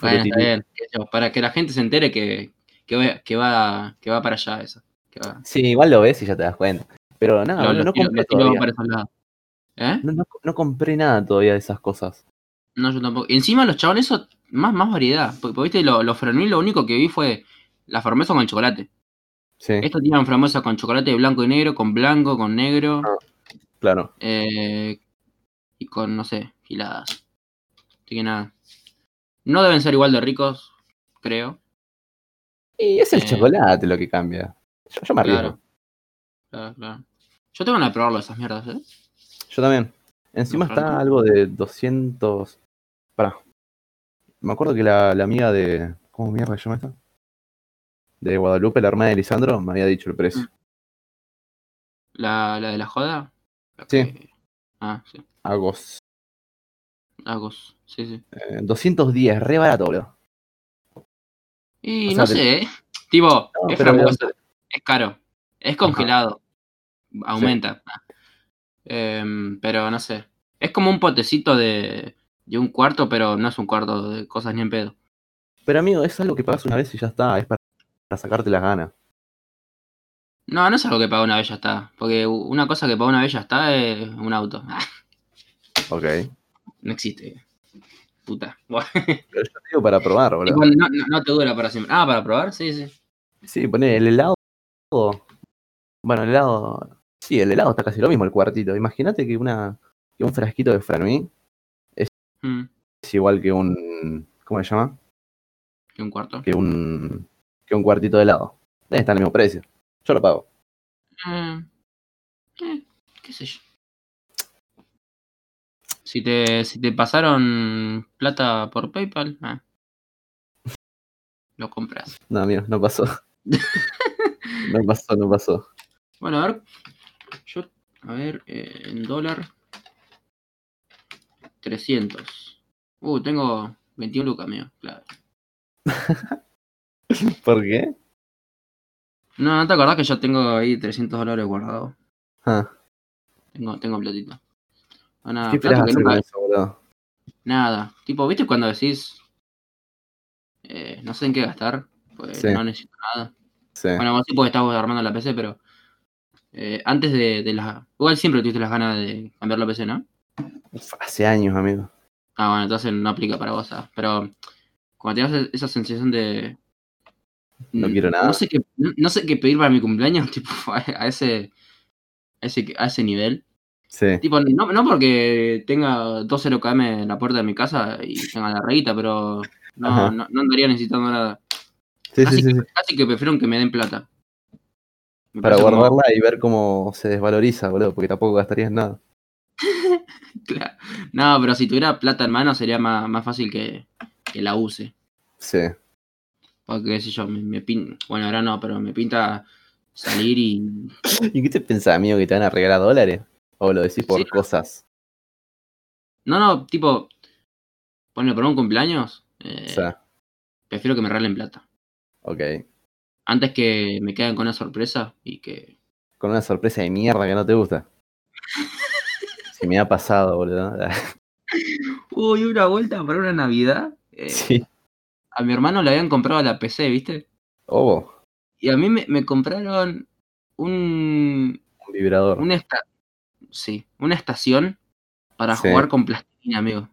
Speaker 2: Bueno, está
Speaker 1: tiene-
Speaker 2: bien. qué sé yo, Para que la gente se entere que, que, va, que, va, que va para allá eso. Que va.
Speaker 1: Sí, igual lo ves y ya te das cuenta. Pero nada,
Speaker 2: Lo-
Speaker 1: boludo, Ah,
Speaker 2: los
Speaker 1: no
Speaker 2: tiros-
Speaker 1: compré
Speaker 2: los tiros van
Speaker 1: todavía.
Speaker 2: para esos lados. ¿Eh?
Speaker 1: No, no- no compré nada todavía de esas cosas.
Speaker 2: No, yo tampoco. Y encima los chabones, eso, más, más variedad. Porque, porque, viste, los lo Franui lo único que vi fue la frambuesa con chocolate.
Speaker 1: Sí,
Speaker 2: Estos tienen frambuesa con chocolate blanco y negro, con blanco, con negro,
Speaker 1: Ah. claro.
Speaker 2: eh, y con, no sé, giladas. Así que nada. No deben ser igual de ricos, creo.
Speaker 1: Y es el
Speaker 2: Eh.
Speaker 1: chocolate lo que cambia. Yo, yo me arriesgo.
Speaker 2: Claro. Claro, claro. Yo tengo que probarlo esas mierdas, ¿eh?
Speaker 1: Yo también. Encima
Speaker 2: Ojalá.
Speaker 1: está algo de 200. Pará. Me acuerdo que la, la amiga de. ¿Cómo mierda se llama esta? De Guadalupe, la hermana de Lisandro, me había dicho el precio.
Speaker 2: Mm. La, la de la joda. La
Speaker 1: Sí.
Speaker 2: que- Ah, sí.
Speaker 1: Agos.
Speaker 2: Agos. Sí, sí.
Speaker 1: Eh, 210, re barato, boludo.
Speaker 2: Y
Speaker 1: O sea,
Speaker 2: no
Speaker 1: te-
Speaker 2: sé, ¿eh? Tipo,
Speaker 1: No,
Speaker 2: es
Speaker 1: pero
Speaker 2: frambuesa, es caro, es congelado, aumenta. Em, pero no sé, es como un potecito de, de un cuarto, pero no es un cuarto de cosas ni en pedo.
Speaker 1: Pero amigo, es algo que pagas una vez y ya está. Es para, para sacarte las ganas.
Speaker 2: No, no es algo que paga una bella está, porque u- una cosa que paga una bella está es un auto. [LAUGHS] Ah,
Speaker 1: Ok.
Speaker 2: no existe. Puta. Bueno,
Speaker 1: Pero yo te digo para probar, boludo.
Speaker 2: tipo, no, no- no te dura para siempre. Ah, para probar, sí, sí.
Speaker 1: Sí, poner el helado. Bueno, el helado. Sí, el helado está casi lo mismo, el cuartito. Imagínate que una que un frasquito de Franui
Speaker 2: Mm,
Speaker 1: es igual que un. ¿Cómo se llama?
Speaker 2: y un cuarto.
Speaker 1: Que un. que un cuartito de helado. Debe estar al mismo precio. Yo lo pago.
Speaker 2: Mm. Eh, qué sé yo. Si te, si te pasaron plata por PayPal, ah, lo compras.
Speaker 1: No, mira, no
Speaker 2: [LAUGHS]
Speaker 1: pasó. no pasó, no pasó.
Speaker 2: Bueno, a ver. Yo, a ver, eh, en dólar. 300. Uh, tengo 21 lucas, mío. Claro.
Speaker 1: ¿Por qué?
Speaker 2: No, ¿no te acordás que yo tengo ahí 300 dólares guardados?
Speaker 1: Ah,
Speaker 2: Tengo, tengo platita. Ah, nada,
Speaker 1: ¿Qué
Speaker 2: plata
Speaker 1: esperas
Speaker 2: que
Speaker 1: hacer
Speaker 2: nunca-
Speaker 1: con eso, boludo?
Speaker 2: Nada. Tipo, ¿viste cuando decís? eh, no sé en qué gastar. Pues
Speaker 1: Sí.
Speaker 2: no necesito nada.
Speaker 1: Sí.
Speaker 2: Bueno, vos sí porque estabas armando la PC, pero. eh, antes de, de las. Igual siempre tuviste las ganas de cambiar la PC, ¿no?
Speaker 1: Uf, hace años, amigo.
Speaker 2: Ah, bueno, entonces no aplica para vos. ah, Pero. Cuando tenías e- esa sensación de.
Speaker 1: No
Speaker 2: mm,
Speaker 1: quiero nada.
Speaker 2: No sé qué, no, no sé qué pedir para mi cumpleaños, [LAUGHS] tipo, a, a ese. A ese, a ese nivel.
Speaker 1: Sí.
Speaker 2: Tipo, no, no porque tenga 2-0 km en la puerta de mi casa y tenga la reguita, pero no,
Speaker 1: Ajá.
Speaker 2: no, no andaría necesitando nada.
Speaker 1: Sí,
Speaker 2: Así
Speaker 1: sí, sí, sí.
Speaker 2: Casi que prefiero que me den plata. Me
Speaker 1: Para
Speaker 2: parece como- [LAUGHS]
Speaker 1: guardarla y ver cómo se desvaloriza, boludo, porque tampoco gastarías nada.
Speaker 2: Claro. No, pero si tuviera plata en mano sería más, más fácil que, que la use.
Speaker 1: Sí.
Speaker 2: Porque, qué sé yo, me, me pin- Bueno, ahora no, pero me pinta salir y...
Speaker 1: ¿Y qué te pensás, amigo, que te van a regalar dólares? ¿O lo decís por
Speaker 2: Sí.
Speaker 1: cosas?
Speaker 2: No, no, tipo... Bueno, por un cumpleaños, eh,
Speaker 1: O sea,
Speaker 2: prefiero que me regalen plata.
Speaker 1: ok.
Speaker 2: Antes que me queden con una sorpresa y que...
Speaker 1: Con una sorpresa de mierda que no te gusta.
Speaker 2: [LAUGHS]
Speaker 1: Se me ha pasado, boludo.
Speaker 2: Uy, una vuelta para una Navidad.
Speaker 1: [LAUGHS]
Speaker 2: eh,
Speaker 1: sí.
Speaker 2: A mi hermano le habían comprado la PC, ¿viste?
Speaker 1: Obo,
Speaker 2: Y a mí me, me compraron un,
Speaker 1: un vibrador.
Speaker 2: una, esta- sí, una estación para
Speaker 1: Sí.
Speaker 2: jugar con
Speaker 1: [LAUGHS]
Speaker 2: plastilina, amigo.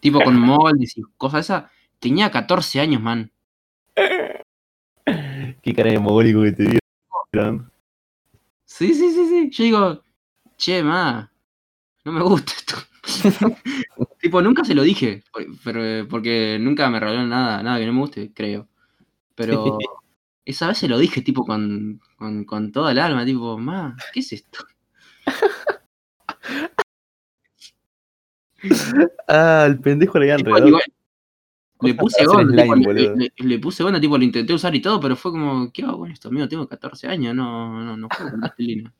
Speaker 2: tipo con moldes y cosas esas. Tenía 14 años, man.
Speaker 1: Qué cara de mogólico que te dieron.
Speaker 2: Sí, sí, sí, sí. Yo digo, che, ma, no me gusta
Speaker 1: [LAUGHS]
Speaker 2: esto. tipo, nunca se lo dije, por- pero, eh, porque nunca me regalaron nada, nada que no me guste, creo. Pero esa vez se lo dije, tipo, con, con, con toda el alma, tipo, ma, ¿qué es esto?
Speaker 1: Ah, el pendejo le
Speaker 2: Tipo,
Speaker 1: ganó alrededor.
Speaker 2: igual, le
Speaker 1: Cosas
Speaker 2: puse
Speaker 1: para hacer
Speaker 2: onda, tipo,
Speaker 1: slime,
Speaker 2: le,
Speaker 1: boludo.
Speaker 2: le- le puse onda, tipo, lo intenté usar y todo, pero fue como, ¿qué hago con esto, amigo? Tengo 14 años, no, no, no
Speaker 1: [LAUGHS]
Speaker 2: juego con este plastilina.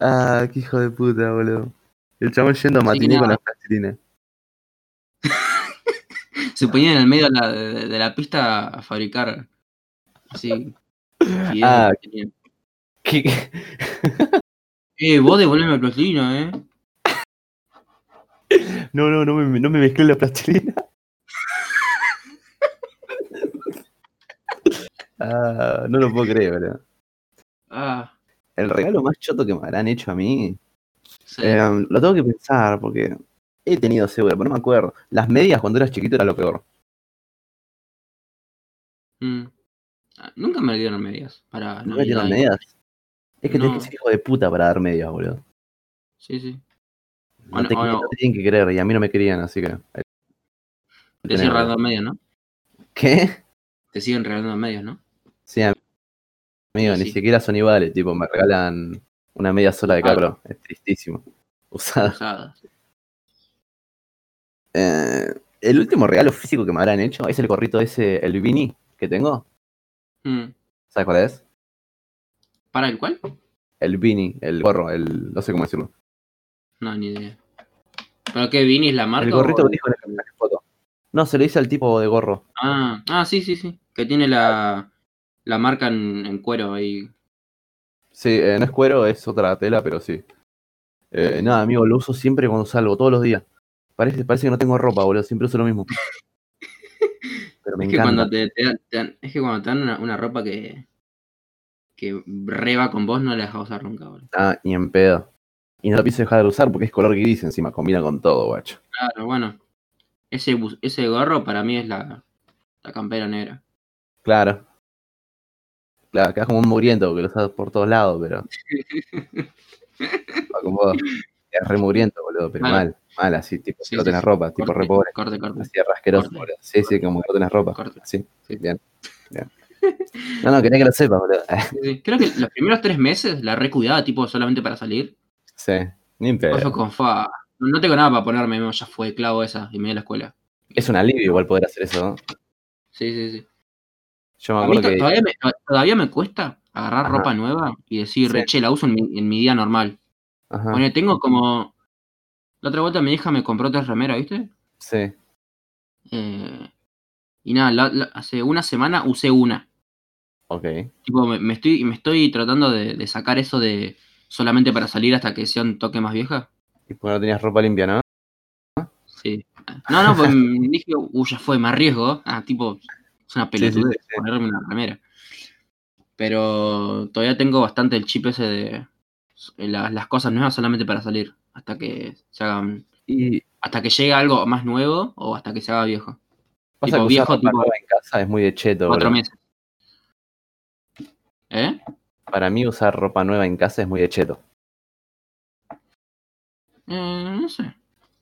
Speaker 1: Ah, qué hijo de puta, boludo. El chabón yendo a
Speaker 2: Así que
Speaker 1: matiné con
Speaker 2: nada.
Speaker 1: la plastilina.
Speaker 2: se ponían en el medio de
Speaker 1: Ah.
Speaker 2: la, de, de la pista a fabricar
Speaker 1: [LAUGHS]
Speaker 2: así. fideos
Speaker 1: Ah.
Speaker 2: que tenían.
Speaker 1: ¿Qué,
Speaker 2: Eh, vos devolveme el plastilino, eh.
Speaker 1: [LAUGHS] No, no, no me, no me mezclé la
Speaker 2: [LAUGHS]
Speaker 1: plastilina. Ah, no lo puedo creer, boludo.
Speaker 2: Ah,
Speaker 1: El regalo más choto que me habrán hecho a mí.
Speaker 2: sí.
Speaker 1: eh, lo tengo que pensar porque he tenido seguro, pero no me acuerdo. Las medias cuando eras chiquito era lo peor.
Speaker 2: Mm. Ah, Nunca me dieron medias para
Speaker 1: ¿No me
Speaker 2: Navidad
Speaker 1: dieron
Speaker 2: y-
Speaker 1: medias? Es que tenés
Speaker 2: Ah, No.
Speaker 1: que ser hijo de puta para dar medias, boludo.
Speaker 2: Sí, sí.
Speaker 1: No,
Speaker 2: Bueno,
Speaker 1: te,
Speaker 2: bueno.
Speaker 1: no te tienen que eh, creer y a mí no me querían, así que. ahí tenés,
Speaker 2: Decir
Speaker 1: boludo.
Speaker 2: random media, ¿no?
Speaker 1: ¿Qué? [LAUGHS]
Speaker 2: Te siguen regalando medios, ¿no?
Speaker 1: Sí, am- amigo,
Speaker 2: Sí,
Speaker 1: ni
Speaker 2: sí.
Speaker 1: siquiera son iguales, tipo, me regalan una media sola de
Speaker 2: Ah.
Speaker 1: cabro, es tristísimo. [LAUGHS] Usada.
Speaker 2: Usadas.
Speaker 1: Eh, el último regalo físico que me habrán hecho es el gorrito ese, el Vini que tengo.
Speaker 2: Mm.
Speaker 1: ¿Sabes cuál es?
Speaker 2: ¿Para el cual?
Speaker 1: El Vini, el gorro, el. no sé cómo decirlo.
Speaker 2: No, ni idea. ¿Pero qué? ¿Vini es la marca?
Speaker 1: el gorrito
Speaker 2: o-
Speaker 1: que dijo en la foto. No, se lo hice al tipo de gorro.
Speaker 2: Ah, ah, sí, sí, sí. Que tiene la, la marca en, en cuero ahí.
Speaker 1: Sí, eh, no es cuero, es otra tela, pero sí. Eh, nada, amigo, lo uso siempre cuando salgo, todos los días. Parece, parece que no tengo ropa, boludo, siempre uso lo
Speaker 2: [LAUGHS]
Speaker 1: mismo. Pero me
Speaker 2: es, que
Speaker 1: encanta.
Speaker 2: cuando te, te dan, te dan- es que cuando te dan una, una ropa que, que reba con vos, no la dejas usar nunca, boludo.
Speaker 1: Ah, y en pedo. Y no lo pienso dejar de usar porque es color gris encima, combina con todo, guacho.
Speaker 2: Claro, bueno. Ese, bus- ese gorro para mí es la, la campera negra.
Speaker 1: Claro. Claro, quedas como un mugriento porque lo usas por todos lados,
Speaker 2: [LAUGHS]
Speaker 1: pero. Va con vos. Es re mugriento, boludo, pero
Speaker 2: Mal.
Speaker 1: mal. Mal, así, tipo,
Speaker 2: Sí,
Speaker 1: no
Speaker 2: sí,
Speaker 1: tenés
Speaker 2: sí.
Speaker 1: ropa, tipo, re pobre.
Speaker 2: corte, corte.
Speaker 1: Así, rasqueroso,
Speaker 2: Corte.
Speaker 1: boludo. Sí, sí, como que no tenés ropa.
Speaker 2: Corte.
Speaker 1: Sí,
Speaker 2: Sí.
Speaker 1: bien. bien. [LAUGHS] No, no, quería que lo eh. sepas, boludo.
Speaker 2: Sí, sí. Creo que los primeros tres meses la recuidaba, tipo, solamente para salir.
Speaker 1: Sí, ni en pedo.
Speaker 2: Después fue con fa. No tengo nada para ponerme, no, ya fue, clavo esa, y me voy a la escuela.
Speaker 1: Es un alivio igual poder hacer eso, ¿no?
Speaker 2: Sí, sí, sí.
Speaker 1: Yo me
Speaker 2: A mí
Speaker 1: acuerdo
Speaker 2: to-
Speaker 1: que.
Speaker 2: todavía, me, to- todavía me cuesta agarrar
Speaker 1: Ajá.
Speaker 2: ropa nueva y decir,
Speaker 1: Sí.
Speaker 2: "Re, che, la uso en mi, en mi día normal.
Speaker 1: Ajá,
Speaker 2: Bueno, tengo como. La otra vuelta mi hija me compró tres remeras, ¿viste?
Speaker 1: sí.
Speaker 2: Eh, y nada, la- la- hace una semana usé una.
Speaker 1: Ok.
Speaker 2: Tipo, me, me estoy, me estoy tratando de, de sacar eso de solamente para salir hasta que sea un toque más vieja.
Speaker 1: Y porque no tenías ropa limpia, ¿no?
Speaker 2: Sí. No, no,
Speaker 1: [LAUGHS]
Speaker 2: pues mm, dije, uy, ya fue, me arriesgo. Ah, tipo, es una
Speaker 1: sí, sí,
Speaker 2: pelotudez
Speaker 1: sí.
Speaker 2: ponerme una remera. Pero todavía tengo bastante el chip ese de s- la- las cosas nuevas solamente para salir. Hasta que se hagan.
Speaker 1: Y
Speaker 2: Hasta que llegue algo más nuevo o hasta que se haga viejo.
Speaker 1: pasa
Speaker 2: Tipo,
Speaker 1: que
Speaker 2: viejo,
Speaker 1: usar ropa
Speaker 2: tipo-
Speaker 1: nueva en casa es muy de cheto,
Speaker 2: Cuatro
Speaker 1: boludo.
Speaker 2: meses. ¿Eh?
Speaker 1: Para mí usar ropa nueva en casa es muy de cheto.
Speaker 2: Eh, no sé.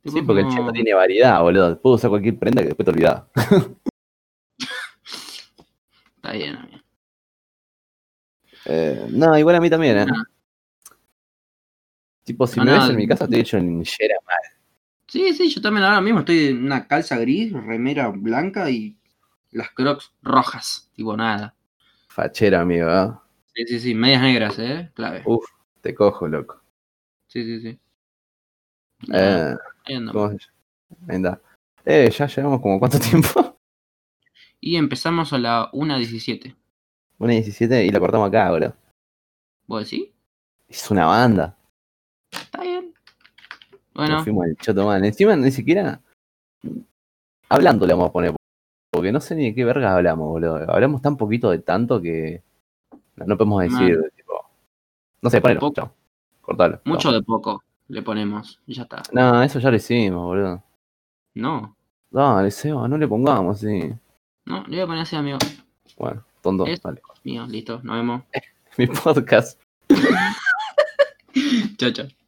Speaker 2: Tipo,
Speaker 1: Sí, porque el
Speaker 2: como-
Speaker 1: cheto tiene variedad, boludo. Puedo usar cualquier prenda que después te olvidás.
Speaker 2: Está bien, amigo.
Speaker 1: Eh, no, igual a mí también, ¿eh?
Speaker 2: No.
Speaker 1: Tipo, si
Speaker 2: No,
Speaker 1: me
Speaker 2: no,
Speaker 1: ves en mi
Speaker 2: no.
Speaker 1: casa, te he hecho en yera mal.
Speaker 2: Sí, sí, yo también ahora mismo estoy en una calza gris, remera blanca y las crocs rojas. Tipo, nada.
Speaker 1: Fachero, amigo, ¿eh?
Speaker 2: Sí, sí, sí, medias negras, ¿eh? Clave.
Speaker 1: Uf. Te cojo, loco.
Speaker 2: Sí, sí, sí.
Speaker 1: Eh,
Speaker 2: Ahí andamos.
Speaker 1: ¿cómo se llama? Ahí anda. Eh, ya llevamos como cuánto tiempo? [LAUGHS]
Speaker 2: Y empezamos a la 1.17.
Speaker 1: Una 17 y la cortamos acá, boludo.
Speaker 2: ¿Vos decís?
Speaker 1: Es una banda.
Speaker 2: Está bien.
Speaker 1: Nos
Speaker 2: Bueno,
Speaker 1: fuimos al choto mal. Encima ni siquiera. Hablando le vamos a poner. Porque no sé ni de qué verga hablamos, boludo. Hablamos tan poquito de tanto que. No, no podemos decir. tipo, no sé, ponelo.
Speaker 2: Poco.
Speaker 1: chao. Cortalo.
Speaker 2: mucho de poco le ponemos. y Ya está.
Speaker 1: No. No, eso ya lo hicimos, boludo.
Speaker 2: No,
Speaker 1: Dale, Seba, no le pongamos, sí.
Speaker 2: no, le voy a poner así, amigo.
Speaker 1: Bueno, tonto.
Speaker 2: Es-
Speaker 1: [LAUGHS] Dale.
Speaker 2: Mío, listo, nos vemos.
Speaker 1: Mi podcast.
Speaker 2: Chao, chao.